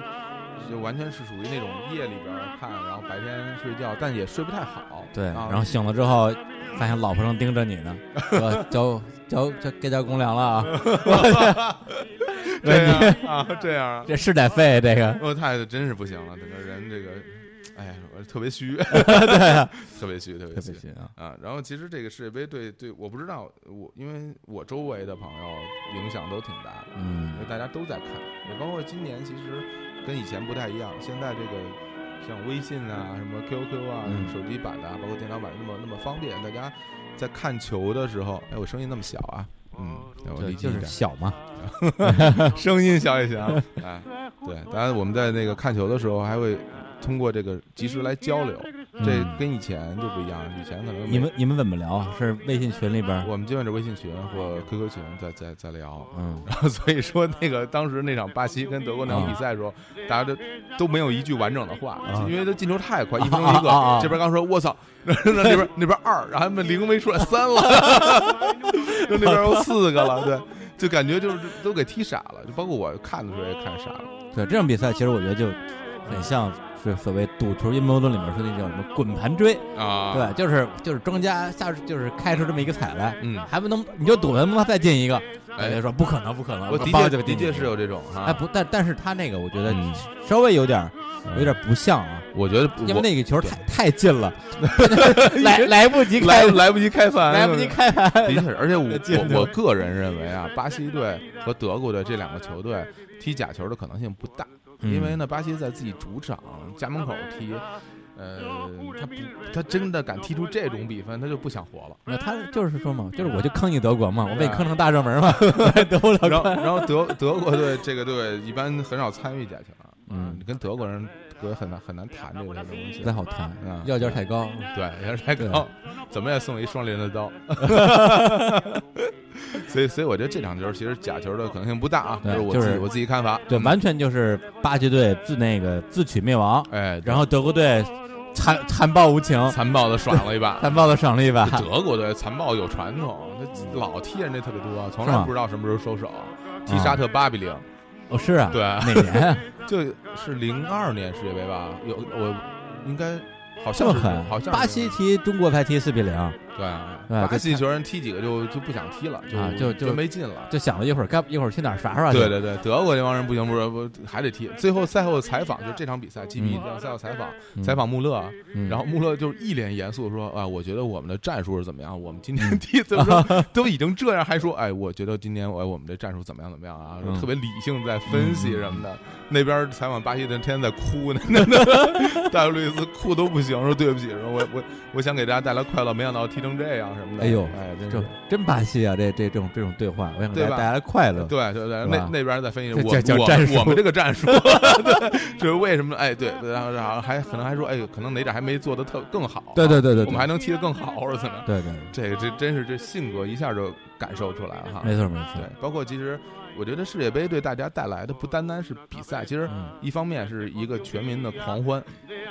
S2: 就完全是属于那种夜里边儿看，然后白天睡觉，但也睡不太好。
S1: 对，
S2: 啊、 *laughs*
S1: 然后 *laughs* 醒了之后，发现老婆正盯着你呢，说交交交该交公粮了啊，
S2: 这样啊，这样啊，
S1: 这是得费这个，
S2: 我太太真是不行了，整个人这个，哎，我特
S1: *laughs*
S2: 别虚，特别虚，特别
S1: 啊特别
S2: 虚。
S1: 心啊，
S2: 啊，然后其实这个世界杯对对，我不知道我，因为我周围的朋友影响都挺大的，因为
S1: 嗯，
S2: 大家都在看，也包括今年其实跟以前不太一样，现在这个像微信啊、什么 QQ 啊、
S1: 嗯
S2: 手机版的啊，包括电脑版那么那么方便，大家在看球的时候，哎，我声音那么小啊，嗯，哎我
S1: 哦对，
S2: 离
S1: 就
S2: 近一
S1: 是
S2: 点，
S1: 小嘛，
S2: 声音小也行，哎，对，当然我们在那个看球的时候还会通过这个及时来交流，这
S1: 嗯
S2: 跟以前就不一样，以前可能
S1: 你们你们怎么聊啊？是微信群里边儿？
S2: 我们就按着微信群或 QQ 群在在在聊，
S1: 嗯，
S2: 然后所以说那个当时那场巴西跟德国那场比赛的时候，大家都都没有一句完整的话，
S1: 啊
S2: 因为这进球太快，一分钟
S1: 啊
S2: 一个，
S1: 啊啊啊
S2: 这边刚说我操，然后那边那边二，然后他们零没出来三
S1: *laughs*
S2: 了，那边有四个了，对，就感觉就是都给踢傻了，就包括我看的时候也看傻了，
S1: 对，这种比赛其实我觉得就很像是所谓赌徒阴谋论里面说那叫什么滚盘追，
S2: 啊，
S1: 对，就是就是庄家下就是开出这么一个彩来，
S2: 嗯
S1: 还不能你就赌他妈再进一个，大
S2: 哎
S1: 家说不可能不可能，
S2: 我的
S1: 叭
S2: 确
S1: 就
S2: 的
S1: 进去
S2: 确是有这种哈，
S1: 哎不，但但是他那个我觉得
S2: 嗯
S1: 稍微有点儿有点儿不像啊，
S2: 我觉得
S1: 因为
S2: 我
S1: 那个球太太近
S2: *laughs*
S1: 了，来来不及
S2: 来
S1: 开，
S2: 来不及开饭，
S1: 来不及开盘，
S2: 的确是，而且我
S1: *laughs* 进
S2: 我我个人认为啊，巴西队和德国队这两个球队踢假球的可能性不大，因为
S1: 嗯
S2: 呢，巴西在自己主场家门口踢，呃，他不，他真的敢踢出这种比分，他就不想活了。
S1: 那他就是说嘛，就是我就坑你德国嘛，我被你坑成大热门嘛，得不
S2: 啊然
S1: 了
S2: 后，
S1: 冠。
S2: 然后德德国队这个队一般很少参与假球，啊
S1: 嗯
S2: 你跟德国人德很难很难谈这个东西
S1: 不太。好谈
S2: 嗯，
S1: 要价太高。
S2: 对，也是太高，怎么也送一双连的刀。 *laughs* 所以，所以我觉得这场球其实假球的可能性不大啊，这
S1: 对
S2: 是我
S1: 就
S2: 自己
S1: 是
S2: 我自己看法。嗯
S1: 对，完全就是巴西队自那个自取灭亡，
S2: 哎，
S1: 然后德国队残残暴无情，
S2: 残暴的爽了一把。
S1: 残暴的爽了一把。
S2: 德国队残暴有传统，他老踢人家特别多，啊从
S1: 是
S2: 来
S1: 吗
S2: 不知道什么时候收手。踢沙特八比零，
S1: 哦，是啊，
S2: 对 *laughs*
S1: 哪年啊？
S2: 就是零二年世界杯吧？有我应该好
S1: 这
S2: 像
S1: 么
S2: 是
S1: 狠
S2: 好像是，
S1: 巴西踢中国才踢四比零，
S2: 对
S1: 对
S2: 巴西球员踢几个就就不想踢了，
S1: 啊
S2: 就
S1: 就
S2: 就
S1: 就
S2: 没劲了。
S1: 就想了一会儿，该一会儿去哪儿耍耍去。
S2: 对对对，德国这帮人不行，不是不还得踢。最后赛后采访，就是这场比赛，G B
S1: 嗯
S2: 赛后采访，
S1: 嗯
S2: 采访穆勒，啊
S1: 嗯，
S2: 然后穆勒就是一脸严肃地说：“啊，我觉得我们的战术是怎么样？我们今
S1: 嗯
S2: 天踢怎
S1: *laughs*
S2: 么说都已经这样，还说哎，我觉得今天我我们这战术怎么样怎么样啊？
S1: 嗯
S2: 特别理性在分析什么的。那边采访巴西的天天在哭 *laughs* 呢，那那戴维路易斯哭都不行，说对不起，说我我我想给大家带来快乐，没想到踢成这样什么的。
S1: 哎呦
S2: 哎，真。
S1: 就是真巴西啊，这这这种这种对话，我想给
S2: 对
S1: 大
S2: 吧
S1: 家带来快乐。
S2: 对对对，
S1: 嗯是
S2: 那
S1: 吧
S2: 那边在分析
S1: 这
S2: 我
S1: 叫叫
S2: 我
S1: 战术
S2: 我们这个
S1: *laughs*
S2: 战术， *laughs* 对，这是为什么？哎，对，然后然后还可能还说，哎，可能哪点还没做的特更好啊，
S1: 对对对对
S2: 我们还能踢得更好或者怎么样？
S1: 对对对，
S2: 这个这真是这性格一下就感受出来了哈。
S1: 没错没错
S2: 对。，包括其实我觉得世界杯对大家带来的不单单是比赛，其实
S1: 嗯
S2: 一方面是一个全民的狂欢，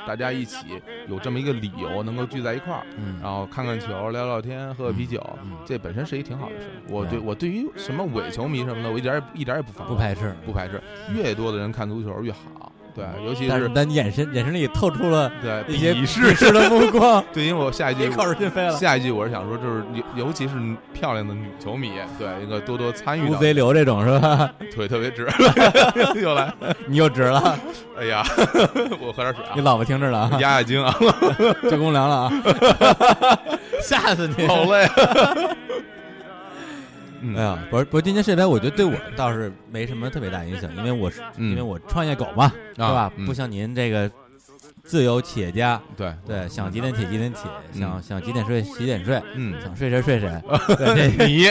S2: 大家一起有这么一个理由能够聚在一块儿，
S1: 嗯
S2: 然后看看球、聊聊天、喝喝啤酒，
S1: 嗯
S2: 这本身是一挺好的事儿。我
S1: 对
S2: 对我对于什么伪球迷什么的，我一点儿也一点儿也不反
S1: 不嗯
S2: 感
S1: 排斥，
S2: 不排斥，越多的人看足球越好。对，尤其
S1: 但
S2: 是
S1: 是但眼神眼神里透出了
S2: 对
S1: 一些
S2: 鄙视，
S1: 视的目光，
S2: *laughs* 对，因为我下一季
S1: 别口是心非了。
S2: 下一句我是想说，就是尤尤其是漂亮的女球迷，对，应该多多参与
S1: 乌
S2: 到
S1: 贼流这种是吧？
S2: 腿特别直， *laughs* 又来，
S1: 你又直了，
S2: 哎呀， *laughs* 我喝点水啊
S1: 你，老婆听着了啊，
S2: 压
S1: *laughs*
S2: 压惊啊，
S1: 这公粮了啊，
S2: *laughs*
S1: 吓死你！
S2: 好累。啊
S1: *laughs* 哎
S2: 嗯，
S1: 呀，不是不是，今年世界杯我觉得对我倒是没什么特别大影响，因为我是
S2: 嗯
S1: 因为我创业狗嘛，是吧
S2: 嗯？
S1: 不像您这个自由企业家， *laughs*
S2: 对，
S1: 对，想几点起几点起，想想几点睡几点睡，
S2: 嗯，
S1: 想睡谁睡
S2: *laughs*
S1: 谁，对这
S2: 你，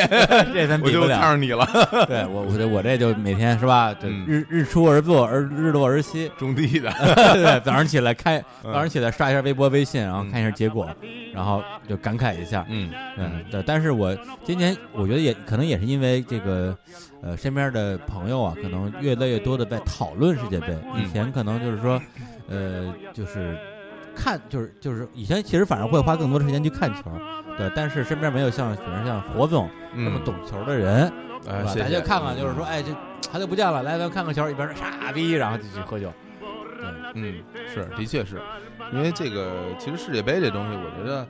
S1: 这咱
S2: 我
S1: 比
S2: 就
S1: 不
S2: 看
S1: 了。
S2: 上你了， *laughs*
S1: 对我我这我这就每天是吧，就
S2: 嗯
S1: 日日出而作，而日落而息。 *laughs*
S2: 种地的，
S1: 对，早上起来开，
S2: 嗯
S1: 早上起来刷一下微博、微信，然后看一下结果，然后就感慨一下。
S2: 嗯
S1: 嗯，对。但是我今年我觉得也可能也是因为这个，呃，身边的朋友啊，可能越来越多的在讨论世界杯。
S2: 嗯
S1: 以前可能就是说，呃，就是看，就是就是以前其实反而会花更多的时间去看球。对，但是身边没有像，比如像火总那么
S2: 嗯，
S1: 懂球的人，
S2: 哎，
S1: 是吧
S2: 谢
S1: 咱
S2: 谢
S1: 就。看看，就是说，哎，这好久不见了，来，咱看看球，一边说傻逼，然后就去喝酒。
S2: 嗯，是，的确是，因为这个其实世界杯这东西，我觉得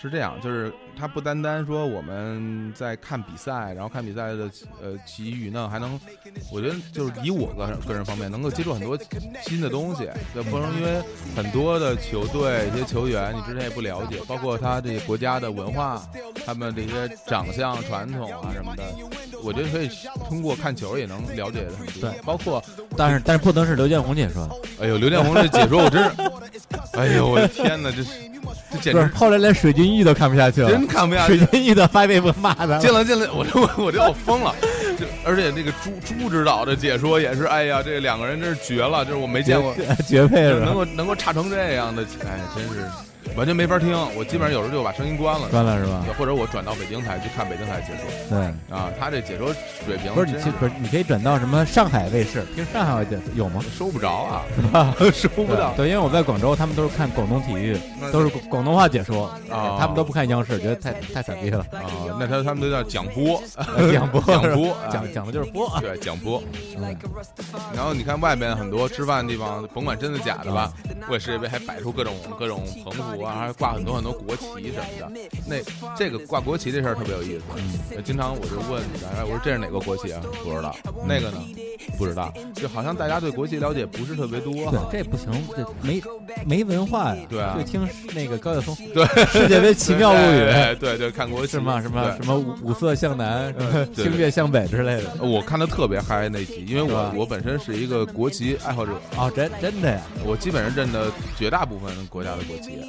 S2: 是这样，就是它不单单说我们在看比赛，然后看比赛的呃其余呢，还能，我觉得就是以我个个人方面，能够接触很多新的东西，对，不能因为很多的球队、一些球员，你之前也不了解，包括他这些国家的文化，他们这些长相、传统啊什么的，我觉得可以通过看球也能了解很多，
S1: 对
S2: 包括
S1: *laughs* 但是但是不
S2: 哦
S1: 能是刘建宏解说， *laughs*
S2: 哎呦，刘建宏这解说我真是，哎呦我的天哪，这是这简
S1: 不是
S2: 直
S1: 后来连水军一都看不下去了，
S2: 真看不下去
S1: 水。军一的发微博骂他，
S2: 进来进来，我这 *laughs* 我我这我疯了，这而且那个朱朱指导的解说也是，哎呀，这两个人真是绝了，就是我没见过
S1: *laughs* 绝配是
S2: 能
S1: 吧？
S2: 够能够差成这样的，哎，真是完全没法听。我基本上有时候就把声音关了，
S1: 关了是吧？
S2: 或者我转到北京台去看北京台解
S1: 对，
S2: 说啊，他这解说水平
S1: 不是你
S2: 真
S1: 去，不是你可以转到什么上海卫视，听上海卫视有吗？
S2: 收不着啊，
S1: *laughs*
S2: 收不
S1: 对
S2: 到。
S1: 对，因为我在广州，他们都是看广东体育，
S2: 那
S1: 都是广广东话解说，
S2: 哦
S1: 他们都不看央视，觉得太太傻逼了。
S2: 啊，那他他们都叫讲播， *laughs*
S1: 讲播
S2: 讲播，
S1: 讲讲的就是播，
S2: 对讲播。
S1: 嗯
S2: 然后你看外边很多吃饭的地方，甭管真的假的吧，为世界杯还摆出各种各种横幅啊，还挂很多很多国旗什么的。那这个挂国旗这事儿特别有意思，呃经常我就问大家，我说这是哪个国旗啊？不知道。那个呢？不知道。就好像大家对国旗了解不是特别多
S1: 对，。这不行，这没没文化呀。
S2: 对啊
S1: 就听那个高晓松《
S2: 对，
S1: 世界杯奇妙物语》
S2: *laughs* 对对对，看国旗
S1: 是吗？什么
S2: 对嗯
S1: 什么五五色向南，什么
S2: 对
S1: 星月向北之类的。
S2: 我看的特别嗨那集，因为
S1: 是吧
S2: 我我本身是一个国旗爱好者，
S1: 哦，真真的呀！
S2: 我基本上认得绝大部分国家的国旗，啊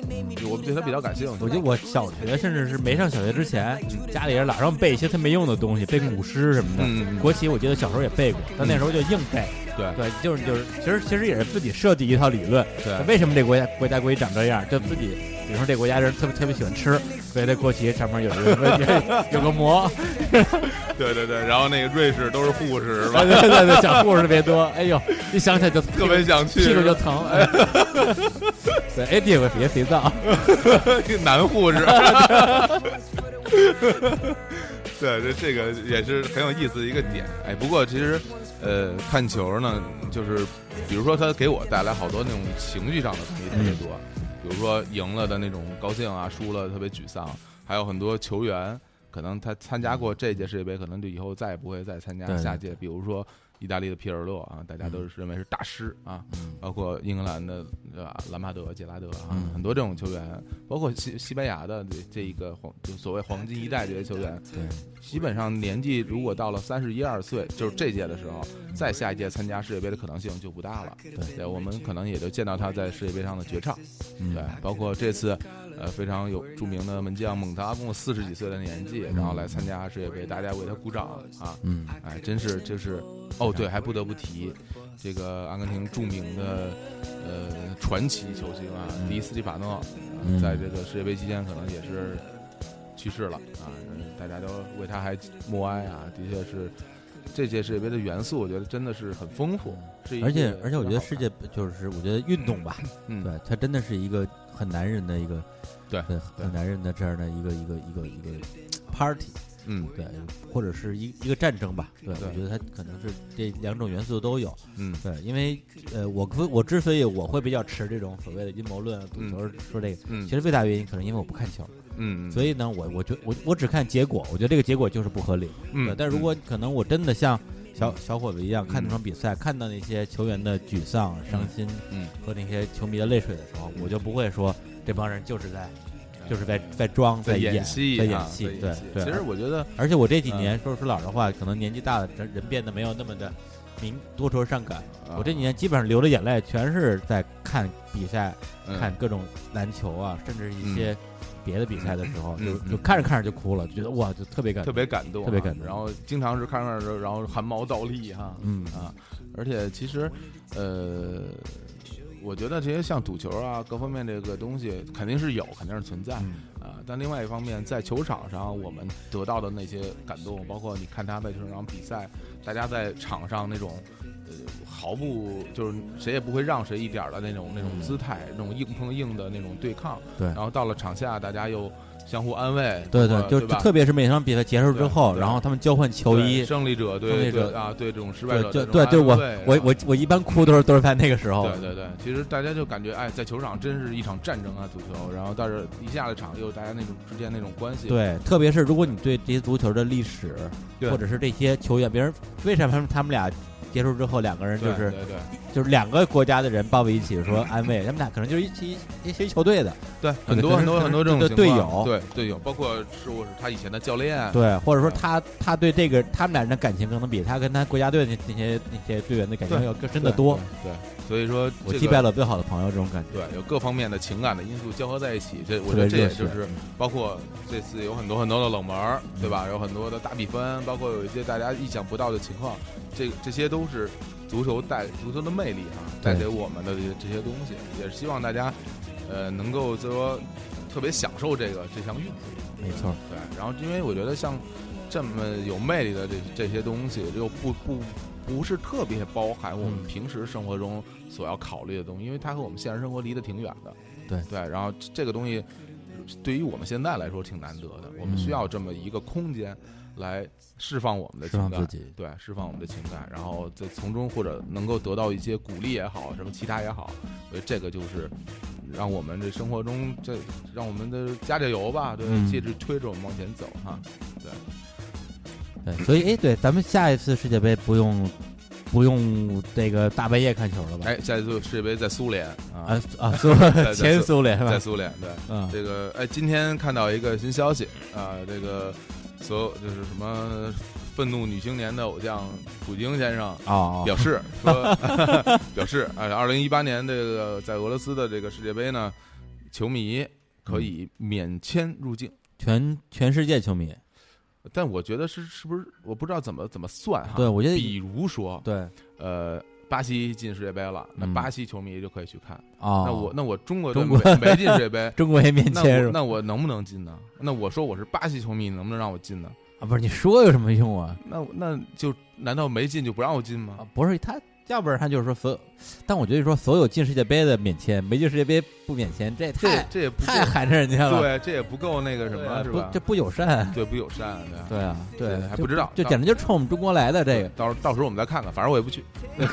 S2: 我对它比较感兴趣。
S1: 我记得我小学，甚至是没上小学之前，嗯家里人老让背一些特没用的东西，背古诗什么的。
S2: 嗯嗯嗯
S1: 国旗我记得小时候也背过，但那时候就硬背。
S2: 对
S1: 对，就是就是，其实其实也是自己设计一套理论。
S2: 对
S1: 为什么这国家国家国旗长这样？就自己，比如说这国家人特别特别喜欢吃，所以这国旗上面有一个 *laughs* 有个馍。
S2: 对对对，然后那个瑞士都是护士是
S1: *laughs*
S2: 吧
S1: 对？对对对，小护士特别多。哎呦，一想起来就特
S2: 特别想去，
S1: 屁股就
S2: *laughs*
S1: 疼。哎， *laughs* 对，哎，这有个别肥皂。
S2: *laughs* 男护士。对，这这个也是很有意思的一个点。哎，不过其实，呃，看球呢，就是比如说他给我带来好多那种情绪上的东西特别多，比如说赢了的那种高兴啊，输了特别沮丧，还有很多球员可能他参加过这届世界杯，可能就以后再也不会再参加
S1: 对嗯
S2: 下届，比如说。意大利的皮尔洛啊，大家都是认为是大师啊，包括英格兰的对吧？兰帕德、杰拉德啊，
S1: 嗯
S2: 很多这种球员，包括西西班牙的这这一个黄，就所谓黄金一代这些球员，
S1: 对，
S2: 基本上年纪如果到了三十一二岁，就是这届的时候，再下一届参加世界杯的可能性就不大了。对，我们可能也就见到他在世界杯上的绝唱。对，包括这次，呃，非常有著名的门将蒙塔贡四十几岁的年纪，然后来参加世界杯，大家为他鼓掌啊。
S1: 嗯，
S2: 哎，真是就是，哦，对，还不得不提这个阿根廷著名的呃传奇球星啊，迪斯蒂法诺，呃
S1: 嗯
S2: 在这个世界杯期间可能也是去世了啊，嗯大家都为他还默哀啊，的确是。这届世界杯的元素，我觉得真的是很丰富，是一
S1: 而且
S2: 个
S1: 而且，我觉得世
S2: 非常好看
S1: 界就是我觉得运动吧，
S2: 嗯
S1: 对，它真的是一个很男人的一个，
S2: 对
S1: 很男人的这样的一个一个一个一个 party，
S2: 嗯
S1: 对，或者是一一个战争吧，对，
S2: 对
S1: 我觉得它可能是这两种元素都有，
S2: 嗯
S1: 对，因为呃，我可我之所以我会比较持这种所谓的阴谋论啊，赌
S2: 嗯
S1: 球说这个，
S2: 嗯
S1: 其实最大原因可能因为我不看球，
S2: 嗯，
S1: 所以呢，我我觉我我只看结果，我觉得这个结果就是不合理。
S2: 嗯
S1: 对但如果可能，我真的像小小伙子一样看那场比赛，看到那些球员的沮丧、伤心，
S2: 嗯
S1: 和那些球迷的泪水的时候，我就不会说这帮人就是在就是在在装、
S2: 嗯在
S1: 演、
S2: 戏
S1: 在
S2: 啊，
S1: 演戏。对对。
S2: 其实我嗯觉得，
S1: 而且我这几年说说老实话，可能年纪大了，人人变得没有那么的明多愁善感。
S2: 啊
S1: 我这几年基本上流的眼泪全是在看比赛，
S2: 嗯
S1: 看各种篮球啊，甚至一些别的比赛的时候，
S2: 嗯
S1: 就
S2: 嗯
S1: 就看着看着就哭了，就觉得哇，就特别感
S2: 特
S1: 动。
S2: 别感动啊，
S1: 特别感动
S2: 然后经常是看看着，然后汗毛倒立哈，
S1: 嗯
S2: 啊，而且其实，呃，我觉得这些像赌球啊，各方面这个东西肯定是有，肯定是存在
S1: 嗯
S2: 啊。但另外一方面，在球场上我们得到的那些感动，包括你看他在球场上比赛，大家在场上那种。呃，毫不就是谁也不会让谁一点儿的那种那种姿态，那种硬碰硬的那种对抗。
S1: 嗯对
S2: 然后到了场下，大家又相互安慰。
S1: 对对，
S2: 包括
S1: 就就
S2: 对吧
S1: 特别是每场比赛结束之后，
S2: 对对
S1: 然后他们交换球
S2: 对
S1: 衣，
S2: 胜利者
S1: 胜利
S2: 对
S1: 者
S2: 对啊，对这种失败
S1: 对
S2: 者
S1: 就
S2: 这种
S1: 对对，我
S2: 安慰
S1: 我
S2: 啊
S1: 我我一般哭都是都是在那个时候。
S2: 对对对，其实大家就感觉哎，在球场真是一场战争啊，足球。然后但是一下了场，又大家那种之间那种关系，
S1: 对，特别是如果你对这些足球的历史，
S2: 对
S1: 或者是这些球员，别人为什么他们他们俩结束之后，两个人就
S2: 对
S1: 是
S2: 对对
S1: 就是两个国家的人抱在一起说安
S2: *laughs*
S1: 慰，他们俩可能就是一起一起球队的，
S2: 对，
S1: 对
S2: 很多
S1: 可
S2: 很
S1: 能
S2: 多
S1: 可
S2: 很多这
S1: 能对
S2: 种情
S1: 队
S2: 况
S1: 友
S2: 对队友，包括是我是他以前的教练，
S1: 对，或者说他他对这个他们俩人的感情可能比他跟他国家队那那些那些队员的感情
S2: 对
S1: 要更
S2: 对，
S1: 深的多。
S2: 对，所以说
S1: 我
S2: 这
S1: 击
S2: 个
S1: 败了最好的朋友这种感觉。
S2: 对，有各方面的情感的因素交合在一起，这
S1: 特
S2: 我觉得
S1: 别
S2: 这也
S1: 热血
S2: 就是包括这次有很多很多的冷门儿，
S1: 嗯
S2: 对吧？有很多的大比分，包括有一些大家意想不到的情况，这这些都是足球带足球的魅力啊，带
S1: 对
S2: 给我们的这些这些东西，也是希望大家呃能够就说特别享受这个这项运动，
S1: 没错，
S2: 对。然后因为我觉得像这么有魅力的这这些东西，又不不。不是特别包含我们
S1: 嗯
S2: 平时生活中所要考虑的东西，因为它和我们现实生活离得挺远的。对，然后这个东西对于我们现在来说挺难得的，我
S1: 嗯
S2: 们需要这么一个空间来释放我们的
S1: 释
S2: 情
S1: 放
S2: 感，
S1: 自己
S2: 对，释放我们的情感，然后再从中或者能够得到一些鼓励也好，什么其他也好，所以这个就是让我们这生活中这让我们的加加油吧，对，
S1: 嗯
S2: 借着推着我们往前走哈，
S1: 对，所以哎，对，咱们下一次世界杯不用不用这个大半夜看球了吧？
S2: 哎，下一次世界杯在苏联啊
S1: 啊，啊，苏
S2: 在
S1: 前苏联是
S2: 在
S1: 吧？
S2: 苏联对。
S1: 嗯，
S2: 这个哎，今天看到一个新消息啊、这个所有就是什么愤怒女青年的偶像普京先生
S1: 哦，
S2: 表示说， *laughs* 表示啊，二零一八年这个在俄罗斯的这个世界杯呢，球迷
S1: 嗯
S2: 可以免签入境。
S1: 全全世界球迷，
S2: 但我觉得是是不是我不知道怎么怎么算哈？
S1: 对我觉得
S2: 比如说，
S1: 对
S2: 呃，巴西进世界杯了，那
S1: 嗯
S2: 巴西球迷就可以去看。
S1: 哦，
S2: 那我那我中国队
S1: 中国，
S2: 没没进世界杯
S1: *laughs* 中国也免
S2: 那
S1: 签
S2: 我
S1: 是吧？
S2: 那我能不能进呢？那我说我是巴西球迷，你能不能让我进呢？
S1: 啊，不是你说有什么用啊？
S2: 那我那就难道没进就不让我进吗
S1: 啊？，不是他，要不然他就是说所有，但我觉得说所有进世界杯的免签，没进世界杯不免签，这也
S2: 这
S1: 太
S2: 这也不
S1: 太寒碜人家了，啊
S2: 对，这也不够那个什么，是
S1: 不
S2: 吧
S1: 这？不友善，
S2: 对，不友善，对
S1: 对啊，对，
S2: 还
S1: 就
S2: 不知道啊
S1: 就
S2: 到
S1: 简直就冲我们中国来的这个。
S2: 到时到时候我们再看看，反正我也不去。 *laughs*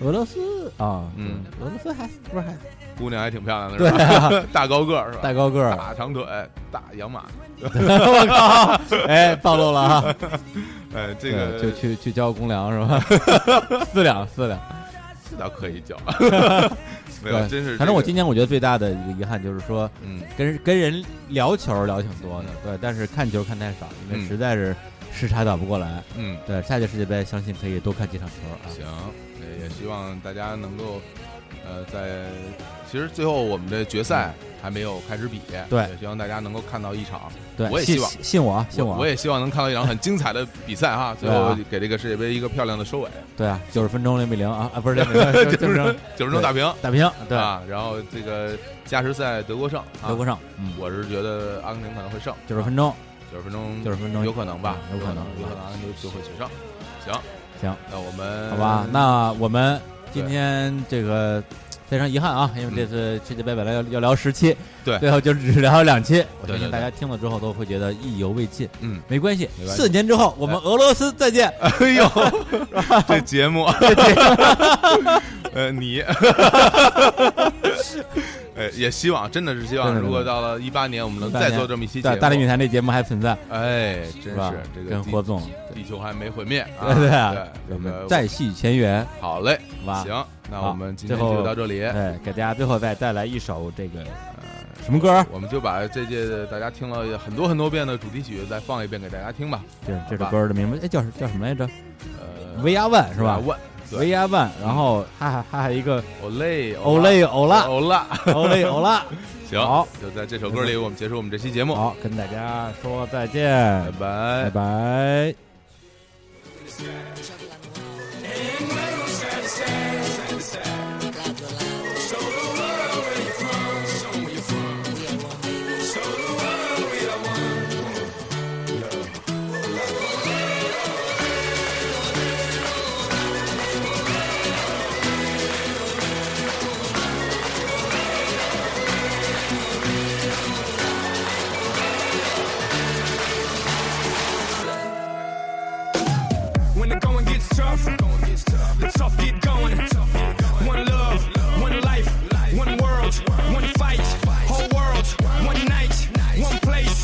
S1: 俄罗斯啊，
S2: 嗯啊
S1: 对俄罗斯还不是还
S2: 姑娘还挺漂亮的，
S1: 对
S2: 是吧？
S1: 啊，
S2: 大高个儿是吧？
S1: 大高个儿，
S2: 大长腿，大洋马，
S1: *laughs* 我靠，哎，暴露了啊！
S2: 哎，这个
S1: 对就去去交公粮是吧？ *laughs* 四两四两，
S2: 这倒可以
S1: *laughs*
S2: 叫，没有，
S1: 对，
S2: 真是。
S1: 反正我
S2: 这
S1: 今
S2: 个
S1: 年我觉得最大的一个遗憾就是说，
S2: 嗯，
S1: 跟跟人聊球聊挺多的，对，但是看球看太少，因为
S2: 嗯
S1: 实在是时差倒不过来。
S2: 嗯，
S1: 对，下届世界杯相信可以多看几场球啊。
S2: 行，呃也希望大家能够，呃，在其实最后我们的决赛还没有开始比，
S1: 对
S2: 也希望大家能够看到一场，
S1: 对，
S2: 我也
S1: 信
S2: 希望
S1: 信我啊，信
S2: 我
S1: 啊
S2: 也希望能看到一场很精彩的比赛哈，最
S1: 对啊
S2: 后给这个世界杯一个漂亮的收尾，
S1: 对啊，九十分钟零比零啊啊，不
S2: *laughs*
S1: 是零比零，就是正
S2: 九十九十分钟大平，
S1: 打平，对，
S2: 啊，然后这个加时赛德国胜，啊
S1: 德国胜，嗯，
S2: 我是觉得阿根廷可能会胜，
S1: 九十分钟，
S2: 九十分钟，
S1: 90分钟
S2: 有可能吧，
S1: 嗯有
S2: 有可
S1: 可
S2: 能
S1: 能，
S2: 有可能阿根廷就会取胜。行，
S1: 行，
S2: 那我们
S1: 好吧，那我们今天这个非常遗憾啊，因为这次世界杯本来要要聊十期，
S2: 嗯对
S1: 最后就只聊了两期，我相
S2: 对对
S1: 信大家听了之后都会觉得意犹未尽。
S2: 嗯，
S1: 没关系
S2: 没，关系
S1: 四年之后我们俄罗斯再见。
S2: *laughs* 哎
S1: *laughs*
S2: 呦，这节目， *laughs* 呃，你，呃，也希望，真的是希望，
S1: 真的
S2: 如果到了一八年，我们能再做这么一期节
S1: 对
S2: 目，
S1: 大内密谈这节目还存在，
S2: 哎，哦真
S1: 是吧
S2: 是这个
S1: 跟
S2: 地
S1: 霍总，
S2: 地球还没毁灭
S1: *laughs*
S2: 啊，
S1: 对啊，
S2: 对，
S1: 我
S2: 这
S1: 们
S2: 个
S1: 再续前缘，
S2: 好嘞，
S1: 好吧？
S2: 行，那
S1: 好
S2: 我们今天
S1: 最后哎
S2: 就到这里，
S1: 对，给大家最后再带来一首这个
S2: 呃
S1: 什么歌？
S2: 我们就把这届的大家听了很多很多遍的主题曲再放一遍给大家听吧。
S1: 这这
S2: 好吧
S1: 首歌的名字，哎，叫什叫什么来着
S2: 呃，
S1: ？V R One 是吧
S2: 万对嗯
S1: ？V R One，然后它还它还有一个
S2: 欧哦嘞
S1: 欧哦嘞欧啦
S2: 欧啦，
S1: 欧嘞欧
S2: *laughs*
S1: 啦。
S2: 行，
S1: 好，
S2: 就在这首歌里，我们结束我们这期节目，
S1: 好，跟大家说再见，拜
S2: 拜拜。
S1: 拜。
S8: When the going gets tough, the tough get going. One love, one life, one world, one fight. Whole world, one night, one place.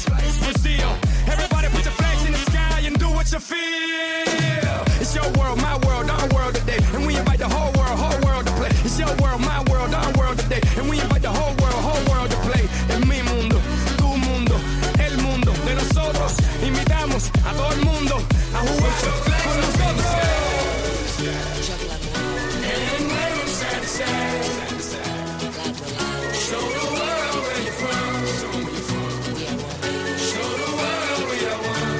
S8: Brazil. Everybody put your flags in the sky and do what you feel. It's your world, my world, our world today. And we invite the whole world, whole world to play. It's your world, my world, our world today. And we invite the whole world, whole world to play. Es mi mundo, tu mundo, el mundo de nosotros. Invitamos a todo el mundo a jugar con nosotros. And let 'em side to side. Show the world where you're from. Show the world we are one.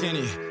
S8: Jenny,